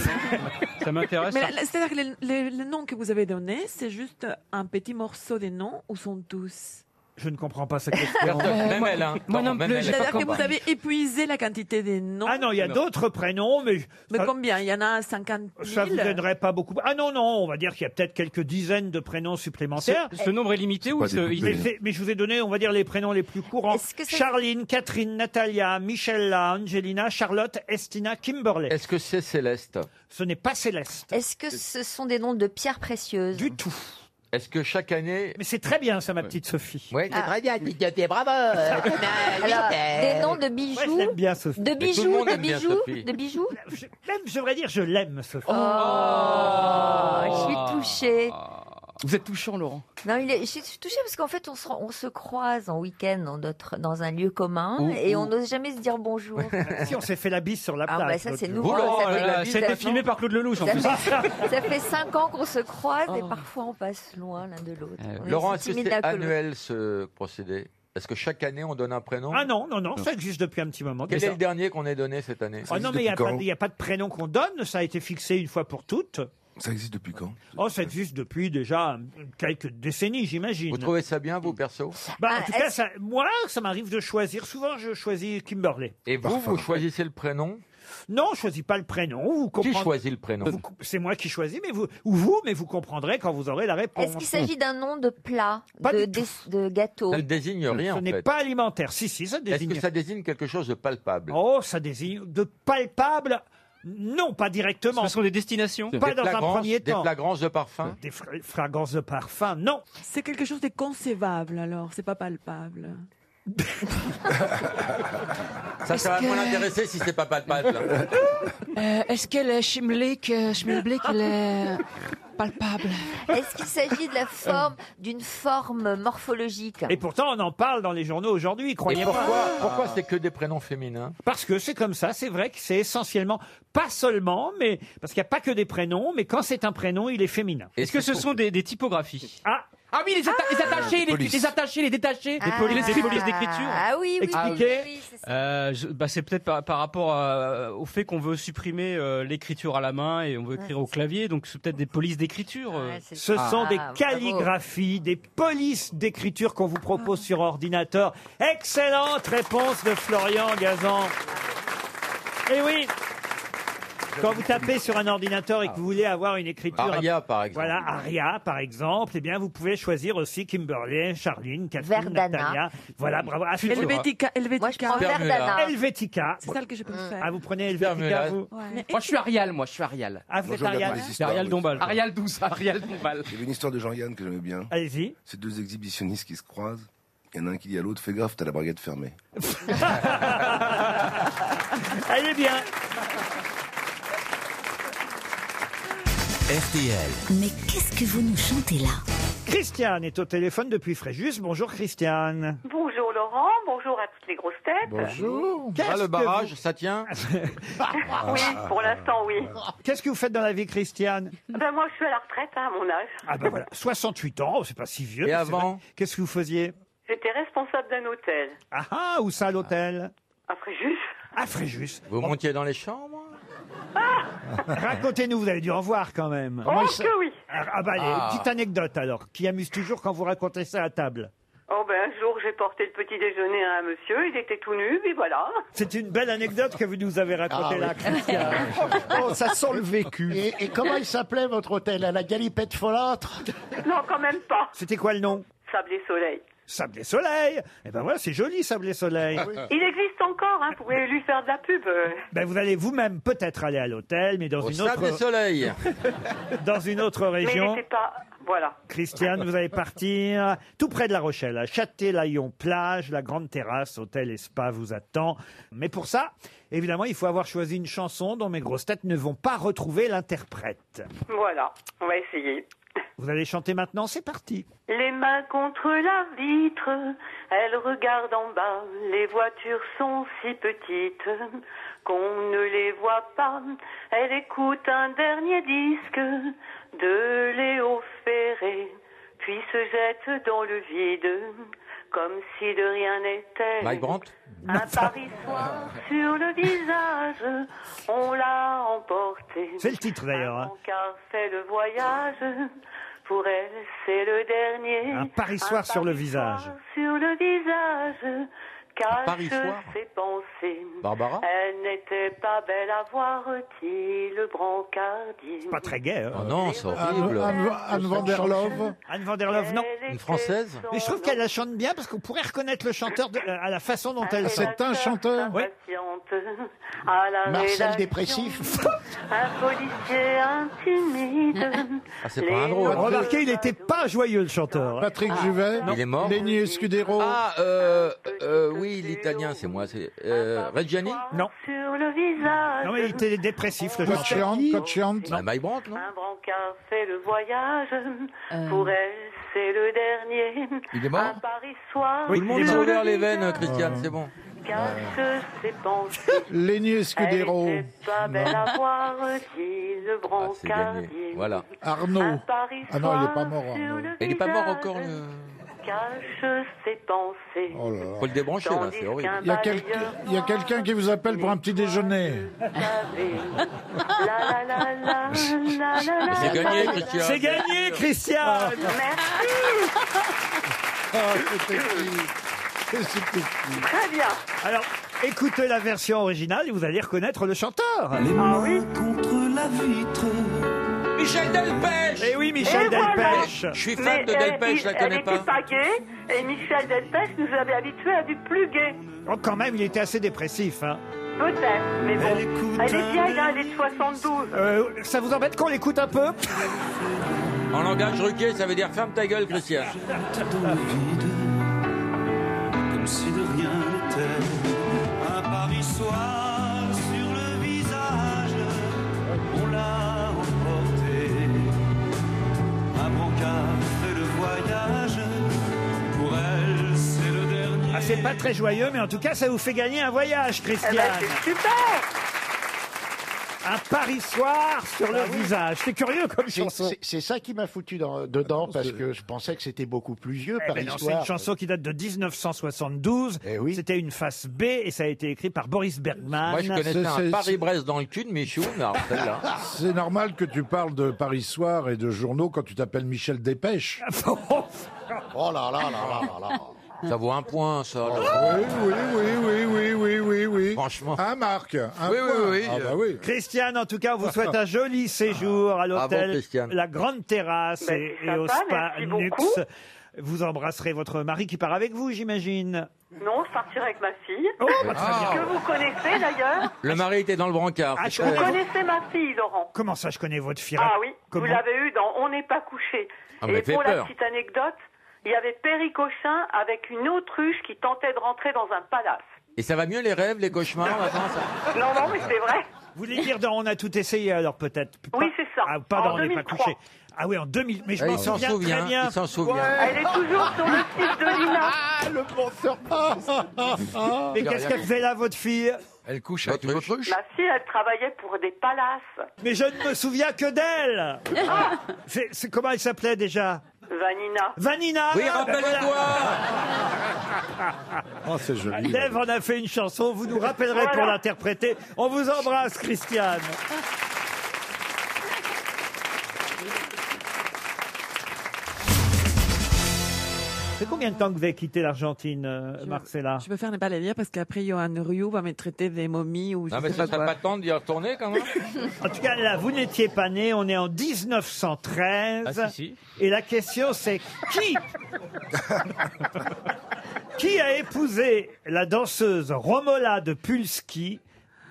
Speaker 11: Ça m'intéresse. hein.
Speaker 12: Mais là, c'est-à-dire que les- les- le nom que vous avez donné, c'est juste un petit morceau des noms ou sont tous
Speaker 2: Je ne comprends pas cette question.
Speaker 6: Personne, même elle, hein. Moi non plus, j'ai pas
Speaker 12: C'est-à-dire que vous avez épuisé la quantité des noms.
Speaker 2: Ah non, il y a d'autres prénoms, mais.
Speaker 12: Mais
Speaker 2: ça-
Speaker 12: combien Il y en a 50 000
Speaker 2: Ça vous donnerait pas beaucoup. Ah non, non, on va dire qu'il y a peut-être quelques dizaines de prénoms supplémentaires.
Speaker 11: Ce- ce nombre est limité ou
Speaker 2: mais,
Speaker 11: C'est pas des ce- il-
Speaker 2: c'est- mais je vous ai donné, on va dire, les prénoms les plus courants. Charline, Catherine, Natalia, Michella, Angelina, Charlotte, Estina, Kimberley.
Speaker 6: Est-ce que c'est Céleste
Speaker 2: Ce n'est pas Céleste.
Speaker 10: Est-ce que ce sont des noms de pierres précieuses
Speaker 2: Du tout.
Speaker 6: Est-ce que chaque année.
Speaker 2: Mais c'est très bien ça, ma petite Sophie. Ah,
Speaker 6: Oui.
Speaker 20: bravo.
Speaker 10: Ah. euh, Alors, des noms de bijoux
Speaker 2: J'aime bien Sophie.
Speaker 10: De bijoux, de bijoux, de bijoux
Speaker 2: Même, je devrais dire, je l'aime, Sophie.
Speaker 10: Oh, je suis touchée.
Speaker 9: Vous êtes touchant, Laurent.
Speaker 10: Non, il est- je suis touchée parce qu'en fait, on se, on se croise en week-end dans, notre- dans un lieu commun
Speaker 2: Où-
Speaker 10: et
Speaker 2: où
Speaker 10: on n'ose jamais se dire bonjour.
Speaker 2: Si on s'est fait la bise sur la
Speaker 10: Ah,
Speaker 2: plage.
Speaker 10: bah, ça,
Speaker 2: l'autre
Speaker 10: c'est
Speaker 2: jour.
Speaker 10: nouveau, Oh ça, là c'est là, la bise,
Speaker 11: ça a été
Speaker 10: non
Speaker 11: filmé par Claude Lelouch en
Speaker 10: Ça
Speaker 11: plus.
Speaker 10: fait, ça fait cinq ans qu'on se croise et parfois on passe loin l'un de l'autre. On est
Speaker 6: Oh. Euh, Laurent,
Speaker 10: si
Speaker 6: est-ce que
Speaker 10: timide
Speaker 6: c'est
Speaker 10: l'un l'autre.
Speaker 6: annuel ce procédé Est-ce que chaque année on donne un prénom
Speaker 2: Ah non, non, non, ça existe depuis un petit moment.
Speaker 6: Quel
Speaker 2: déjà.
Speaker 6: est le dernier qu'on ait donné cette année
Speaker 2: Oh non, mais il n'y a, pas de prénom qu'on donne, ça a été fixé une fois pour toutes.
Speaker 8: Ça existe depuis quand
Speaker 2: Oh, ça existe depuis déjà euh, quelques décennies, j'imagine.
Speaker 6: Vous trouvez ça bien, vous, perso
Speaker 2: Bah, en tout cas, ça- moi, ça m'arrive de choisir. Souvent, je choisis Kimberley.
Speaker 6: Et vous, vous choisissez le prénom
Speaker 2: Non, je choisis pas le prénom. Vous
Speaker 6: Qui
Speaker 2: comprendrez...
Speaker 6: choisit le prénom
Speaker 2: Vous co- C'est moi qui choisis, mais vous, ou vous, mais vous comprendrez quand vous aurez la réponse.
Speaker 10: Est-ce qu'il s'agit d'un nom de plat,
Speaker 2: Pas
Speaker 10: de,
Speaker 2: du tout.
Speaker 10: dess- de gâteau
Speaker 6: Ça ne désigne rien,
Speaker 2: Ce
Speaker 6: en
Speaker 2: n'est
Speaker 6: fait.
Speaker 2: pas alimentaire. Si, si, ça
Speaker 6: Est-ce
Speaker 2: désigne.
Speaker 6: que ça désigne quelque chose de palpable
Speaker 2: Oh, ça désigne de palpable. Non, pas directement.
Speaker 11: Ce sont des destinations
Speaker 2: Pas dans un
Speaker 6: flagrances-
Speaker 2: premier
Speaker 6: Des
Speaker 2: temps.
Speaker 6: flagrances de parfum
Speaker 2: Des fra- fragrances de parfum, non.
Speaker 12: C'est quelque chose de concevable alors, c'est pas palpable.
Speaker 6: Ça, ça va
Speaker 14: Est-ce
Speaker 6: moins
Speaker 14: que-
Speaker 6: l'intéresser si c'est pas palpable.
Speaker 14: Euh, Est-ce que le Schimblick, euh, Schmilblick, il est palpable
Speaker 10: Est-ce qu'il s'agit
Speaker 2: Euh.
Speaker 10: de la forme, d'une forme morphologique
Speaker 2: Et pourtant, on en parle dans les journaux aujourd'hui,
Speaker 6: Et
Speaker 2: croyez moi
Speaker 6: pourquoi, pourquoi c'est que des prénoms féminins
Speaker 2: Parce que c'est comme ça, c'est vrai que c'est essentiellement, pas seulement, mais parce qu'il n'y a pas que des prénoms, mais quand c'est un prénom, il est féminin.
Speaker 11: Est-ce que ce sont des, des typographies
Speaker 2: Ah
Speaker 9: Ah oui, les, atta- les attachés, les, les attachés, les détachés.
Speaker 11: Des polices, des polices d'écriture
Speaker 10: Ah oui, oui, oui, oui,
Speaker 11: Expliquez.
Speaker 10: oui,
Speaker 11: Euh, je- bah, c'est peut-être par, par rapport à- au fait qu'on veut supprimer euh, l'écriture à la main et on veut écrire au clavier, donc c'est peut-être des polices d'écriture. euh.
Speaker 2: Ce sont des calligraphies, des polices d'écriture qu'on vous propose sur ordinateur. Excellente réponse de Florian Gazan. Eh oui quand vous tapez sur un ordinateur et que vous voulez avoir une écriture...
Speaker 6: Aria, par exemple.
Speaker 2: Voilà, Aria, par exemple. Eh bien, vous pouvez choisir aussi Kimberley, Charline, Catherine,
Speaker 10: Verdana.
Speaker 2: Natalia. Voilà, bravo. Ah, c'est-
Speaker 12: Helvetica, Helvetica. Moi je
Speaker 10: prends Verdana.
Speaker 2: Helvetica.
Speaker 12: C'est ça que je préfère.
Speaker 2: Ah, vous prenez Helvetica, vous
Speaker 9: Moi, je suis Arial, moi, je suis Arial.
Speaker 2: Ah, vous êtes Ariane
Speaker 11: Arial Dombal.
Speaker 9: Arial 12, Arial Dombal.
Speaker 8: Il y avait une histoire de Jean-Yann que j'aimais bien.
Speaker 2: Allez-y.
Speaker 8: C'est deux exhibitionnistes qui se croisent. Il y en a un qui dit à l'autre Fais gaffe, t'as la baguette fermée.
Speaker 2: Elle est bien.
Speaker 15: RTL.
Speaker 2: Mais qu'est-ce que vous nous chantez là Christiane est au téléphone depuis Fréjus. Bonjour Christiane.
Speaker 23: Bonjour Laurent, bonjour à toutes les grosses têtes.
Speaker 6: Ah, le barrage, ça tient
Speaker 23: Oui,
Speaker 20: Ah.
Speaker 23: pour l'instant, oui.
Speaker 2: Qu'est-ce que vous faites dans la vie Christiane
Speaker 23: Ben moi, je suis à la retraite hein, à mon âge.
Speaker 2: Ah ben voilà, 68 ans, oh, c'est pas si vieux.
Speaker 6: Et
Speaker 2: mais c'est
Speaker 6: avant
Speaker 2: vrai. Qu'est-ce que vous faisiez
Speaker 23: J'étais responsable d'un hôtel.
Speaker 2: Ah ah, où ça à l'hôtel
Speaker 23: Après, juste.
Speaker 2: À Fréjus.
Speaker 6: Vous montiez dans les chambres
Speaker 2: Racontez-nous, vous avez dû en voir quand même.
Speaker 23: Ah Oh, que oui.
Speaker 2: Ah bah, allez,
Speaker 23: Ah.
Speaker 2: petite anecdote alors, qui amuse toujours quand vous racontez ça à table.
Speaker 23: Oh ben un jour j'ai porté le petit déjeuner à un monsieur, il était tout nu, puis voilà.
Speaker 2: C'est une belle anecdote que vous nous avez
Speaker 6: Ah,
Speaker 2: racontée là, Christian.
Speaker 15: Oh, ça sent le vécu. Et, et comment il s'appelait votre hôtel À la galipette folâtre
Speaker 23: Non, quand même pas.
Speaker 2: C'était quoi le nom
Speaker 23: Sable et soleil.
Speaker 2: Sable et Soleil Eh ben voilà, c'est joli, Sable et Soleil.
Speaker 23: Il existe encore, hein, vous pouvez lui faire de la pub. euh.
Speaker 2: Ben vous allez vous-même peut-être aller à l'hôtel, mais dans
Speaker 23: Au
Speaker 2: une
Speaker 23: Sable
Speaker 2: autre...
Speaker 23: et Soleil.
Speaker 2: dans une autre
Speaker 23: Mais il
Speaker 2: région.
Speaker 23: n'était pas. Voilà.
Speaker 2: Christiane, vous allez partir tout près de La Rochelle, à Châtelaillon, plage, la grande terrasse, hôtel et spa vous attend. Mais pour ça, évidemment, il faut avoir choisi une chanson dont mes grosses têtes ne vont pas retrouver l'interprète.
Speaker 23: Voilà, on va essayer.
Speaker 2: Vous allez chanter maintenant, c'est parti.
Speaker 23: Les mains contre la vitre, elle regarde en bas. Les voitures sont si petites qu'on ne les voit pas. Elle écoute un dernier disque de Léo Ferré, puis se jette dans le vide comme si de rien n'était.
Speaker 6: Mike Brandt
Speaker 2: Ah,
Speaker 23: Un Paris soir sur le visage, on l'a emporté.
Speaker 2: C'est le titre d'ailleurs. hein.
Speaker 23: Car c'est le voyage, pour elle c'est le dernier.
Speaker 2: Un Paris soir sur le visage.
Speaker 23: Sur le visage,
Speaker 2: Paris
Speaker 23: cache
Speaker 2: soir.
Speaker 23: ses pensées.
Speaker 2: Barbara
Speaker 23: Elle n'était pas belle à voir, dit le brancardier.
Speaker 2: Pas très gai. Hein.
Speaker 6: Oh non, c'est
Speaker 23: horrible. Anne- Anne van der Love.
Speaker 2: Anne van der Love, non.
Speaker 23: Une Française
Speaker 2: Mais je trouve qu'elle la chante bien parce qu'on pourrait reconnaître le chanteur de- euh, à la façon dont elle
Speaker 23: C'est un chanteur.
Speaker 2: Oui.
Speaker 23: Patiente à la
Speaker 15: Marcel
Speaker 23: rédaction.
Speaker 15: dépressif.
Speaker 23: Un policier intimide.
Speaker 2: Remarquez, il n'était pas joyeux, le chanteur. Ah.
Speaker 15: Patrick
Speaker 2: Juvet.
Speaker 6: Il est mort.
Speaker 15: Lenny Escudero.
Speaker 6: Ah, euh, euh, oui, l'italien, c'est moi. C'est euh, Reggiani
Speaker 2: Non.
Speaker 23: Sur le visage.
Speaker 2: Non, mais il était dépressif, le
Speaker 15: Coach
Speaker 2: chanteur.
Speaker 15: Hunt,
Speaker 6: Bah, Mike Brandt, non
Speaker 23: Un brancard fait le voyage. Pour elle, c'est le dernier.
Speaker 6: Il est mort
Speaker 23: Un Paris soir.
Speaker 6: Tout le monde
Speaker 23: sur
Speaker 6: s'est ouvert les
Speaker 23: visage
Speaker 6: veines, Christiane, c'est bon.
Speaker 23: Cache ses pensées.
Speaker 15: Lenny
Speaker 23: Elle était pas belle à voir, dit le
Speaker 6: Ah, C'est gagné.
Speaker 23: brancardier.
Speaker 6: Voilà.
Speaker 23: Un Paris
Speaker 15: Ah non, il est pas
Speaker 23: soir
Speaker 15: mort,
Speaker 23: sur
Speaker 15: Arnaud.
Speaker 23: le
Speaker 6: Il est pas mort
Speaker 23: visage
Speaker 6: encore, le-
Speaker 23: Cache ses pensées.
Speaker 15: Oh
Speaker 6: Faut le débrancher, là, c'est horrible.
Speaker 22: Il y a quel- il y a quelqu'un qui vous appelle pour un petit déjeuner.
Speaker 23: La, la, la, la, la, la, la,
Speaker 6: C'est
Speaker 23: la, la,
Speaker 6: gagné,
Speaker 23: la,
Speaker 6: Christian.
Speaker 2: C'est gagné, Christian
Speaker 17: Oh,
Speaker 23: Très bien.
Speaker 2: Alors, écoutez la version originale et vous allez reconnaître le chanteur.
Speaker 7: Ah oui contre la vitre.
Speaker 6: Michel Delpech
Speaker 2: Eh oui, Michel
Speaker 23: Et voilà.
Speaker 2: Delpech
Speaker 6: Je suis fan
Speaker 23: Mais
Speaker 6: de
Speaker 23: elle-
Speaker 6: Delpech, je la
Speaker 23: il-
Speaker 6: connais
Speaker 23: elle était
Speaker 6: pas.
Speaker 23: pas gaie, et Michel Delpech nous avait habitués à du plus gai.
Speaker 2: Oh, quand même, il était assez dépressif. hein.
Speaker 23: Peut-être, mais bon. Elle est vieille, hein, elle est de 72.
Speaker 2: Euh, ça vous embête qu'on l'écoute un peu
Speaker 6: En langage ruqué, ça veut dire ferme ta gueule, Christiane.
Speaker 7: Dans le vide, comme si de rien n'était. Un Paris soir sur le visage, on l'a emporté. Un brancard fait le voyage, pour elle c'est le dernier.
Speaker 2: Ah, c'est pas très joyeux, mais en tout cas, ça vous fait gagner un voyage, Christiane.
Speaker 23: super
Speaker 2: Un Paris soir sur le Ah, visage. C'est curieux comme
Speaker 15: C'est-
Speaker 2: chanson.
Speaker 15: c'est- C'est ça qui m'a foutu dans- dedans parce que je pensais que c'était beaucoup plus vieux
Speaker 2: Eh
Speaker 15: par
Speaker 2: ben non, c'est
Speaker 15: histoire.
Speaker 2: une chanson qui date de 1972.
Speaker 6: Eh
Speaker 2: C'était une face B et ça a été écrit par Boris Bergman.
Speaker 6: Moi, je connaissais un Paris-Brest dans le cul de Michou, mais alors celle-là.
Speaker 22: C'est normal que tu parles de Paris Soir et de journaux quand tu t'appelles Michel Dépêche.
Speaker 15: Oh là là là là là là. Oh,
Speaker 6: Ça vaut un point, ça. là.
Speaker 22: Oui, oui, oui, oui, oui, oui, oui, oui.
Speaker 6: Franchement.
Speaker 22: Un Marc. un
Speaker 6: Oui, oui,
Speaker 22: point.
Speaker 6: oui. euh, Ah.
Speaker 22: Ah bah oui.
Speaker 2: Christiane, en tout cas, on vous souhaite un joli séjour à
Speaker 6: Bravo,
Speaker 2: l'hôtel
Speaker 6: Christiane.
Speaker 2: La Grande Terrasse
Speaker 6: Ben,
Speaker 2: et,
Speaker 6: c'est
Speaker 2: et au
Speaker 6: sympa,
Speaker 2: spa
Speaker 6: merci
Speaker 2: Nux.
Speaker 6: beaucoup.
Speaker 2: Vous embrasserez votre mari qui part avec vous, j'imagine.
Speaker 23: Non, je partirai avec ma fille.
Speaker 15: Oh,
Speaker 2: bah, très Ah. bien.
Speaker 23: Que vous connaissez d'ailleurs.
Speaker 6: Le mari était dans le brancard.
Speaker 2: Ah,
Speaker 6: c'est
Speaker 2: je
Speaker 6: ça.
Speaker 23: Vous connaissez ma fille, Laurent.
Speaker 2: Comment ça, je connais votre fille
Speaker 23: Ah oui,
Speaker 2: Comment
Speaker 23: vous l'avez eu dans On n'est pas couché.
Speaker 6: Ah, mais
Speaker 23: Et
Speaker 6: fait
Speaker 23: pour la
Speaker 6: peur.
Speaker 23: petite anecdote, il y avait Perry Cochin avec une autruche qui tentait de rentrer dans un palace.
Speaker 6: Et ça va mieux les rêves, les cauchemars maintenant, ça
Speaker 23: Non, non, mais c'est vrai.
Speaker 2: Vous voulez dire dans On a tout essayé alors peut-être
Speaker 23: Oui, c'est ça.
Speaker 2: Ah, pas
Speaker 23: En
Speaker 2: dans On n'est pas
Speaker 23: 2003.
Speaker 2: couché. Ah oui, en 2000. Mais je
Speaker 6: Ah,
Speaker 2: m'en
Speaker 6: il s'en
Speaker 2: souviens
Speaker 6: souvient,
Speaker 2: très bien.
Speaker 6: il s'en souvient. Ouais.
Speaker 23: Elle est toujours sur le site de Lina.
Speaker 19: Ah,
Speaker 15: le
Speaker 2: Mais qu'est-ce qu'elle faisait là, votre fille Elle couche avec une autruche.
Speaker 23: Ma fille, elle travaillait pour des palaces. Ah.
Speaker 2: Mais je ne me souviens que d'elle C'est c'est- Comment elle s'appelait déjà
Speaker 23: Vanina.
Speaker 2: Vanina
Speaker 23: Oui,
Speaker 2: ah, ben
Speaker 23: rappelle-toi.
Speaker 2: voilà.
Speaker 22: Oh, c'est joli.
Speaker 2: Dave en a fait une chanson, vous nous rappellerez pour
Speaker 22: Voilà.
Speaker 2: l'interpréter. On vous embrasse, Christiane. C'est combien de temps que vous avez quitté l'Argentine, euh, Marcella
Speaker 12: Je préfère ne pas les lire parce qu'après, Johan Rioux va me traiter des momies ou je
Speaker 6: Non, mais
Speaker 12: sais
Speaker 6: ça
Speaker 12: pas
Speaker 6: serait
Speaker 12: quoi.
Speaker 6: pas temps d'y retourner quand même
Speaker 2: En tout cas, là, vous n'étiez pas né, on est en 1913.
Speaker 6: Ah, si, si.
Speaker 2: Et la question, c'est qui Qui a épousé la danseuse Romola de Pulski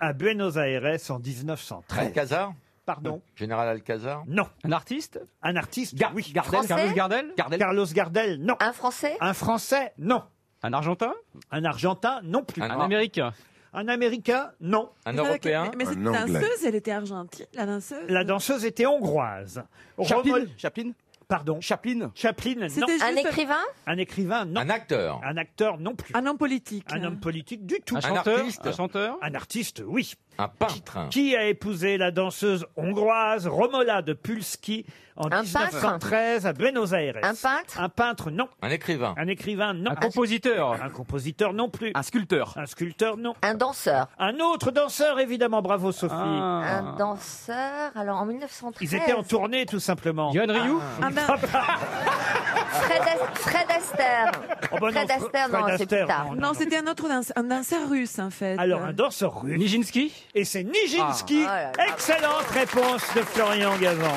Speaker 2: à Buenos Aires en 1913
Speaker 6: Alcazar
Speaker 2: Pardon
Speaker 6: Général Alcazar
Speaker 2: Non. Un artiste Un artiste, oui.
Speaker 6: Gardel, Français Carlos Gardel
Speaker 2: Carlos Gardel, non.
Speaker 10: Un Français
Speaker 2: Un Français, non. Un Argentin Un Argentin, non plus.
Speaker 11: Un Américain
Speaker 2: Un Américain, non.
Speaker 12: Mais avec- mais- Mais cette danseuse, elle était argentine, la danseuse.
Speaker 2: La danseuse était hongroise.
Speaker 12: Chaplin,
Speaker 2: Chaplin Pardon Chaplin Chaplin, non.
Speaker 12: C'était Un juste- écrivain
Speaker 2: Un écrivain, non. Un
Speaker 6: acteur
Speaker 2: Un acteur, non plus.
Speaker 12: Un homme politique
Speaker 2: Un homme politique, du tout.
Speaker 6: Un Un chanteur artiste Un chanteur
Speaker 2: Un artiste, oui.
Speaker 6: Un peintre
Speaker 2: Qui a épousé la danseuse hongroise Romola de Pulski en
Speaker 6: Un
Speaker 2: 1913 à Buenos Aires Un peintre Un peintre, non.
Speaker 6: Un écrivain
Speaker 2: Un écrivain, non.
Speaker 6: Un compositeur
Speaker 2: Un compositeur, non plus.
Speaker 6: Un sculpteur
Speaker 2: Un sculpteur, non.
Speaker 10: Un danseur
Speaker 2: Un autre danseur, évidemment. Bravo, Sophie.
Speaker 10: Ah. Un danseur, alors en 1913.
Speaker 2: Ah. Ils étaient en tournée, tout simplement. Yann
Speaker 10: Rioux Ah ben- Fred, Ast- Fred Astaire.
Speaker 2: Oh ben non,
Speaker 10: Fred
Speaker 2: Fr-
Speaker 10: Astaire,
Speaker 2: Fred
Speaker 10: non, c'est plus
Speaker 2: Astaire,
Speaker 10: tard.
Speaker 12: Non, c'était un autre danseur, un danseur russe en fait. Euh,
Speaker 2: Alors, un danseur russe. Nijinsky Et c'est Nijinsky.
Speaker 12: Ah.
Speaker 2: Excellente réponse de Florian Gazan.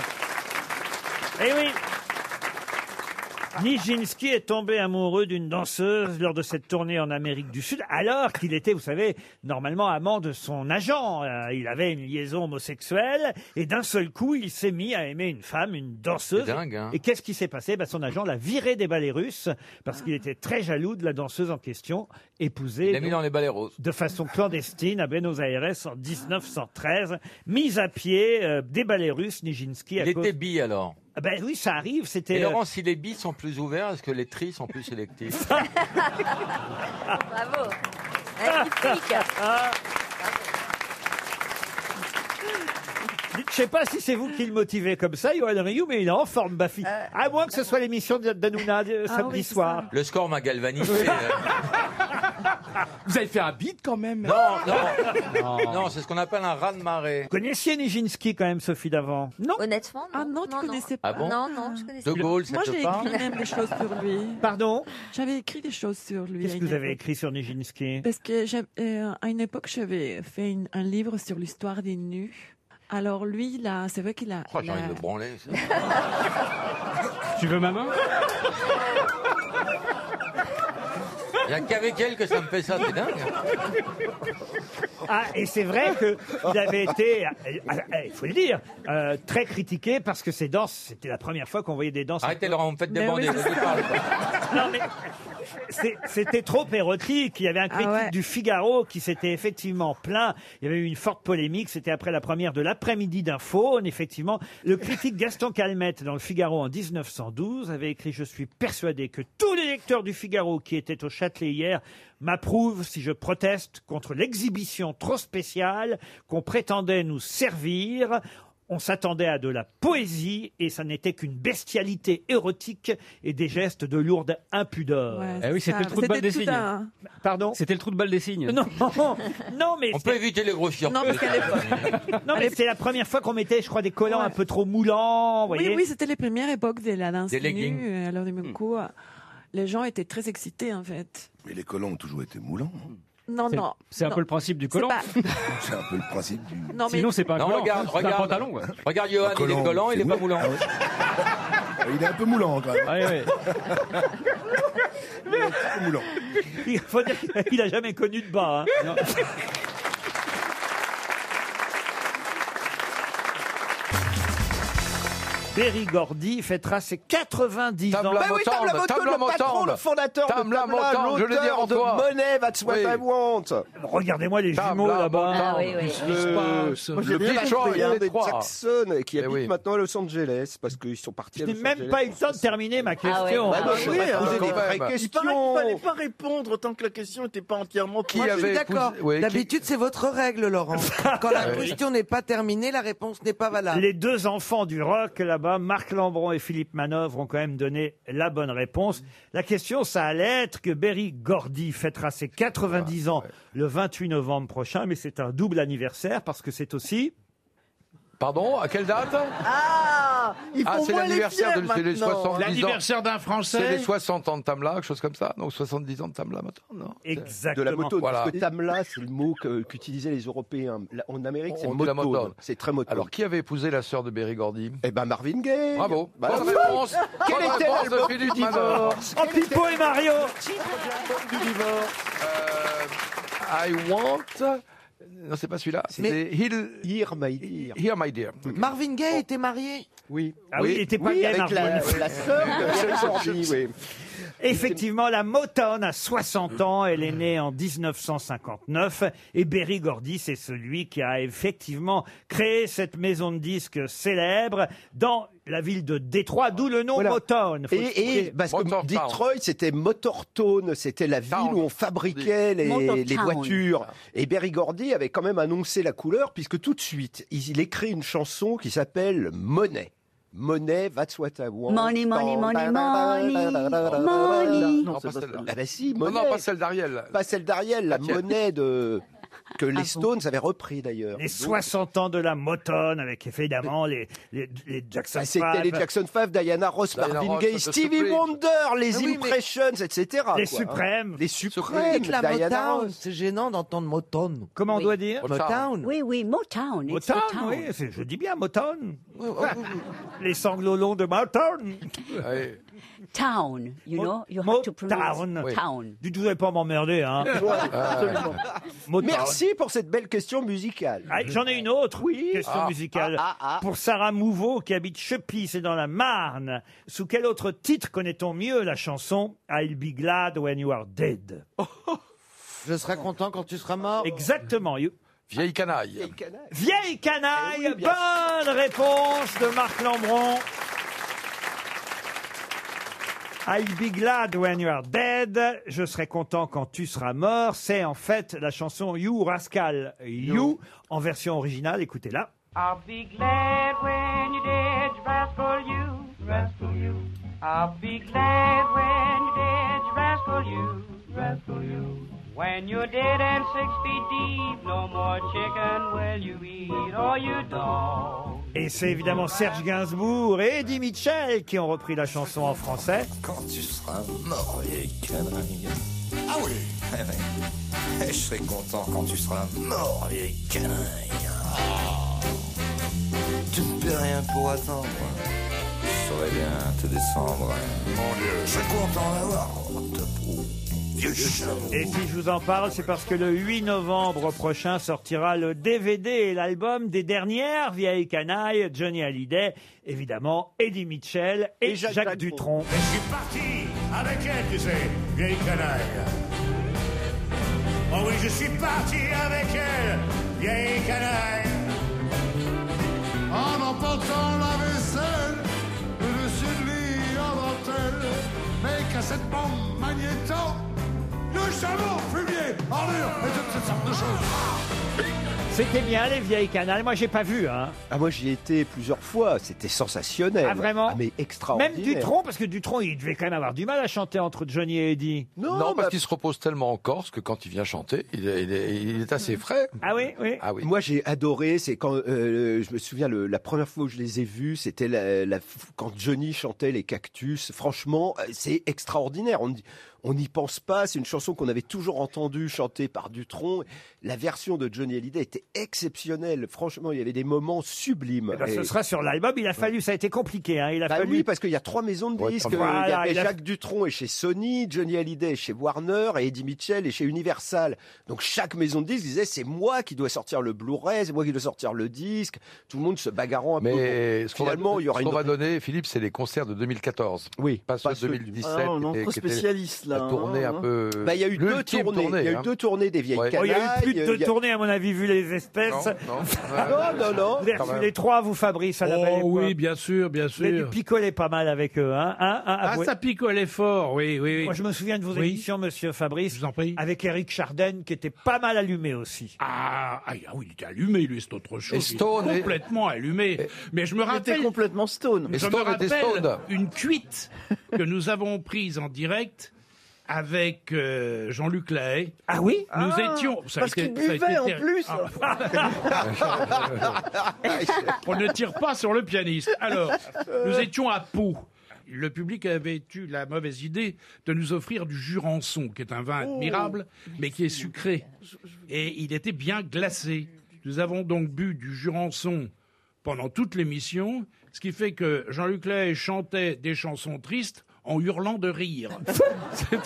Speaker 2: Eh oui Nijinsky est tombé amoureux d'une danseuse lors de cette tournée en Amérique du Sud, alors qu'il était, vous savez, normalement amant de son agent. Euh, il avait une liaison homosexuelle, et d'un seul coup, il s'est mis à aimer une femme, une danseuse.
Speaker 6: C'est dingue, hein.
Speaker 2: Et qu'est-ce qui s'est passé Bah, Son agent l'a viré des ballets russes, parce qu'il était très jaloux de la danseuse en question, épousée.
Speaker 6: Il l'a mis
Speaker 2: donc,
Speaker 6: dans les balais roses.
Speaker 2: de façon clandestine à Buenos Aires en 1913, mise à pied euh, des ballets russes, Nijinsky. à
Speaker 6: Il
Speaker 2: cause-
Speaker 6: était bi alors
Speaker 2: Ah ben oui, ça arrive, c'était...
Speaker 6: Et
Speaker 2: euh,
Speaker 6: Laurent, si les bis sont plus ouverts, est-ce que les tris sont plus sélectifs
Speaker 10: Bravo. Magnifique.
Speaker 2: Ah. dites, Je sais pas si c'est vous qui le motivez comme ça, Yoann Ryu, mais il est en forme, Bafi. À moins que ce soit l'émission de- d'Hanouna euh,
Speaker 6: Euh, Ah
Speaker 2: samedi
Speaker 6: oui, c'est
Speaker 2: soir.
Speaker 6: Le score m'a galvanisé. euh.
Speaker 2: Ah,
Speaker 9: Vous avez fait un bide quand même.
Speaker 6: Non, non, non, c'est ce qu'on appelle un raz de marée.
Speaker 2: Vous connaissiez Nijinsky quand même, Sophie d'avant
Speaker 10: Non. Honnêtement, non. Ah non, tu connaissais
Speaker 6: pas. Ah bon
Speaker 10: Non, non, je connaissais
Speaker 6: De
Speaker 10: pas.
Speaker 6: Gaulle, ça
Speaker 12: Moi,
Speaker 6: te
Speaker 12: j'ai
Speaker 6: parle
Speaker 12: écrit même des choses sur lui.
Speaker 2: Pardon
Speaker 12: J'avais écrit des choses sur lui.
Speaker 2: Qu'est-ce
Speaker 12: à
Speaker 2: que vous
Speaker 12: une
Speaker 2: avez
Speaker 12: époque.
Speaker 2: écrit sur Nijinsky
Speaker 12: Parce que j'avais- euh, à une époque, j'avais fait une- un livre sur l'histoire des nus. Alors lui, là, c'est vrai qu'il a.
Speaker 6: Oh, j'ai
Speaker 12: il a-
Speaker 6: envie
Speaker 2: Ah.
Speaker 6: de le branler. ça.
Speaker 11: Tu veux ma main
Speaker 6: Il n'y a qu'avec elle que ça me fait ça, c'est dingue.
Speaker 2: Ah, et c'est vrai qu'il avait été, euh, euh, euh, il faut le dire, euh, très critiqué parce que ses danses, c'était la première fois qu'on voyait des danses...
Speaker 6: Arrêtez, Laurent, vous me faites
Speaker 2: Mais
Speaker 6: déborder.
Speaker 2: oui,
Speaker 6: je vous parle.
Speaker 2: Non, mais c'est- c'était trop érotique. Il y avait un critique du Figaro qui s'était effectivement plaint. Il y avait eu une forte polémique. C'était après la première de l'après-midi d'un faune, effectivement. Le critique Gaston Calmette dans le Figaro en 1912 avait écrit Je suis persuadé que tous les lecteurs du Figaro qui étaient au Châtelet hier m'approuvent si je proteste contre l'exhibition trop spéciale qu'on prétendait nous servir. On s'attendait à de la poésie et ça n'était qu'une bestialité érotique et des gestes de lourde impudeur.
Speaker 12: Ouais, Eh oui, c'est c'était ça. le trou de balle C'était des tout signes. un-
Speaker 2: Pardon
Speaker 11: C'était le trou de balle des signes.
Speaker 2: Non, non mais
Speaker 6: On peut éviter les grosses surprises.
Speaker 2: non, mais c'est la première fois qu'on mettait, je crois, des collants un peu trop moulants. vous
Speaker 12: Oui,
Speaker 2: voyez.
Speaker 12: oui, c'était les premières époques de la danse
Speaker 6: Des leggings. Hmm.
Speaker 12: nue. euh, Alors du même coup, euh, les gens étaient très excités en fait.
Speaker 8: Mais les collants ont toujours été moulants.
Speaker 12: Non,
Speaker 8: C'est-
Speaker 12: non.
Speaker 8: c'est un
Speaker 12: non.
Speaker 8: peu le principe du
Speaker 12: C'est
Speaker 8: collant.
Speaker 12: pas-
Speaker 8: C'est un peu le principe du.
Speaker 12: Non, mais- Sinon, c'est pas un
Speaker 6: Non,
Speaker 12: collant,
Speaker 6: regarde,
Speaker 12: c'est un
Speaker 6: regarde.
Speaker 12: pantalon, quoi.
Speaker 6: Regarde, Johan,
Speaker 8: Un
Speaker 6: il
Speaker 8: collant,
Speaker 6: est collant, il
Speaker 8: c'est
Speaker 6: n'est pas
Speaker 8: moulant.
Speaker 6: moulant.
Speaker 8: Il est un peu moulant
Speaker 1: Ah
Speaker 8: quand même.
Speaker 2: Il faut dire qu'il n'a jamais connu de bas. hein. Berry Gordy fêtera ses 90 ans.
Speaker 3: Ben oui, Tam Lamotte, le patron, le fondateur de
Speaker 2: Tam
Speaker 3: Tam Lam,
Speaker 2: Lamotte, je le dis
Speaker 3: l'auteur
Speaker 2: en
Speaker 3: de
Speaker 2: toi.
Speaker 3: Monet, That's What
Speaker 2: Oui.
Speaker 3: I Want.
Speaker 2: Regardez-moi les jumeaux là-bas.
Speaker 3: Ah Le,
Speaker 2: Moi, j'ai
Speaker 3: le
Speaker 2: bien
Speaker 3: Big
Speaker 2: compris,
Speaker 3: Troy,
Speaker 2: hein,
Speaker 3: les
Speaker 2: les trois.
Speaker 3: Jackson, qui habite maintenant à Los Angeles, parce qu'ils sont partis à
Speaker 2: Eh Je
Speaker 3: Los
Speaker 2: n'ai
Speaker 3: Angeles.
Speaker 2: même pas eu le temps de terminer ma question.
Speaker 3: Bah, bah, oui,
Speaker 18: Euh,
Speaker 3: hein,
Speaker 2: Quand
Speaker 3: posez des
Speaker 2: même.
Speaker 3: vraies Il questions.
Speaker 18: paraît qu'il fallait pas répondre tant que la question n'était pas entièrement
Speaker 20: Moi, je suis d'accord. D'habitude, c'est votre règle, Laurent. Quand la
Speaker 2: Oui.
Speaker 20: question n'est pas terminée, la réponse n'est pas valable.
Speaker 2: Les deux enfants du rock là-bas pas. Marc Lambron et Philippe Manœuvre ont quand même donné la bonne réponse. La question, ça allait être que Berry Gordy fêtera ses 90 ans le 28 novembre prochain, mais c'est un double anniversaire parce que c'est aussi...
Speaker 1: Pardon À quelle date
Speaker 17: Ah, il
Speaker 1: Ah,
Speaker 17: faut
Speaker 1: c'est
Speaker 17: moins les
Speaker 1: l'anniversaire
Speaker 17: fiers
Speaker 1: de c'est les
Speaker 17: maintenant.
Speaker 1: 70 ans.
Speaker 5: L'anniversaire d'un Français.
Speaker 1: C'est les 60 ans de Tamla, quelque chose comme ça. Donc 70 ans de Tamla maintenant, non
Speaker 21: De la moto,
Speaker 1: Voilà.
Speaker 21: parce que Tamla, c'est le mot que- qu'utilisaient les Européens. Là, En Amérique, c'est
Speaker 1: On dit la motone.
Speaker 21: moto. C'est très moto.
Speaker 1: Alors, qui avait épousé la sœur de Berry Gordy
Speaker 21: Eh ben, Marvin Gaye.
Speaker 1: Bravo.
Speaker 21: Bah,
Speaker 1: Bonne
Speaker 21: oui.
Speaker 1: réponse.
Speaker 21: Quel
Speaker 1: Bonne
Speaker 21: était
Speaker 1: réponse de
Speaker 21: l'album
Speaker 1: Philippe
Speaker 21: du
Speaker 1: Manœuvre.
Speaker 21: divorce
Speaker 2: Oh, Pipo et Mario
Speaker 1: Euh, I want. Non, c'est pas celui-là. C'était Heal-
Speaker 21: Hear My Dear.
Speaker 1: Hear My Dear.
Speaker 20: Marvin Gaye était marié
Speaker 21: Oui.
Speaker 2: Ah oui, il était pas
Speaker 21: Oui,
Speaker 2: gay,
Speaker 21: avec
Speaker 2: Marvin.
Speaker 21: la, la sœur de Michel Sordi, oui.
Speaker 2: Effectivement, la Motown a 60 ans. Elle est née en 1959. Et Berry Gordy, c'est celui qui a effectivement créé cette maison de disques célèbre dans la ville de Détroit, d'où le nom
Speaker 21: Voilà.
Speaker 2: Motown. Faut se
Speaker 21: Et, et
Speaker 2: souvenir.
Speaker 21: parce que Detroit, c'était Motortown, c'était la ville où on fabriquait les,
Speaker 2: Motortown.
Speaker 21: les voitures. Et Berry Gordy avait quand même annoncé la couleur, puisque tout de suite, il, il écrit une chanson qui s'appelle Money. Money, that's what I want.
Speaker 4: Money, money, money, money,
Speaker 21: Non,
Speaker 1: money.
Speaker 21: c'est pas celle-là. Ah bah si,
Speaker 1: Non,
Speaker 21: Money.
Speaker 1: non, pas celle d'Ariel.
Speaker 21: Pas celle d'Ariel, la monnaie de... que les Stones avaient repris d'ailleurs.
Speaker 2: Ah Les
Speaker 21: Donc,
Speaker 2: 60 ans de la Motown, avec évidemment les, les, les Jackson
Speaker 21: bah, c'était
Speaker 2: Five.
Speaker 21: les Jackson 5, Diana Ross,
Speaker 2: Diana
Speaker 21: Marvin
Speaker 2: Ross,
Speaker 21: Gaye,
Speaker 2: s'il te
Speaker 21: Stevie
Speaker 2: plaît.
Speaker 21: Wonder, les
Speaker 2: Ah
Speaker 20: Mais oui, mais-
Speaker 21: Impressions, etc.
Speaker 20: Les
Speaker 21: quoi, hein.
Speaker 20: Suprêmes.
Speaker 21: Les Suprêmes,
Speaker 20: la
Speaker 21: Diana
Speaker 20: Motown,
Speaker 21: Ross.
Speaker 20: c'est gênant d'entendre Motown.
Speaker 2: Comment on doit dire
Speaker 20: Motown.
Speaker 4: Oui, oui, Motown. it's
Speaker 2: Motown, oui, c'est- je dis bien Motown. les sanglots longs de Motown.
Speaker 1: Euh,
Speaker 4: Town, you know, you have to pronounce
Speaker 2: Motown.
Speaker 4: town.
Speaker 2: Du tout, vous n'allez pas m'emmerder. Hein.
Speaker 21: Ouais,
Speaker 2: Euh,
Speaker 1: Ah,
Speaker 21: absolument.
Speaker 2: Motown.
Speaker 21: Merci pour cette belle question musicale.
Speaker 2: Ah, J'en ai une autre question
Speaker 21: Ah,
Speaker 2: musicale.
Speaker 21: ah, ah, ah.
Speaker 2: Pour Sarah Mouveau, qui habite Chepy, c'est dans la Marne. Sous quel autre titre connaît-on mieux la chanson I'll be glad when you are dead
Speaker 20: Je serai content quand tu seras mort.
Speaker 2: Exactement. You-
Speaker 1: Vieille canaille.
Speaker 2: Vieille
Speaker 21: Eh
Speaker 2: canaille, bonne réponse de Marc Lambron. I'll be glad when you are dead. Je serai content quand tu seras mort. C'est en fait la chanson You Rascal You en version originale. Écoutez-la.
Speaker 16: I'll be glad when you're dead, you rascal you, rascal you. I'll be glad when you're dead, you rascal you, rascal you. When you're dead and six feet deep, no more chicken will you eat or you dog.
Speaker 2: Et c'est évidemment Serge Gainsbourg et Eddie Mitchell qui ont repris la chanson en français.
Speaker 19: Quand tu seras mort, vieille canaille. Ah oui eh ben, Je serai content quand tu seras mort, vieille canaille. Ah. Tu ne peux rien pour attendre. Je saurais bien te descendre. Mon Dieu, je suis content d'avoir ta peau, vieux chameau.
Speaker 2: Et si je vous en parle, c'est parce que le 8 novembre prochain sortira le DVD et l'album des dernières vieilles canailles, Johnny Hallyday, évidemment, Eddie Mitchell et, Jacques, Dutronc.
Speaker 16: Je suis parti avec elle, tu sais, vieille canaille. Oh oui, je suis parti avec elle, vieille canaille. En emportant la vaisselle, le celui en dentelle, mes cassettes bombes magnéto, le chameau, fumier, ordure, et toutes ces sortes de choses.
Speaker 2: C'était bien les vieilles canailles, moi j'ai pas vu. Hein.
Speaker 21: Ah, moi, j'y ai été plusieurs fois. C'était sensationnel.
Speaker 2: Ah, vraiment
Speaker 21: Mais
Speaker 2: Même
Speaker 21: extraordinaire.
Speaker 2: Dutronc, parce que Dutronc, il devait quand même avoir du mal à chanter entre Johnny et Eddie.
Speaker 1: Non,
Speaker 21: bah-
Speaker 1: parce qu'il se repose tellement en Corse que quand il vient chanter, il est, il est- il est assez frais.
Speaker 2: Ah oui, oui.
Speaker 21: Moi, j'ai adoré. C'est quand euh, je me souviens le- la première fois où je les ai vus, c'était la, la- quand Johnny chantait les cactus. Franchement, euh, c'est extraordinaire. On on n'y pense pas. C'est une chanson qu'on avait toujours entendue chantée par Dutronc. La version de Johnny Hallyday était exceptionnelle. Franchement, il y avait des moments sublimes.
Speaker 2: Eh ben, ce
Speaker 21: Et-
Speaker 2: sera sur l'album, il a fallu, ça a été compliqué. Hein. Il a
Speaker 21: Bah
Speaker 2: fallu...
Speaker 21: oui, parce qu'il y a trois maisons de
Speaker 2: Ouais,
Speaker 21: disques.
Speaker 2: quand même.
Speaker 21: il y
Speaker 2: Voilà,
Speaker 21: avait
Speaker 2: il a-
Speaker 21: Jacques Dutronc est chez Sony, Johnny Hallyday est chez Warner et Eddie Mitchell est chez Universal. Donc chaque maison de disques disait c'est moi qui dois sortir le Blu-ray, c'est moi qui dois sortir le disque. Tout le monde se bagarrant un peu.
Speaker 1: Mais
Speaker 21: Bon,
Speaker 1: ce qu'on va,
Speaker 21: finalement, il y aura
Speaker 1: ce
Speaker 21: une
Speaker 1: qu'on va donner, Philippe, c'est les concerts de 2014.
Speaker 21: Oui.
Speaker 1: Pas ceux de
Speaker 21: ceux du-
Speaker 1: 2017.
Speaker 21: Ah, on est
Speaker 1: et
Speaker 21: trop
Speaker 1: qui étaient-
Speaker 21: spécialistes, là.
Speaker 1: La tournée un peu-
Speaker 21: Bah, il y a eu deux
Speaker 1: l'ultime
Speaker 21: tournées.
Speaker 1: tournée,
Speaker 21: Il y a eu
Speaker 1: hein.
Speaker 21: deux tournées des vieilles
Speaker 2: Oh, il y a eu plus de
Speaker 21: canailles,
Speaker 2: deux
Speaker 21: il y a-
Speaker 2: tournées, à mon avis, vu les espèces.
Speaker 21: Non, non. Non, non, non.
Speaker 2: Vous avez
Speaker 21: Quand
Speaker 2: reçu
Speaker 21: même.
Speaker 2: les trois, vous, Fabrice, à la belle époque.
Speaker 13: Oh oui, bien sûr, bien
Speaker 2: Vous avez dû
Speaker 13: sûr.
Speaker 2: picoler pas mal avec eux, hein, hein, hein,
Speaker 13: Ah,
Speaker 2: avouez.
Speaker 13: ça picolait fort, oui, oui, oui.
Speaker 2: Moi, je me souviens de vos
Speaker 13: Oui.
Speaker 2: émissions, monsieur Fabrice, avec Eric Charden, qui était pas mal allumé aussi.
Speaker 13: Ah, ah, ah oui, il était allumé, lui, c'est autre chose.
Speaker 2: Et stone,
Speaker 13: il
Speaker 2: et-
Speaker 13: était complètement allumé. Mais je me rappelle.
Speaker 18: complètement stone.
Speaker 13: Je me rappelle une cuite que nous avons prise en direct avec euh, Jean-Luc Lahaye.
Speaker 2: Ah oui
Speaker 13: Nous
Speaker 18: Ah,
Speaker 13: étions. ça a
Speaker 18: parce
Speaker 13: été-
Speaker 18: qu'il
Speaker 13: ça a été
Speaker 18: buvait en
Speaker 13: terri-
Speaker 18: plus.
Speaker 13: On ne tire pas sur le pianiste. Alors, nous étions à Pau. Le public avait eu la mauvaise idée de nous offrir du Jurançon, qui est un vin admirable, mais qui est sucré. Et il était bien glacé. Nous avons donc bu du Jurançon pendant toute l'émission, ce qui fait que Jean-Luc Lahaye chantait des chansons tristes en hurlant de rire. C'est-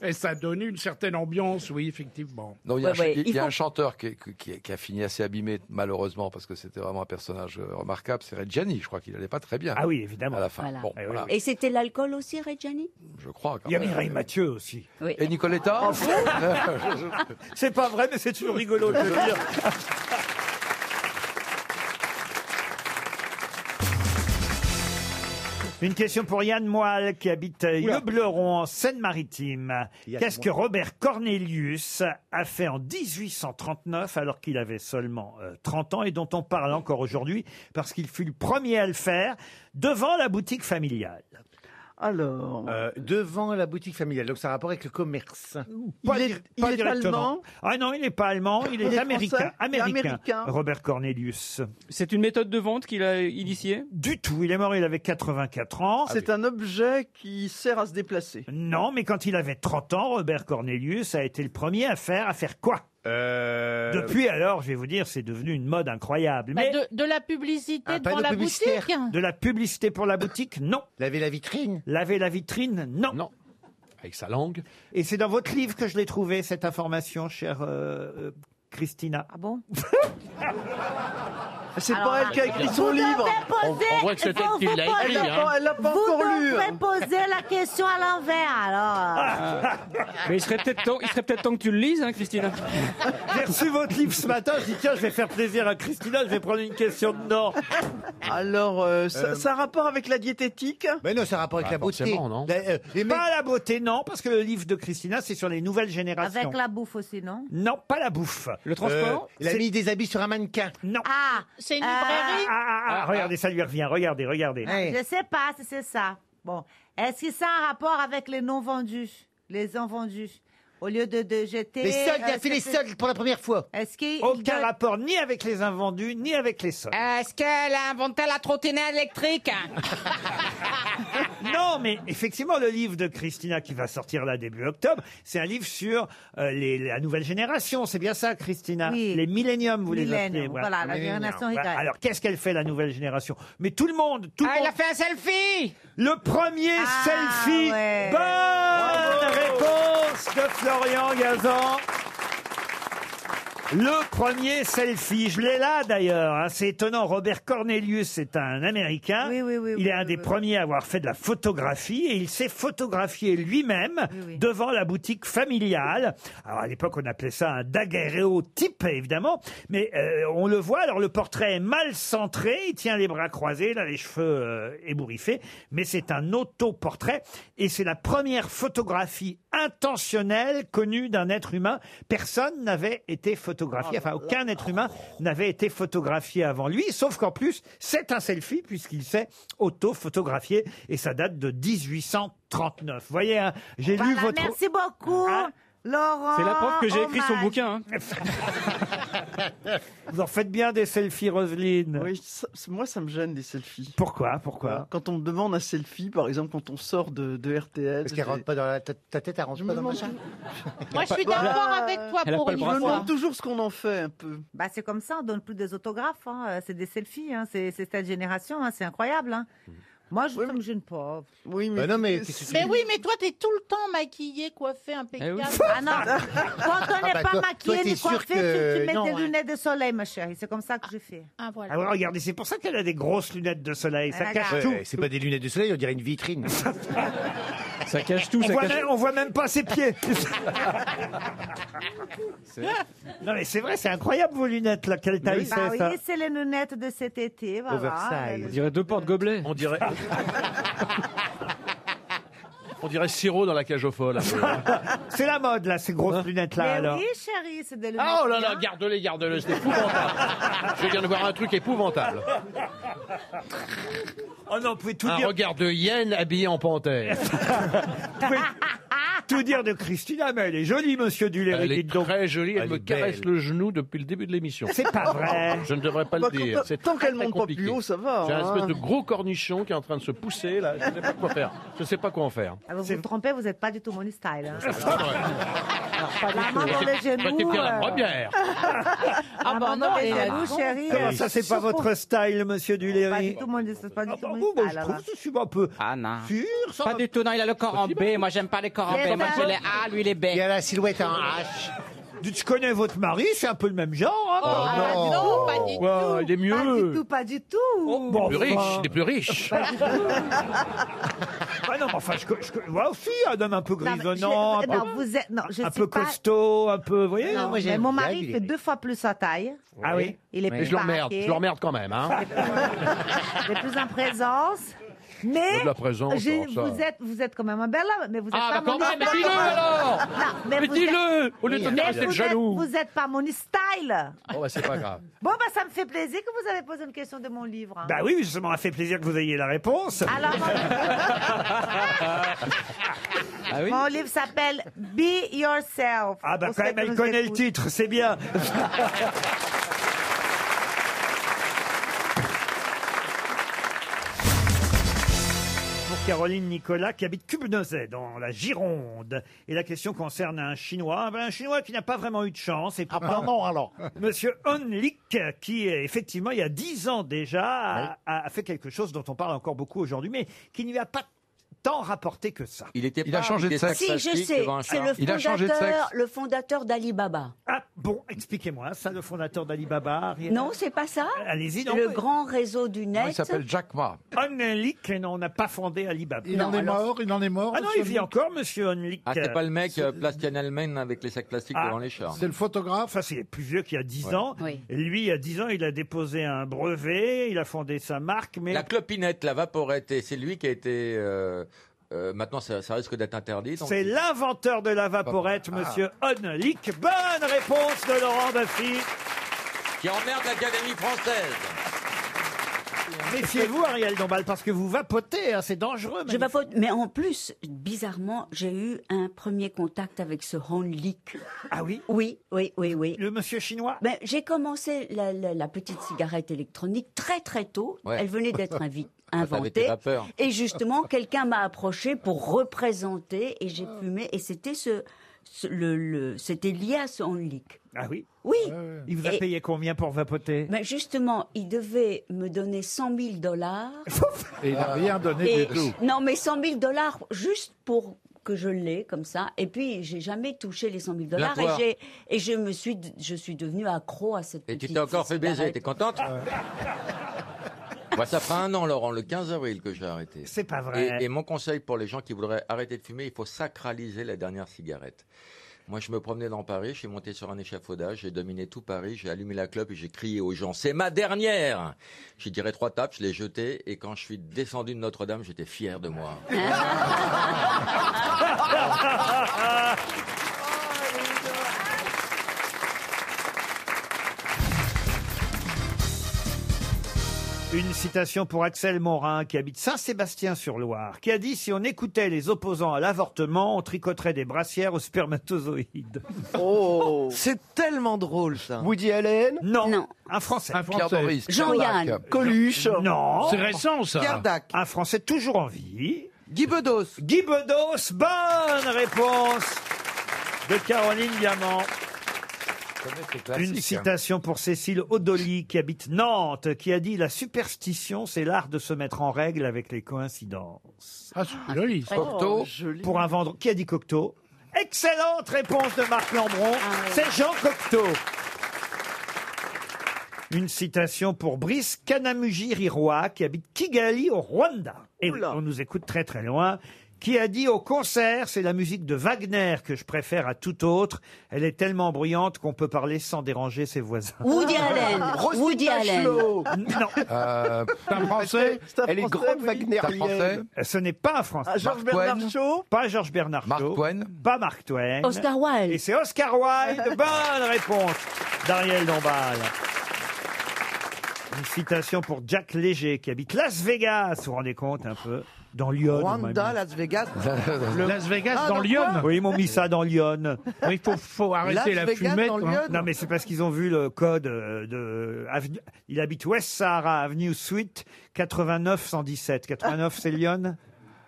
Speaker 13: Et ça donnait une certaine ambiance, oui, effectivement.
Speaker 1: Non, il y a, un, ch- il y a un chanteur qui, qui- qui a fini assez abîmé, malheureusement, parce que c'était vraiment un personnage euh, remarquable. C'est Reggiani, je crois qu'il n'allait pas très bien.
Speaker 2: Ah oui, évidemment.
Speaker 1: À la fin.
Speaker 4: Voilà.
Speaker 1: Bon, voilà,
Speaker 4: Et c'était l'alcool aussi, Reggiani
Speaker 1: je crois. quand
Speaker 2: Il y a
Speaker 1: même.
Speaker 2: Mireille Mathieu aussi.
Speaker 4: Oui.
Speaker 1: Et
Speaker 21: Ah,
Speaker 1: Nicoletta
Speaker 2: C'est pas vrai, mais c'est toujours rigolo de le dire. Une question pour Yann Moelle qui habite Le Bleuron en Seine-Maritime.
Speaker 9: Yann
Speaker 2: Qu'est-ce que
Speaker 9: Moelle.
Speaker 2: Robert Cornelius a fait en 1839 alors qu'il avait seulement euh, 30 ans et dont on parle encore aujourd'hui parce qu'il fut le premier à le faire devant la boutique familiale Euh,
Speaker 18: Alors.
Speaker 14: devant la boutique familiale, donc ça a rapport avec le commerce.
Speaker 2: Pas
Speaker 14: est-
Speaker 2: dir-
Speaker 14: il
Speaker 2: pas
Speaker 14: est
Speaker 2: directement.
Speaker 14: allemand
Speaker 2: Ah non, il n'est pas allemand, il est,
Speaker 14: Il est
Speaker 2: américain,
Speaker 14: français Il est
Speaker 2: américain.
Speaker 14: américain.
Speaker 2: Robert Cornelius.
Speaker 11: C'est une méthode de vente qu'il a initiée
Speaker 2: Du tout. Il est mort, il avait 84 ans.
Speaker 18: C'est un objet qui sert à se déplacer.
Speaker 2: Non, mais quand il avait 30 ans, Robert Cornelius a été le premier à faire, à faire quoi Depuis alors, je vais vous dire, c'est devenu une mode incroyable. Mais
Speaker 7: Bah, de, de la publicité devant
Speaker 2: panneau
Speaker 7: la
Speaker 2: publicitaire.
Speaker 7: boutique
Speaker 2: de la publicité pour la boutique, non.
Speaker 14: Laver la vitrine
Speaker 2: Laver la vitrine, non.
Speaker 14: Non.
Speaker 2: Avec sa langue. Et c'est dans votre livre que je l'ai trouvé, cette information, chère euh, euh, Christina. Ah bon
Speaker 18: C'est pas
Speaker 7: euh,
Speaker 18: elle qui a écrit son livre. Elle l'a
Speaker 2: hein.
Speaker 18: hein. pas- Elle l'a pas encore lu.
Speaker 7: poser la question à l'envers, alors.
Speaker 11: Mais il serait peut-être temps, il serait peut-être temps que tu le lises, hein, Christina.
Speaker 2: J'ai reçu votre livre ce matin, je dis tiens, je vais faire plaisir à Christina, je vais prendre une question dedans.
Speaker 18: Alors, euh, ça,
Speaker 2: Euh,
Speaker 18: ça a rapport avec la diététique
Speaker 14: Mais non, ça a rapport
Speaker 2: avec Bah, la beauté. forcément, non Pas la beauté, non, parce que le livre de Christina, c'est sur les nouvelles générations.
Speaker 7: Avec la bouffe aussi, non
Speaker 2: Non, pas la bouffe. Euh, Le
Speaker 14: Il a mis des habits sur un mannequin.
Speaker 2: Non.
Speaker 7: Ah, c'est une librairie
Speaker 2: Ah, regardez, ça lui revient, regardez, regardez.
Speaker 7: ah, Je sais pas si c'est ça. Bon, est-ce que ça a un rapport avec les non vendus, les invendus Au lieu de, de jeter. euh,
Speaker 14: Les soldes, il a fait les soldes pour la première fois.
Speaker 7: Est-ce qu'il
Speaker 2: Aucun rapport ni avec les invendus, ni avec les sommes.
Speaker 7: Est-ce qu'elle a inventé la trottinette électrique
Speaker 2: Non, mais effectivement, le livre de Christina qui va sortir là début octobre, c'est un livre sur euh, les- la nouvelle génération. C'est bien ça, Christina
Speaker 7: Oui.
Speaker 2: Les milléniums, vous les
Speaker 7: Millennium,
Speaker 2: appelez.
Speaker 7: voilà, la Millennium. génération
Speaker 2: Bah,
Speaker 7: Y. Ah,
Speaker 2: Alors, qu'est-ce qu'elle fait, la nouvelle génération Mais tout le monde, tout le
Speaker 7: Elle
Speaker 2: monde.
Speaker 7: a fait un selfie Ah,
Speaker 2: Le premier selfie Bonne réponse de Florian Gazan le premier selfie, je l'ai là d'ailleurs, hein. c'est étonnant, Robert Cornelius est un Américain, il est un des premiers à avoir fait de la photographie et il s'est photographié lui-même devant la boutique familiale. Alors à l'époque on appelait ça un daguerréotype évidemment, mais euh, on le voit, alors le portrait est mal centré, il tient les bras croisés, il a les cheveux euh, ébouriffés, mais c'est un autoportrait et c'est la première photographie intentionnelle connue d'un être humain. Personne n'avait été
Speaker 7: Ah
Speaker 2: photographié, enfin aucun être humain n'avait été photographié avant lui, sauf qu'en plus c'est un selfie puisqu'il s'est auto-photographié et ça date de 1839. Vous voyez, hein, j'ai lu
Speaker 7: Voilà,
Speaker 2: votre...
Speaker 7: Merci beaucoup,
Speaker 18: Ah.
Speaker 7: Laurent.
Speaker 2: C'est la preuve que j'ai écrit son
Speaker 7: hommage.
Speaker 2: bouquin, Vous en faites bien des selfies, Roselyne.
Speaker 18: Oui, ça- ça- moi ça me gêne les selfies.
Speaker 2: Pourquoi Pourquoi
Speaker 18: Quand on me demande un selfie, par exemple, quand on sort de, de RTL.
Speaker 14: Parce qu'elle rentre pas dans la, ta, ta tête, elle rentre pas dans le machin.
Speaker 7: Moi, je suis d'accord avec toi
Speaker 14: Elle a pour pas le une bras fois.
Speaker 18: demande toujours ce qu'on en fait un peu.
Speaker 7: Bah, c'est comme ça, on donne plus des autographes, hein. Euh, c'est des selfies, hein. c'est c'est cette génération, hein. c'est incroyable. hein. Moi, je ne me gêne pas.
Speaker 18: Oui,
Speaker 14: mais- Bah non, mais qu'est-ce que tu-
Speaker 7: Mais
Speaker 14: Mais
Speaker 7: oui,
Speaker 14: oui,
Speaker 7: mais toi, t'es tout le temps maquillée, coiffée,
Speaker 14: Eh
Speaker 7: impeccable.
Speaker 14: oui.
Speaker 7: Ah non, quand on
Speaker 14: Ah
Speaker 7: n'est
Speaker 14: bah,
Speaker 7: pas
Speaker 14: toi-
Speaker 7: maquillé
Speaker 14: toi, t'es
Speaker 7: ni
Speaker 14: sûr
Speaker 7: coiffé, tu,
Speaker 14: que-
Speaker 7: tu mets
Speaker 14: non,
Speaker 7: des
Speaker 14: hein.
Speaker 7: lunerie de soleil, ma chérie. C'est comme ça que je fais. Ah, voilà.
Speaker 2: Ah ouais, regardez, c'est pour ça qu'elle a des grosses lunettes de soleil, ça
Speaker 7: Elle a
Speaker 2: cache
Speaker 7: la-
Speaker 2: tout.
Speaker 14: Ouais, C'est pas des lunettes de soleil, on dirait une vitrine.
Speaker 4: Ça cache tout,
Speaker 2: on,
Speaker 4: ça
Speaker 2: voit
Speaker 4: cache-
Speaker 2: même, on voit même pas ses pieds. non mais c'est vrai, c'est incroyable vos lunettes là. Quelle taille c'est
Speaker 7: Bah oui,
Speaker 2: ça
Speaker 7: c'est les lunettes de cet été. Voilà.
Speaker 4: On dirait deux portes gobelets.
Speaker 13: On dirait. On dirait Siro dans la cage aux folles. un peu.
Speaker 2: C'est la mode là, ces grosses lunettes là
Speaker 7: Mais
Speaker 2: alors.
Speaker 7: oui, chérie, c'est des lunettes.
Speaker 13: Ah, oh là là,
Speaker 7: bien.
Speaker 13: garde-les, garde-les, c'est épouvantable. Je viens de voir un truc épouvantable.
Speaker 2: Oh non, vous pouvez tout
Speaker 13: un
Speaker 2: dire.
Speaker 13: regard de hyène habillé en panthère.
Speaker 2: Vous pouvez tout dire de Christina, mais elle est jolie, Monsieur Duléry.
Speaker 13: Elle est
Speaker 2: dites donc.
Speaker 13: très jolie, elle,
Speaker 2: Elle
Speaker 13: me
Speaker 2: est belle.
Speaker 13: caresse le genou depuis le début de l'émission.
Speaker 2: C'est pas vrai.
Speaker 13: Je ne devrais pas
Speaker 2: Bah,
Speaker 13: le dire.
Speaker 2: quand-
Speaker 13: C'est
Speaker 2: tant
Speaker 13: très,
Speaker 2: qu'elle
Speaker 13: très
Speaker 2: monte pas
Speaker 13: compliqué.
Speaker 2: plus haut, ça va,
Speaker 13: J'ai un
Speaker 2: hein.
Speaker 13: espèce de gros cornichon qui est en train de se pousser, là. Je ne sais pas quoi faire. Je ne sais pas quoi en faire.
Speaker 7: Ah, vous vous trompez, vous n'êtes pas du tout mon style. hein.
Speaker 13: La
Speaker 7: main dans les genoux,
Speaker 13: T'es bien la
Speaker 7: euh.
Speaker 13: première.
Speaker 7: Ah, bah non, mais
Speaker 2: elle est
Speaker 7: vous, chérie.
Speaker 2: Comment ça, c'est pas votre style, Monsieur
Speaker 7: Oh, Pas
Speaker 2: Duléry
Speaker 7: du tout mon c'est pas du tout mon
Speaker 2: Bon, bah, je
Speaker 7: style,
Speaker 2: trouve
Speaker 7: alors.
Speaker 2: que je suis un peu.
Speaker 4: Ah non.
Speaker 2: Sûr, ça
Speaker 4: Pas du tout, non, il a le corps en B. Moi, j'aime pas les corps en B. Moi, j'ai les A, lui, les B.
Speaker 5: Il a la silhouette en H.
Speaker 2: Tu connais votre mari, c'est un peu le même genre. hein.
Speaker 7: Oh, ah, non. non, pas du
Speaker 2: Ouais, Il est mieux.
Speaker 7: Pas du tout, pas du tout.
Speaker 2: bon,
Speaker 13: Oh, Plus riche, des plus riches.
Speaker 7: Pas du tout.
Speaker 2: Ah non, mais enfin, je, co- je, co- moi aussi, un homme un peu
Speaker 7: Non, mais je-
Speaker 2: grisonnant, un
Speaker 7: non,
Speaker 2: peu,
Speaker 7: vous êtes, non, je
Speaker 2: un
Speaker 7: suis
Speaker 2: peu
Speaker 7: pas-
Speaker 2: costaud, un peu, vous voyez hein.
Speaker 7: Non, mais mon mari fait deux fois plus sa taille.
Speaker 2: Ah oui
Speaker 7: Il est
Speaker 13: Mais
Speaker 7: plus
Speaker 13: je l'emmerde,
Speaker 7: baraqué.
Speaker 13: je l'emmerde quand même. Hein.
Speaker 7: Il est plus en présence.
Speaker 13: Il y
Speaker 7: Mais
Speaker 13: a de la présence,
Speaker 7: j'ai-
Speaker 13: alors, ça.
Speaker 7: vous, êtes, vous êtes quand même un bel homme, mais vous êtes
Speaker 13: Ah,
Speaker 7: pas
Speaker 13: bah, quand
Speaker 7: mon
Speaker 13: même, mais dis-le, alors
Speaker 7: Non,
Speaker 13: Mais
Speaker 7: vous
Speaker 13: dis-le,
Speaker 7: êtes-
Speaker 13: au lieu de te
Speaker 7: Mais
Speaker 13: faire rester
Speaker 7: vous
Speaker 13: jaloux.
Speaker 7: êtes- Vous n'êtes pas mon style.
Speaker 13: Bon, bah, c'est pas grave.
Speaker 7: Bon, bah, ça me fait plaisir que vous avez posé une question de mon livre. hein.
Speaker 2: Bah oui, justement, ça m'a fait plaisir que vous ayez la réponse.
Speaker 7: Alors,
Speaker 2: Ah oui
Speaker 7: Mon livre s'appelle Be Yourself.
Speaker 2: Ah bah
Speaker 7: Pour
Speaker 2: quand
Speaker 7: ceux
Speaker 2: même,
Speaker 7: qui
Speaker 2: elle
Speaker 7: nous
Speaker 2: connaît le
Speaker 7: écoutent.
Speaker 2: titre, c'est bien. Pour Caroline Nicolas, qui habite Cubnozet, dans la Gironde. Et la question concerne un Chinois, Ben, un Chinois qui n'a pas vraiment eu de chance. Et pourtant,
Speaker 5: pardon, alors.
Speaker 2: Monsieur Onlik, qui effectivement, il y a dix ans déjà, a- a, fait quelque chose dont on parle encore beaucoup aujourd'hui, mais qui n'y a pas tant rapporté que ça.
Speaker 6: Il était
Speaker 2: Il a
Speaker 6: pas
Speaker 2: changé de
Speaker 6: avec des
Speaker 2: sexe.
Speaker 6: sacs
Speaker 20: Si, je
Speaker 6: plastiques
Speaker 20: sais,
Speaker 6: devant un
Speaker 20: c'est
Speaker 6: char.
Speaker 20: le fondateur, le fondateur d'Alibaba.
Speaker 2: Ah bon, expliquez-moi ça, le fondateur d'Alibaba. Ariel.
Speaker 20: Non, c'est pas ça
Speaker 2: Allez-y, non.
Speaker 20: Le grand réseau du net.
Speaker 2: Non, il s'appelle Jack Ma. Onlik, non, on n'a pas fondé Alibaba.
Speaker 20: Il en est
Speaker 2: mort, il en est mort. Ah non, il vit encore, monsieur Onlik.
Speaker 6: Ah, c'est pas le mec euh, Plastian Elmen avec les sacs plastiques
Speaker 2: Ah,
Speaker 6: devant les chars.
Speaker 2: le photographe. Enfin, c'est plus vieux qu'il y a 10
Speaker 6: Ouais.
Speaker 2: ans.
Speaker 6: Oui.
Speaker 2: Et Lui, il y a 10 ans, il a déposé un brevet, il a fondé sa marque, mais.
Speaker 6: La clopinette, la vaporette, et c'est lui qui a été. euh, euh, maintenant, ça, ça risque d'être interdit. donc-
Speaker 2: C'est l'inventeur de la vaporette, monsieur Onlik. Bonne réponse de Laurent Baffy.
Speaker 6: Qui emmerde l'Académie française.
Speaker 2: Méfiez-vous, Ariel Dombal, parce que vous vapotez, hein, c'est dangereux.
Speaker 20: Je vapote, mais en plus, bizarrement, j'ai eu un premier contact avec ce Honlik.
Speaker 2: Ah oui
Speaker 20: Oui, oui, oui, oui.
Speaker 2: Le monsieur chinois
Speaker 20: ben, J'ai commencé la, la- la petite cigarette électronique très très tôt.
Speaker 6: Ouais.
Speaker 20: Elle venait d'être invi-
Speaker 6: t'avais tes
Speaker 20: inventée.
Speaker 6: vapeurs.
Speaker 20: Et justement, quelqu'un m'a approché pour représenter et j'ai fumé. Et c'était ce, ce- le, le- c'était lié à ce Honlik.
Speaker 2: Ah oui
Speaker 20: Oui.
Speaker 2: Il vous a
Speaker 20: Et-
Speaker 2: payé combien pour vapoter
Speaker 20: Ben justement, il devait me donner 100 000 dollars.
Speaker 2: Et il n'a rien
Speaker 20: Et- Non, mais 100 000 dollars juste pour que je l'ai comme ça. Et puis, j'ai jamais touché les 100 000 dollars. Et,
Speaker 6: L'appoir.
Speaker 20: j'ai- et je me suis, je suis devenue accro à cette
Speaker 6: Et tu
Speaker 20: petite Ah
Speaker 6: t'es encore fait baiser,
Speaker 20: cigarette.
Speaker 6: t'es contente Moi, ça fera un an, Laurent, le 15 avril que j'ai arrêté.
Speaker 2: C'est pas vrai.
Speaker 6: Et, et mon conseil pour les gens qui voudraient arrêter de fumer, il faut sacraliser la dernière cigarette. Moi, je me promenais dans Paris, je suis monté sur un échafaudage, j'ai dominé tout Paris, j'ai allumé la clope et j'ai crié aux gens, c'est ma dernière J'ai tiré trois tapes, je l'ai jetée, et quand je suis descendu de Notre-Dame, j'étais fier de moi.
Speaker 2: Une citation pour Axel Morin, qui habite Saint-Sébastien-sur-Loire, qui a dit Si on écoutait les opposants à l'avortement, on tricoterait des brassières aux spermatozoïdes.
Speaker 24: Oh C'est tellement drôle ça.
Speaker 2: Woody Allen non. Un Français.
Speaker 24: Un Français. Pierre Doris,
Speaker 19: Jean-Yann. Colac.
Speaker 2: Coluche. Non.
Speaker 19: C'est récent, ça. Pierre Dac.
Speaker 2: Un Français toujours en vie. Guy Bedos. Guy Bedos, bonne réponse de Caroline Diamant. Une
Speaker 19: hein.
Speaker 2: citation pour Cécile Odoli, qui habite Nantes, qui a dit La superstition, c'est l'art de se mettre en règle avec les coïncidences.
Speaker 19: Ah, c'est joli. ça.
Speaker 2: Cocteau, pour un vendre. Qui a dit Cocteau Excellente réponse de Marc Lambron.
Speaker 4: Ah
Speaker 2: C'est Jean Cocteau. Une citation pour Brice Kanamujiriroa, qui habite Kigali, au Rwanda. Et oui, on nous écoute très très loin. qui a dit au concert, c'est la musique de Wagner que je préfère à tout autre. Elle est tellement bruyante qu'on peut parler sans déranger ses voisins.
Speaker 4: Woody Allen.
Speaker 2: Roselyne
Speaker 4: Woody Allen.
Speaker 2: Bachelot. Non.
Speaker 1: Euh, c'est un Français C'est un Elle est Français, grande oui. Wagnérienne. C'est un Français
Speaker 2: Ce n'est pas un Français.
Speaker 1: Ah, Georges Mark Bernard Twain.
Speaker 2: Shaw Pas Georges Bernard Shaw. Mark Twain Pas Mark Twain.
Speaker 4: Oscar Wilde.
Speaker 2: Et c'est Oscar Wilde. Bonne réponse d'Ariel Dombal. Une citation pour Jack Léger qui habite Las Vegas, vous vous rendez compte un peu Dans Lyon.
Speaker 20: Rwanda, Las Vegas.
Speaker 2: Le-
Speaker 20: Ah, dans quoi
Speaker 2: Oui, ils m'ont mis ça dans Lyon.
Speaker 13: Il faut, faut arrêter
Speaker 2: Las
Speaker 13: la
Speaker 2: Vegas
Speaker 13: fumette.
Speaker 2: dans
Speaker 13: hein.
Speaker 2: Lyon Non, mais c'est parce qu'ils ont vu le code euh, de. avenue- Il habite West Sahara Avenue Suite 89 117. 89, c'est Lyon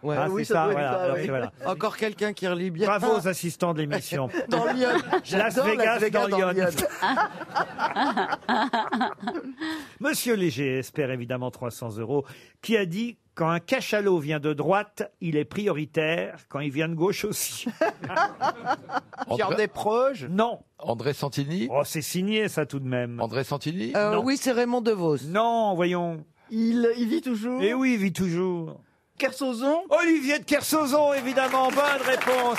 Speaker 20: Ouais.
Speaker 2: Ah,
Speaker 20: Oui,
Speaker 2: c'est
Speaker 20: ça
Speaker 2: ça,
Speaker 20: doit être
Speaker 2: voilà.
Speaker 20: ça,
Speaker 2: alors
Speaker 20: oui.
Speaker 2: c'est voilà.
Speaker 20: Encore quelqu'un qui relit bien. Ah.
Speaker 2: Bravo aux assistants de l'émission.
Speaker 20: Dans Lyon.
Speaker 2: Las
Speaker 20: J'adore
Speaker 2: Vegas,
Speaker 20: Las Vegas
Speaker 2: dans
Speaker 20: dans
Speaker 2: Lyon.
Speaker 20: Lyon. Hein
Speaker 2: Monsieur Léger espère évidemment 300 euros, qui a dit quand un cachalot vient de droite, il est prioritaire, quand il vient de gauche aussi.
Speaker 1: Pierre
Speaker 2: Desproges Non.
Speaker 1: André Santini
Speaker 2: Oh, c'est signé ça tout de même.
Speaker 1: André Santini
Speaker 20: Euh, oui, c'est Raymond DeVos.
Speaker 2: Non, voyons.
Speaker 18: Il, il vit toujours.
Speaker 2: Et Eh oui, il vit toujours.
Speaker 18: Kersozon
Speaker 2: Olivier de Kersauzon, évidemment, bonne réponse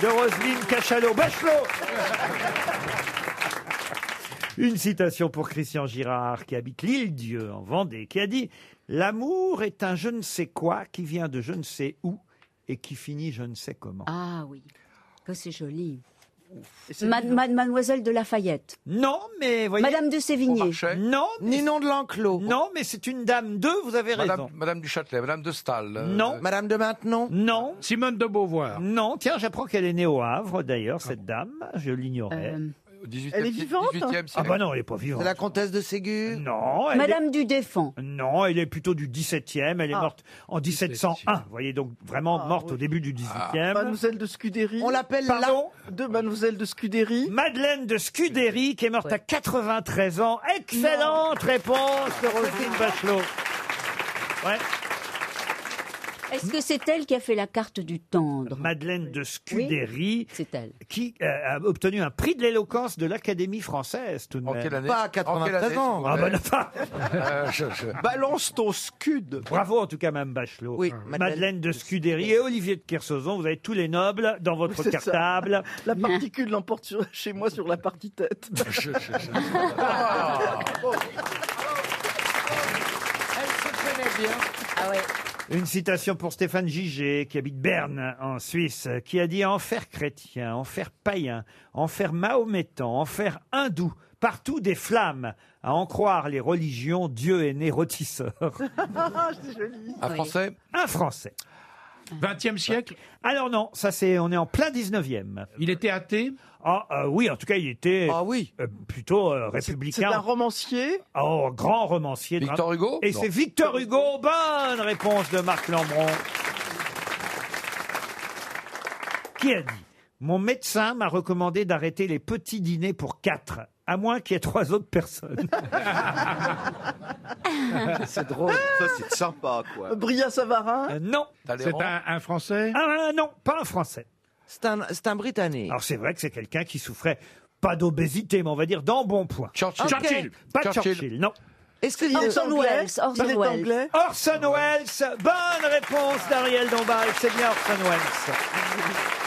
Speaker 2: de Roselyne Cachalot-Bachelot. Une citation pour Christian Girard, qui habite l'île Dieu en Vendée, qui a dit L'amour est un je ne sais quoi qui vient de je ne sais où et qui finit je ne sais comment.
Speaker 4: Ah oui, que c'est joli.
Speaker 2: c'est
Speaker 4: Ma-
Speaker 2: dur.
Speaker 4: ma- Mademoiselle de Lafayette.
Speaker 2: Non, mais voyez.
Speaker 4: Madame de Sévigné.
Speaker 2: Non.
Speaker 20: Ninon de l'Enclos.
Speaker 2: Non, mais c'est une dame de, vous avez
Speaker 1: Madame,
Speaker 2: raison.
Speaker 1: Madame du Châtelet, Madame de Stahl. euh,
Speaker 2: Non.
Speaker 20: Madame de Maintenon
Speaker 2: Non.
Speaker 13: Simone de Beauvoir
Speaker 2: Non, tiens, j'apprends qu'elle est née au Havre, d'ailleurs, cette dame. Je l'ignorais.
Speaker 4: Euh,
Speaker 1: au 18e
Speaker 20: Elle est
Speaker 1: siècle-
Speaker 20: vivante
Speaker 1: 18e siècle.
Speaker 2: Ah bah non, elle n'est pas vivante. Euh,
Speaker 20: C'est la comtesse de Ségur
Speaker 2: Non, elle
Speaker 4: Madame
Speaker 2: est-
Speaker 4: du Défend.
Speaker 2: Non, elle est plutôt du 17e. Elle est
Speaker 20: Ah.
Speaker 2: morte en 1701. Vous voyez, donc
Speaker 4: Ah,
Speaker 2: vraiment morte au début du
Speaker 18: Ah.
Speaker 2: 18e.
Speaker 18: Mademoiselle de Scudéry.
Speaker 20: On l'appelle la-
Speaker 2: Pardon
Speaker 18: De Mademoiselle de Scudéry.
Speaker 2: Madeleine de Scudéry, qui est morte à 93 ans. Excellente réponse de Roselyne Bachelot. Ouais.
Speaker 4: Est-ce que c'est elle qui a fait la carte du tendre
Speaker 2: Madeleine de Scudéry,
Speaker 4: C'est elle.
Speaker 2: qui euh, a obtenu un prix de l'éloquence de l'Académie française, tout de même.
Speaker 1: quelle année Pas à 93 En quelle année,
Speaker 2: Ah, bah,
Speaker 1: s'il vous
Speaker 2: non, pas-
Speaker 1: Euh, je- je-
Speaker 2: Balance ton scud. Bravo en tout cas, Mme Bachelot.
Speaker 20: Oui,
Speaker 2: Madeleine,
Speaker 20: Madeleine
Speaker 2: de Scudéry et Olivier de Kersauzon, vous avez tous les nobles dans votre
Speaker 18: C'est ça.
Speaker 2: cartable.
Speaker 18: La particule l'emporte sur- chez moi sur la partie tête.
Speaker 20: Ah ouais.
Speaker 2: Une citation pour Stéphane Gigé, qui habite Berne, en Suisse, qui a dit Enfer chrétien, enfer païen, enfer mahométan, enfer hindou, partout des flammes. À en croire les religions, Dieu est né rôtisseur.
Speaker 7: Oh,
Speaker 18: C'est joli.
Speaker 2: Un Français.
Speaker 13: 20e siècle
Speaker 2: Alors non, ça c'est, on est en plein 19e.
Speaker 13: Il était athée
Speaker 2: Ah euh, oui, en tout cas il était euh, plutôt euh,
Speaker 18: C'est
Speaker 2: républicain.
Speaker 18: un romancier.
Speaker 2: Oh, grand romancier.
Speaker 1: Victor Hugo
Speaker 2: Et
Speaker 1: Non.
Speaker 2: c'est Victor Hugo. Bonne réponse de Marc Lambron. Qui a dit Mon médecin m'a recommandé d'arrêter les petits dîners pour quatre, à moins qu'il y ait trois autres personnes.
Speaker 21: C'est drôle. Ça, c'est sympa, quoi.
Speaker 18: Bria Savarin.
Speaker 2: Euh, non.
Speaker 13: C'est un, un Français
Speaker 2: Ah non, pas un Français.
Speaker 20: C'est un, c'est un Britannique.
Speaker 2: Alors c'est vrai que c'est quelqu'un qui souffrait pas d'obésité, mais on va dire dans bon point.
Speaker 1: Churchill.
Speaker 20: Ok. Churchill.
Speaker 2: Pas
Speaker 1: Churchill.
Speaker 2: Churchill, non.
Speaker 20: Est-ce qu'il est
Speaker 4: Orson
Speaker 20: anglais
Speaker 4: Welles. Orson
Speaker 20: Il est
Speaker 4: Welles.
Speaker 20: anglais
Speaker 2: Orson Welles. Bonne réponse d'Ariel Dombal. C'est bien Orson Welles.